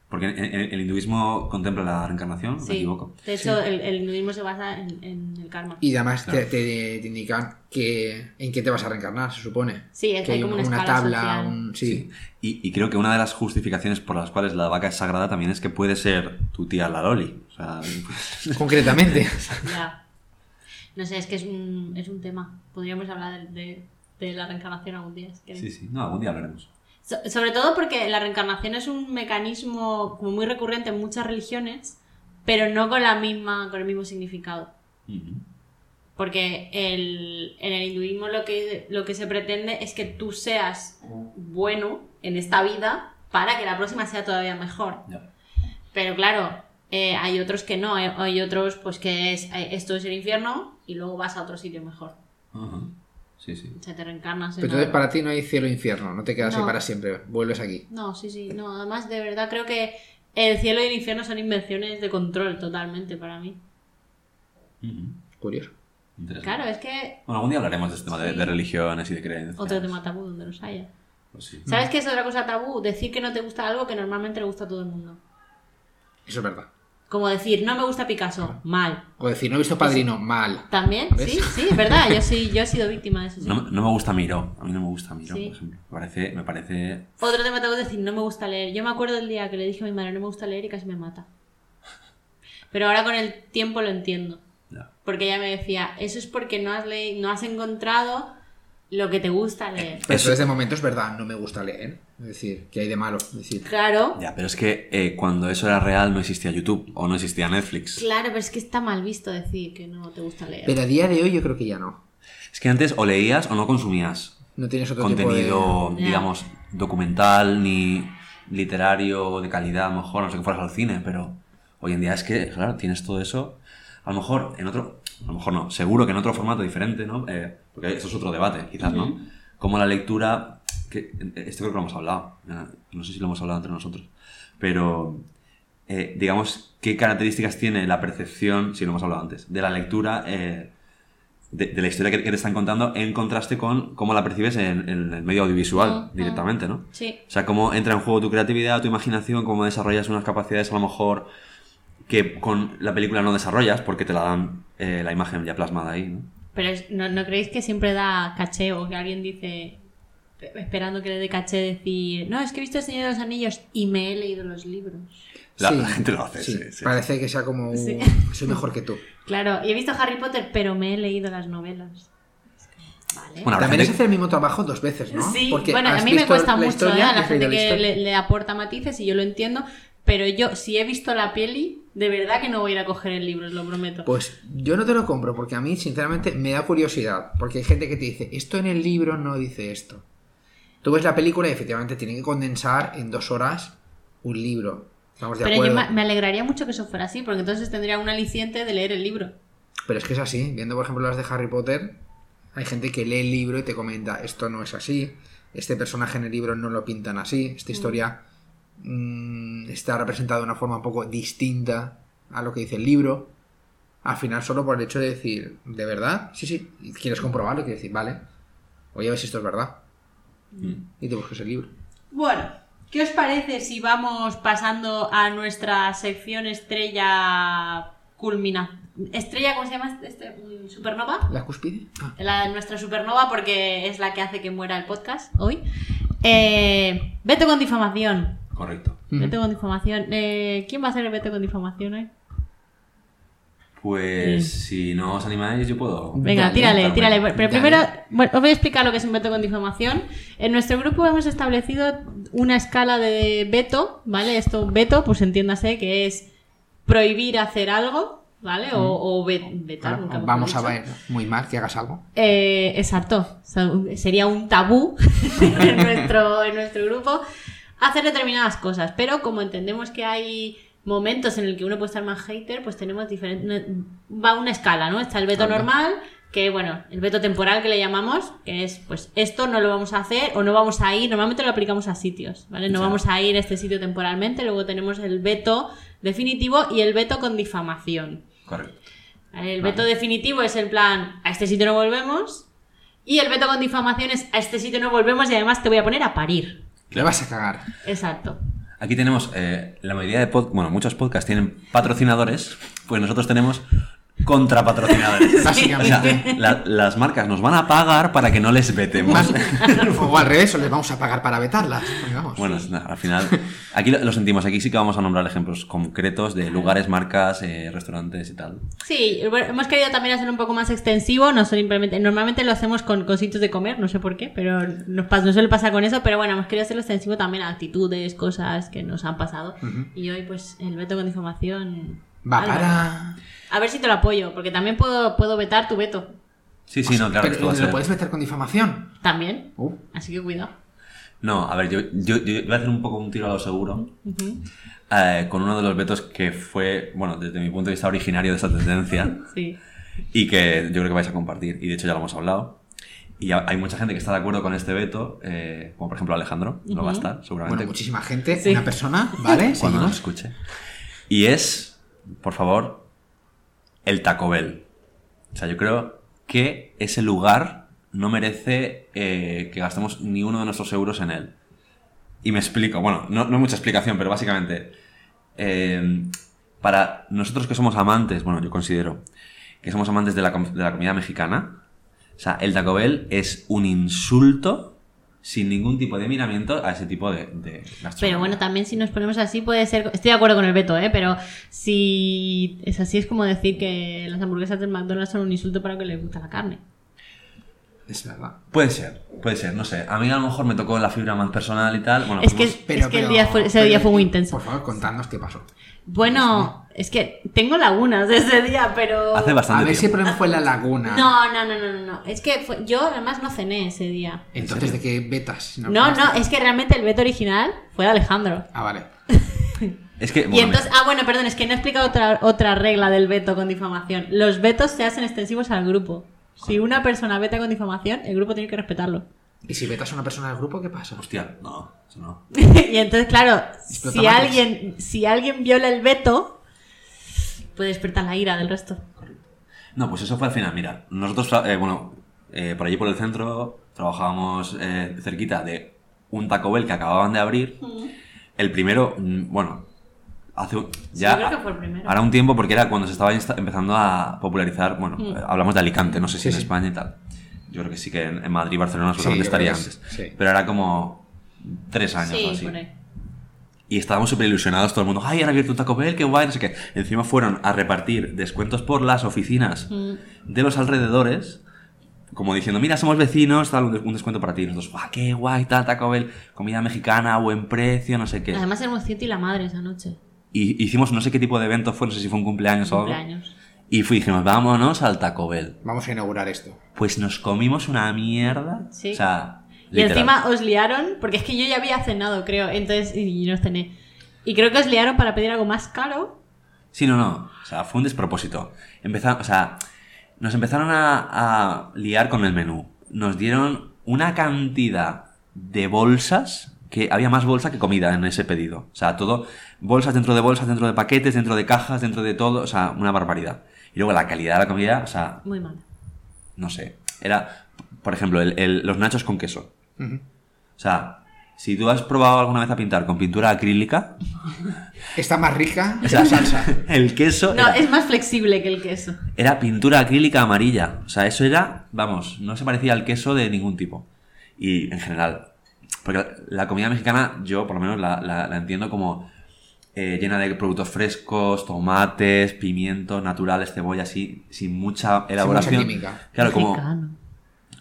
porque el, el- el hinduismo contempla la reencarnación,
Sí.
me equivoco.
De hecho, el, el hinduismo se basa en, en el karma.
Y además te-
Claro.
te, te indican que, en qué te vas a reencarnar, se supone.
Sí, es-
que
hay
hay
como una
una
escala
tabla,
social.
un... Sí.
Y, y creo que una de las justificaciones por las cuales la vaca es sagrada también es que puede ser tu tía la Loli. O sea,
Concretamente.
Ya. No sé, es que es un, es un tema. Podríamos hablar de, de- de la reencarnación algún día. si queréis.
(laughs) sí, sí. No, algún día hablaremos.
So- sobre todo porque la reencarnación es un mecanismo como muy recurrente en muchas religiones, pero no con, la misma, con el mismo significado.
Ujú.
Porque el, en el hinduismo lo que, lo que se pretende es que tú seas bueno en esta vida para que la próxima sea todavía mejor.
Ya.
Pero claro, eh, hay otros que no, hay, hay otros pues que es eh, esto es el infierno y luego vas a otro sitio mejor.
Ujú. Sí, sí.
Se te reencarnas en
Pero entonces
otro.
para ti no hay cielo e infierno, no te quedas ahí
No.
para siempre, vuelves aquí.
No, sí, sí, no, además de verdad creo que el cielo y el infierno son invenciones de control totalmente para mí.
Ujú.
Curioso.
Interesante.
Claro, es que
Bueno, algún día hablaremos de este tema de,
Sí.
de religiones y de creencias.
otro tema tabú donde los haya.
Pues
Mm.
sí.
¿Sabes qué es otra cosa tabú? Decir que no te gusta algo que normalmente le gusta a todo el mundo.
Eso es verdad.
Como decir, no me gusta Picasso, mal.
O decir, no he visto Padrino, mal.
¿También?
¿Ves?
Sí, sí, es verdad. Yo, sí, yo he sido víctima de eso. sí.
No, me- no me gusta Miró. A mí no me gusta Miró,
Sí.
por ejemplo. Me parece, me parece
Otro tema tengo que decir, no me gusta leer. Yo me acuerdo el día que le dije a mi madre, no me gusta leer y casi me mata. Pero ahora con el tiempo lo entiendo.
Ya.
Porque ella me decía, eso es porque no has, leído, no has encontrado lo que te gusta
(laughs)
leer.
Pero eso
Eso-
desde momento es verdad, no me gusta leer. Es decir, que hay de malo. Es decir,
Claro,
Ya, pero es que eh, cuando eso era real no existía YouTube o no existía Netflix.
claro, pero es que está mal visto decir que no te gusta leer.
pero a día de hoy yo creo que ya no.
Es que antes o leías o no consumías
No tienes otro tipo
contenido,
de- Ya.
digamos, documental ni literario de calidad, a lo mejor, no sé que fueras al cine, pero hoy en día es que, claro, tienes todo eso. A lo mejor en otro, a lo mejor no, seguro que en otro formato diferente, ¿no? Eh, porque eso es otro debate, quizás, ¿no? Como la lectura, que esto creo que lo hemos hablado, eh, no sé si lo hemos hablado entre nosotros, pero eh, digamos, ¿qué características tiene la percepción, si lo hemos hablado antes, de la lectura, eh, de, de la historia que, que te están contando, en contraste con cómo la percibes en, en el medio audiovisual
Ujú.
directamente, ¿no?
Sí,
O sea, cómo entra en juego tu creatividad, tu imaginación, cómo desarrollas unas capacidades a lo mejor que con la película no desarrollas porque te la dan eh, la imagen ya plasmada ahí, ¿no?
pero es- ¿no, ¿no creéis que siempre da caché o que alguien dice, esperando que le dé caché, decir, no, es que he visto El Señor de los Anillos y me he leído los libros?
La,
Sí.
la gente (laughs) lo hace,
Sí,
sí, sí.
Parece que sea como. un-
Sí.
Soy mejor que tú.
Claro, y he visto Harry Potter, pero me he leído las novelas. Es que, Vale.
Bueno, habrá
También es
gente-
hacer el mismo trabajo dos veces, ¿no?
sí,
Porque
bueno, a
has
mí me
visto
cuesta
la
mucho,
historia,
¿eh? A la
has
gente
leído la
que
historia.
le, le aporta matices y yo lo entiendo, pero yo, si he visto la peli, de verdad que no voy a ir a coger el libro, os lo prometo.
Pues yo no te lo compro porque a mí, sinceramente, me da curiosidad. Porque hay gente que te dice, esto en el libro no dice esto. Tú ves la película y efectivamente tienen que condensar en dos horas un libro. Estamos de
pero yo
acuerdo.
ma- me alegraría mucho que eso fuera así, porque entonces tendría un aliciente de leer el libro.
Pero es que es así. Viendo, por ejemplo, las de Harry Potter, hay gente que lee el libro y te comenta, esto no es así, este personaje en el libro no lo pintan así, esta historia mm, está representada de una forma un poco distinta a lo que dice el libro. al final solo por el hecho de decir, ¿de verdad? Sí, sí, y quieres comprobarlo y quieres decir, vale, voy a ver si esto es verdad.
Mm,
Y te buscas el libro.
Bueno, ¿qué os parece si vamos pasando a nuestra sección estrella culmina? ¿Estrella, cómo se llama? Este- mm, ¿Supernova?
¿La cuspide? Ah,
La, nuestra supernova, porque es la que hace que muera el podcast hoy. Eh, veto con difamación.
Correcto.
Ujú.
Veto con difamación. Eh, ¿Quién va a hacer el veto con difamación hoy?
Pues si no os animáis, yo puedo.
Venga,
Dale,
tírale,
dale.
tírale. Pero
Dale.
primero, bueno, os voy a explicar lo que es un veto con difamación. En nuestro grupo hemos establecido una escala de veto, ¿vale? Esto, un veto, pues entiéndase que es prohibir hacer algo, ¿vale? O, o ve- vetar,
claro,
nunca mejor
Mm. vamos a
dicho.
ver muy mal que hagas algo.
Eh, exacto, O sea, un- sería un tabú (laughs) en, nuestro, en nuestro grupo hacer determinadas cosas, pero como entendemos que hay momentos en el que uno puede estar más hater, pues tenemos diferentes... Va una escala, ¿no? Está el veto
Claro.
normal, que bueno, el veto temporal que le llamamos, que es pues esto no lo vamos a hacer o no vamos a ir, normalmente lo aplicamos a sitios, ¿vale? No
Exacto.
vamos a ir a este sitio temporalmente, luego tenemos el veto definitivo y el veto con difamación.
Correcto.
El
Vale.
veto definitivo es en plan, a este sitio no volvemos. Y el veto con difamación es, a este sitio no volvemos y además te voy a poner a parir.
Le vas
(laughs)
a cagar.
Exacto.
Aquí tenemos eh, la mayoría de pod bueno, muchos podcasts tienen patrocinadores, pues nosotros tenemos
(laughs)
contrapatrocinadores. O sea,
Básicamente.
la- las marcas nos van a pagar para que no les vetemos.
Más- (laughs) o al revés, o les vamos a pagar para vetarlas. porque vamos.
Bueno, es- al final, aquí lo, lo sentimos, aquí sí que vamos a nombrar ejemplos concretos de lugares, marcas, eh, restaurantes y tal.
Sí, bueno, hemos querido también hacer un poco más extensivo, no simplemente, normalmente lo hacemos con cositos de comer, no sé por qué, pero nos, pas- nos suele pasar con eso, pero bueno, hemos querido hacerlo extensivo también a actitudes, cosas que nos han pasado. Y hoy pues el veto con difamación...
Va
Álvaro,
para.
A ver si te lo apoyo, porque también puedo, puedo vetar tu veto.
Sí, sí, no, claro, esto va
Pero, ¿Lo
a ser-
puedes meter con difamación?
También.
Uh,
Así que cuidado.
No, a ver, yo, yo- yo voy a hacer un poco un tiro a lo seguro
Ujú.
eh, con uno de los vetos que fue, bueno, desde mi punto de vista originario de esta tendencia.
Sí.
y que yo creo que vais a compartir, y de hecho ya lo hemos hablado. Y ha- hay mucha gente que está de acuerdo con este veto, eh, como por ejemplo Alejandro, no va a
Ujú.
estar, seguramente,
bueno, muchísima gente,
Sí.
una persona, ¿vale?
(laughs) cuando
Seguimos.
nos escuche. Y es, por favor, el Taco Bell. O sea, yo creo que ese lugar no merece eh, que gastemos ni uno de nuestros euros en él. Y me explico, bueno, no, no hay mucha explicación, pero básicamente, eh, para nosotros que somos amantes, bueno, yo considero que somos amantes de la, com- de la comida mexicana, o sea, el Taco Bell es un insulto sin ningún tipo de miramiento a ese tipo de, de gastronomía.
Pero bueno, también si nos ponemos así puede ser... Estoy de acuerdo con el veto, ¿eh? Pero si es así es como decir que las hamburguesas del McDonald's son un insulto para que les gusta la carne.
Es verdad.
Puede ser, puede ser, no sé. A mí a lo mejor me tocó la fibra más personal y tal. Bueno,
Es
fuimos-
que- Es el día fue- ese día fue muy intenso.
Por favor, contadnos qué pasó.
Bueno, es que tengo lagunas de ese día, pero...
hace
A
bastante
ver si el
tiempo.
problema fue la laguna.
No, no, no, no, no, no. Es que fue- yo además no cené ese día.
Entonces, ¿de qué vetas?
No, no, es que realmente el veto original fue de Alejandro.
Ah, vale.
Es que,
Y
bueno,
entonces, ah, bueno, perdón, es que no he explicado otra, otra regla del veto con difamación. Los vetos se hacen extensivos al grupo. Si una persona veta con difamación, el grupo tiene que respetarlo.
¿Y si vetas a una persona del grupo, qué pasa?
Hostia, no, eso no.
(laughs) y entonces, claro,
Explota
si
mentes.
alguien, si alguien viola el veto, puede despertar la ira del resto.
No, pues eso fue al final. Mira, nosotros, eh, bueno, eh, por allí por el centro trabajábamos eh, cerquita de un Taco Bell que acababan de abrir. El primero, mm, bueno, hace un- ya.
yo creo que fue el primero.
Ahora un tiempo porque era cuando se estaba insta- empezando a popularizar. Bueno,
Mm.
eh, hablamos de Alicante, no sé si
Sí,
en
sí.
España y tal. Yo creo que sí que en, en Madrid, Barcelona,
yo
seguramente estaría
creo que
antes.
es- sí.
Pero era como tres años o así.
por ahí.
Y estábamos súper ilusionados todo el mundo. ¡Ay, han abierto un Taco Bell! ¡Qué guay! No sé qué. Encima fueron a repartir descuentos por las oficinas
Mm.
de los alrededores. Como diciendo, mira, somos vecinos, tal, un des- un descuento para ti. Y nosotros, ¡guau, qué guay! Tal, Taco Bell, comida mexicana, buen precio, no sé qué.
Además, éramos siete y la madre esa noche.
Y hicimos no sé qué tipo de evento fue, no sé si fue un cumpleaños,
Cumpleaños.
o algo. Y fui, dijimos, vámonos al Taco Bell.
Vamos a inaugurar esto.
Pues nos comimos una mierda.
Sí.
O sea,
Y
literal.
encima os liaron, porque es que yo ya había cenado, creo, entonces, y, no cené. Y creo que os liaron para pedir algo más caro.
Sí, no, no. O sea, fue un despropósito. Empezaron, o sea, nos empezaron a, a liar con el menú. Nos dieron una cantidad de bolsas que había más bolsa que comida en ese pedido. O sea, todo bolsas dentro de bolsas, dentro de paquetes, dentro de cajas, dentro de todo. O sea, una barbaridad. Y luego la calidad de la comida, o sea,
Muy mal.
no sé. Era, por ejemplo, el- el- los nachos con queso.
Ujú.
O sea, si tú has probado alguna vez a pintar con pintura acrílica,
Está más rica que
o
(laughs)
sea,
la salsa.
el queso
No,
era,
es más flexible que el queso.
era pintura acrílica amarilla. O sea, eso era, vamos, no se parecía al queso de ningún tipo. Y en general. Porque la, la comida mexicana, yo por lo menos la, la- la entiendo como eh, llena de productos frescos, tomates, pimientos naturales, cebolla, así, sin mucha elaboración.
química.
Claro, como,
Mexicano.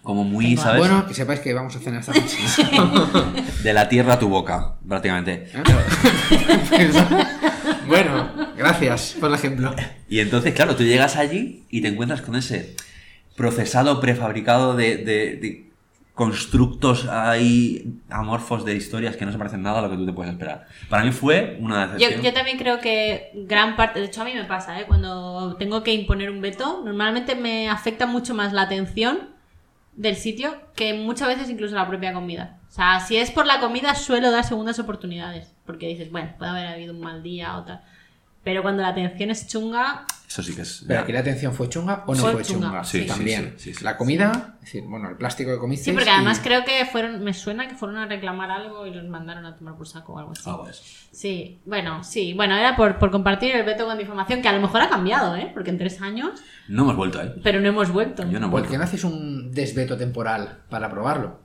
como muy, (laughs) ¿sabes?
Bueno, que sepáis que vamos a cenar esta noche. (laughs)
De la tierra a tu boca, prácticamente.
(laughs) bueno, gracias por el ejemplo.
Y entonces, claro, tú llegas allí y te encuentras con ese procesado prefabricado de, de- de constructos ahí amorfos de historias que no se parecen nada a lo que tú te puedes esperar. Para mí fue una
Yo,
decepción.
yo también creo que gran parte, de hecho a mí me pasa, ¿eh? cuando tengo que imponer un veto, normalmente me afecta mucho más la atención del sitio que muchas veces incluso la propia comida. O sea, si es por la comida suelo dar segundas oportunidades, porque dices, bueno, puede haber habido un mal día o tal. Pero cuando la atención es chunga,
Eso sí que es...
Pero
ya.
aquí la atención fue chunga o no
Fue
fue,
chunga.
chunga.
Sí, sí,
También.
sí, sí, sí.
La comida, es decir, bueno, el plástico que comiste.
sí, porque además creo que fueron, me suena que fueron a reclamar algo y los mandaron a tomar por saco o algo así.
Ah, bueno, eso.
Sí, bueno, sí, bueno, era por, por compartir el veto con difamación, que a lo mejor ha cambiado, ¿eh? Porque en tres años,
No hemos vuelto, ¿eh?
pero no hemos vuelto.
Yo no he
¿Por qué
vuelto.
no haces un desveto temporal para probarlo?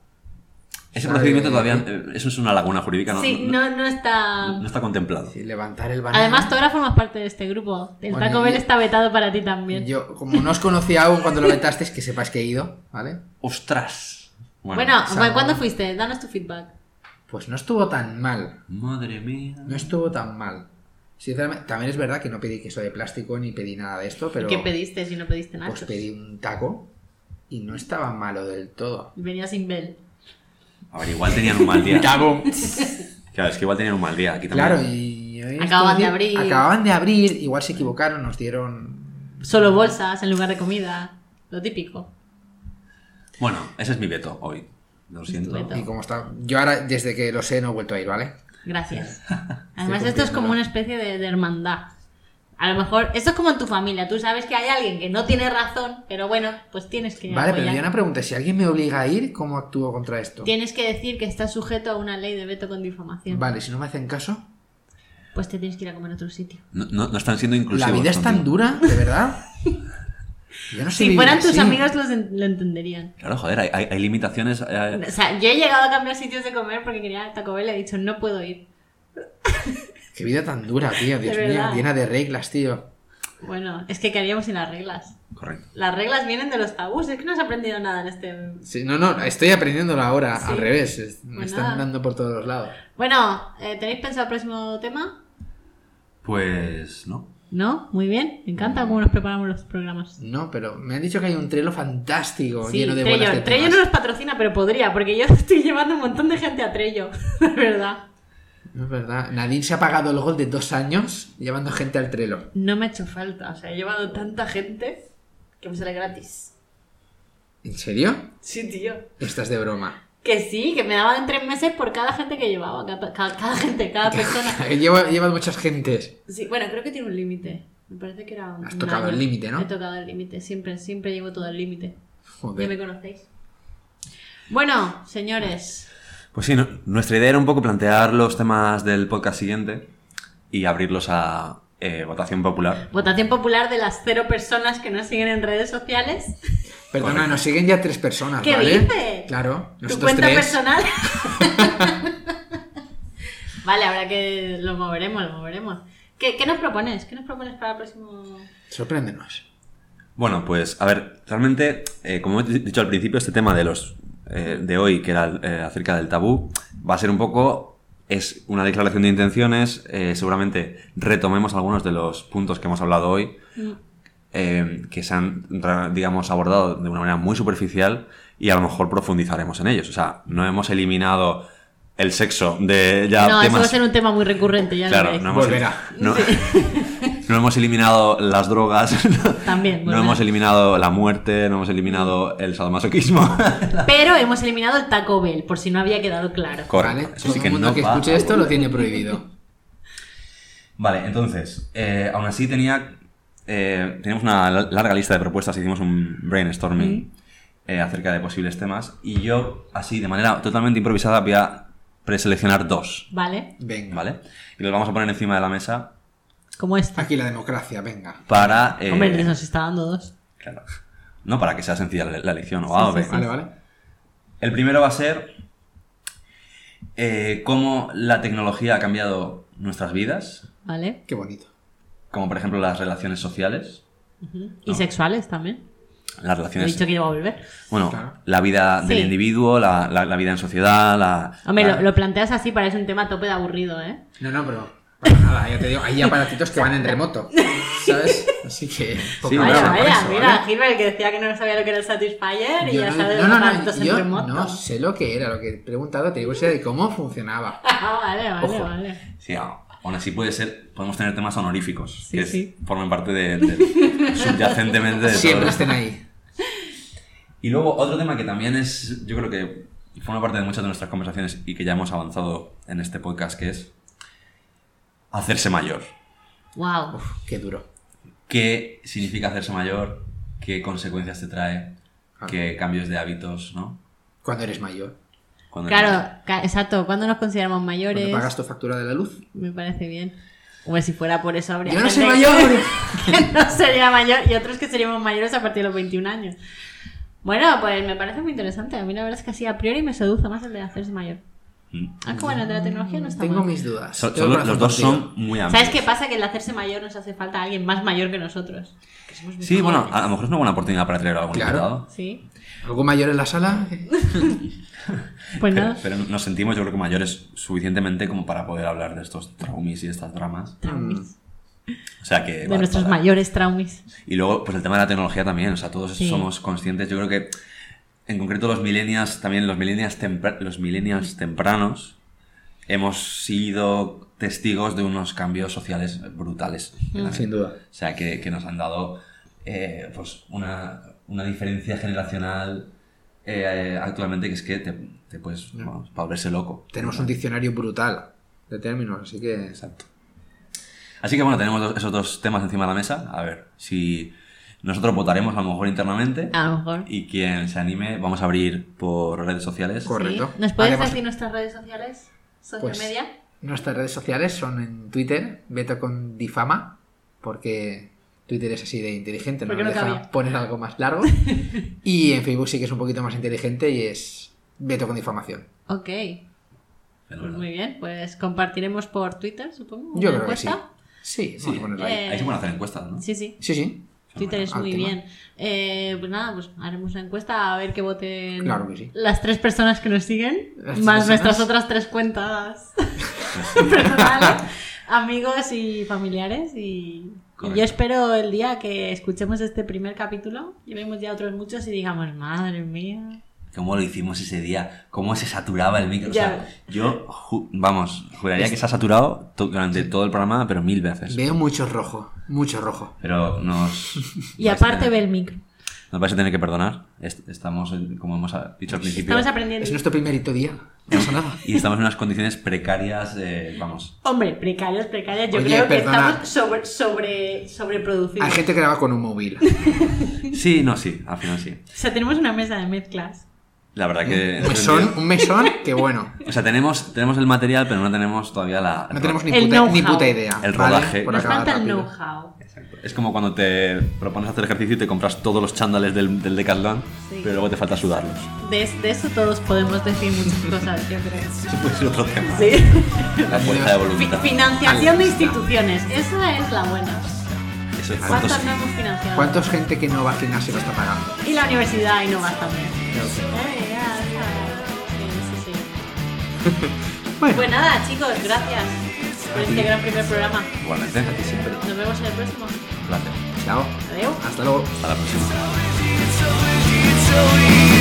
Ese
Sabe-
procedimiento todavía... eh, Eso es una laguna jurídica, ¿no?
Sí,
no,
no, no está.
no está contemplado.
Y levantar el banano.
Además, tú ahora formas parte de este grupo. El
Bueno,
Taco Bell
yo-
está vetado para ti también.
Yo, como no os conocía aún cuando lo vetasteis, que sepáis que he ido, ¿vale?
¡Ostras!
bueno,
o sea,
¿cuándo
no-
fuiste? Danos tu feedback.
Pues no estuvo tan mal.
Madre mía.
No estuvo tan mal. Sinceramente, también es verdad que no pedí queso de plástico ni pedí nada de esto, pero
¿Qué pediste si no pediste nada?
pues pedí un taco y no estaba malo del todo.
Venía sin Bell.
A ver, igual tenían un mal
(laughs)
día.
(laughs)
Taco.
Claro, es que igual tenían un mal día. Aquí también.
Claro, y yo esto
Acababan de
decir-
abrir.
Acababan de abrir, igual se equivocaron, nos dieron
Solo bolsas en lugar de comida. Lo típico.
Bueno, ese es mi veto hoy. Lo siento.
veto.
y como está. Yo ahora desde que lo sé no he vuelto a ir, ¿vale? (laughs)
Gracias. Además, esto es como una especie de, de hermandad. A lo mejor, esto es como en tu familia. Tú sabes que hay alguien que no tiene razón, pero bueno, pues tienes que.
Vale, pero
apoyar.
yo una pregunta, si alguien me obliga a ir, ¿cómo actúo contra esto?
Tienes que decir que estás sujeto a una ley de veto con difamación.
Vale, si no me hacen caso,
Pues te tienes que ir a comer a otro sitio.
No, no- no están siendo inclusivos.
la vida es tan
contigo.
dura, de
(laughs)
verdad. Yo no sé
Si
vivir
fueran tus
así.
amigos los en- lo entenderían.
Claro, joder, hay, hay- hay limitaciones. eh,
O sea, yo he llegado a cambiar sitios de comer porque quería Taco Bell y he dicho, no puedo ir.
Qué vida tan dura, tío. Dios
De verdad.
mío, llena de reglas, tío.
Bueno, es que queríamos sin las reglas.
Correcto.
Las reglas vienen de los tabús, es que no has aprendido nada en este...
Sí, no, no, estoy aprendiéndolo ahora,
Sí.
al revés. es- Me
Pues nada.
están dando por todos los lados.
Bueno, eh, ¿tenéis pensado el próximo tema?
Pues no.
No, muy bien. Me encanta cómo nos preparamos los programas.
No, pero me han dicho que hay un trelo fantástico
Sí,
lleno de bolas de
Trello. Trello no
temas.
nos patrocina, pero podría, porque yo (laughs) estoy llevando un montón de gente a Trello, (laughs) de verdad.
No Es verdad. Nadine se ha pagado el gol de dos años llevando gente al trelo.
No me ha hecho falta, o sea, he llevado tanta gente que me sale gratis.
¿En serio?
Sí, tío.
Estás de broma. (laughs)
Que sí, que me daban tres meses por cada gente que llevaba, cada, cada- cada gente, cada persona.
Lleva- Llevas muchas gentes.
Sí, bueno, creo que tiene un límite. Me parece que era un.
Has
un
tocado
año.
el límite, ¿no?
He tocado el límite, siempre, siempre llevo todo el límite. Ya me
Joder.
conocéis. Bueno, señores,
Pues sí, no- nuestra idea era un poco plantear los temas del podcast siguiente y abrirlos a eh, votación popular.
votación popular de las cero personas que nos siguen en redes sociales.
Perdona,
Correcto.
nos siguen ya tres personas,
¿Qué
¿vale?
dices?
Claro,
Tu
nosotros
cuenta
tres. (laughs)
personal. vale, habrá que. Lo moveremos, lo moveremos. ¿Qué, ¿Qué nos propones? ¿Qué nos propones para el próximo.?
Sorpréndenos.
Bueno, pues a ver, realmente, eh, como he di- dicho al principio, este tema de los eh, de hoy, que era eh, acerca del tabú, va a ser un poco es una declaración de intenciones. eh, seguramente retomemos algunos de los puntos que hemos hablado hoy,
Mm.
eh, que se han, ra- digamos, abordado de una manera muy superficial y a lo mejor profundizaremos en ellos. O sea, no hemos eliminado el sexo de ya
no, eso va a
temas.
ser un tema muy recurrente, ya lo
Claro,
veréis.
no hemos,
Volverá.
no- (laughs) no hemos eliminado las drogas, (laughs) no-
También,
no
volverá.
hemos eliminado la muerte, no hemos eliminado el
(laughs)
sadomasoquismo.
Pero hemos eliminado el Taco Bell, por si no había quedado claro.
Correcto.
¿Vale?
Eso
Todo
sí
el mundo
no
que
va.
escuche esto lo tiene prohibido.
Vale, entonces, eh, aún así tenía eh, tenemos una la- larga lista de propuestas, hicimos un brainstorming eh, acerca de posibles temas y yo, así, de manera totalmente improvisada, voy a preseleccionar dos,
Vale,
Venga.
¿vale? Y los vamos a poner encima de la mesa
como esta.
Aquí la democracia, venga.
para... eh,
Hombre, nos está dando dos.
claro, no para que sea sencilla la, la elección o
Sí,
A o
sí,
B.
sí.
Vale, vale.
El primero va a ser eh, cómo la tecnología ha cambiado nuestras vidas,
Vale.
Qué bonito.
como por ejemplo las relaciones sociales,
Ujú. Y
No.
sexuales también.
las
He
relaciones...
dicho que iba a volver.
Bueno,
Claro.
la vida del
Sí.
individuo, la, la- la vida en sociedad, la...
Hombre,
la-
lo, lo planteas así, parece un tema a tope de aburrido, ¿eh?
No, no, pero para nada, ya te digo, hay aparatitos que van
(laughs)
en remoto, ¿sabes? Así que... poca
Vaya,
broma
Vaya,
con
vaya,
eso,
mira,
¿vale?
Gilbert que decía que no sabía lo que era el Satisfyer y
Yo
ya
no-
sabe
no,
los
no, no,
aparatos en
yo
remoto.
no sé lo que era, lo que he preguntado, te digo, es de cómo funcionaba.
Ah, (laughs) vale, vale,
Ojo.
vale.
Sí, a- aún así puede ser, podemos tener temas honoríficos,
Sí,
que es-
sí.
formen parte
(laughs)
de, de- subyacentemente de todo
Siempre este- estén
esto.
ahí.
Y luego otro tema que también es, yo creo que forma parte de muchas de nuestras conversaciones y que ya hemos avanzado en este podcast, que es hacerse mayor.
Wow.
Uf, qué duro.
¿Qué significa hacerse mayor? ¿Qué consecuencias te trae?
Claro.
¿Qué cambios de hábitos, no?
Cuando eres mayor.
Cuando eres más-
Claro, ca- exacto. ¿Cuándo nos consideramos mayores?
Cuando pagas tu factura de la luz.
Me parece bien. Hombre, si fuera por eso habría
¡Yo no soy
gente
mayor!
que (laughs) no sería mayor y otros que seríamos mayores a partir de los 21 años. Bueno, pues me parece muy interesante. A mí la verdad es que así a priori me seduce más el de hacerse mayor.
Mm.
Ah, como el de la tecnología no está
Tengo
mal.
mis dudas.
So-
Tengo
solo-
corazón
los dos
contigo.
son muy amplios.
¿Sabes qué pasa? Que el hacerse mayor nos hace falta alguien más mayor que nosotros. Que somos muy
Sí, bueno,
jóvenes.
a lo mejor es una buena oportunidad para traer a algún
Claro.
invitado.
Sí.
¿Algo mayor en la sala? eh,
Pues
Pero,
nada.
pero nos sentimos, yo creo que mayores suficientemente como para poder hablar de estos traumis y estas dramas.
mm,
Traumis.
O sea que.
De
va-
nuestros
va-
mayores traumis.
Y luego, pues el tema de la tecnología también. O sea, todos
Sí.
somos conscientes. Yo creo que, en concreto, los millennials, también los millennials, tempra- los millennials tempranos, hemos sido testigos de unos cambios sociales brutales.
Sin duda.
O sea, que, que nos han dado eh, pues una, una diferencia generacional eh, actualmente que es que te, te puedes vamos, para volverse loco.
Tenemos un diccionario brutal de términos, así que...
Exacto. Así que bueno, tenemos dos- esos dos temas encima de la mesa. A ver si nosotros votaremos a lo mejor internamente
A lo mejor.
y quien se anime vamos a abrir por redes sociales.
Correcto.
Sí. ¿Nos puedes
Haremos-
decir nuestras redes sociales? Social
Pues-
media.
Nuestras redes sociales son en Twitter, Beto con Difama, porque Twitter es así de inteligente, no
Porque
nos
no
deja
cabía.
poner algo
(laughs)
más largo. y en Facebook sí que es un poquito más inteligente y es Beto con Difamación.
Ok. Pues
Fenomenal.
muy bien, pues compartiremos por Twitter, supongo.
Yo
una
creo que sí.
encuesta.
Sí,
Sí,
vamos a ponerlo ahí.
Eh.
ahí se pueden hacer encuestas, ¿no?
Sí, sí.
Sí, sí,
Twitter es
al
muy
tema.
bien. Eh, pues nada, pues haremos una encuesta a ver qué voten
Claro que sí.
las tres personas que nos siguen,
Las
más
tres personas.
nuestras otras tres cuentas (laughs) personales, amigos y familiares. Y, y
Correcto.
yo espero el día que escuchemos este primer capítulo, llevemos ya otros muchos y digamos, madre mía.
¿Cómo lo hicimos ese día? ¿Cómo se saturaba el micro? O sea,
Ya.
yo, ju- vamos, juraría que se ha saturado to- durante todo el programa, pero mil veces.
Veo mucho rojo, mucho rojo.
Pero nos...
Y
vais a
Pues
aparte
tener-
ve el micro.
Nos vais a tener que perdonar. Est- Estamos, en- como hemos dicho al principio,
Estamos aprendiendo.
Es nuestro primerito día, no pasa nada.
y estamos en unas condiciones precarias, eh, vamos.
Hombre, precarios, precarios. Yo
Oye,
creo que
perdona.
estamos sobre, sobre, sobreproducidos.
Hay gente que graba con un
(laughs)
móvil.
Sí, no, sí, al final sí.
O sea, tenemos una mesa de mezclas.
La verdad que...
Un mesón, un mesón que bueno.
O sea, tenemos, tenemos el material, pero no tenemos todavía la...
No tenemos ni
El
puta, ni
know-how.
puta idea.
El
¿vale?
rodaje.
Por
Nos
acabar
falta el
rápido.
know-how.
Exacto. Es como cuando te propones hacer ejercicio y te compras todos los chándales del, del Decathlon,
Sí.
pero luego te falta sudarlos. (laughs)
De, de eso todos podemos decir muchas cosas, yo creo.
Eso puede ser otro tema.
Sí.
La fuerza de
Fi-
voluntad.
financiación de instituciones. Esa es la buena.
Eso es cuántos-
¿Cuántas no hemos financiado?
¿Cuántos gente que no va al gimnasio lo está pagando?
Y la universidad y no va también.
Creo que-
Ay, ya, ya. Sí, sí, sí.
Bueno,
Pues nada, chicos, gracias por este gran primer programa.
Igualmente, a ti siempre.
Nos vemos en el próximo.
Un placer.
chao.
Adiós.
Hasta luego.
Hasta la próxima.
It's so easy.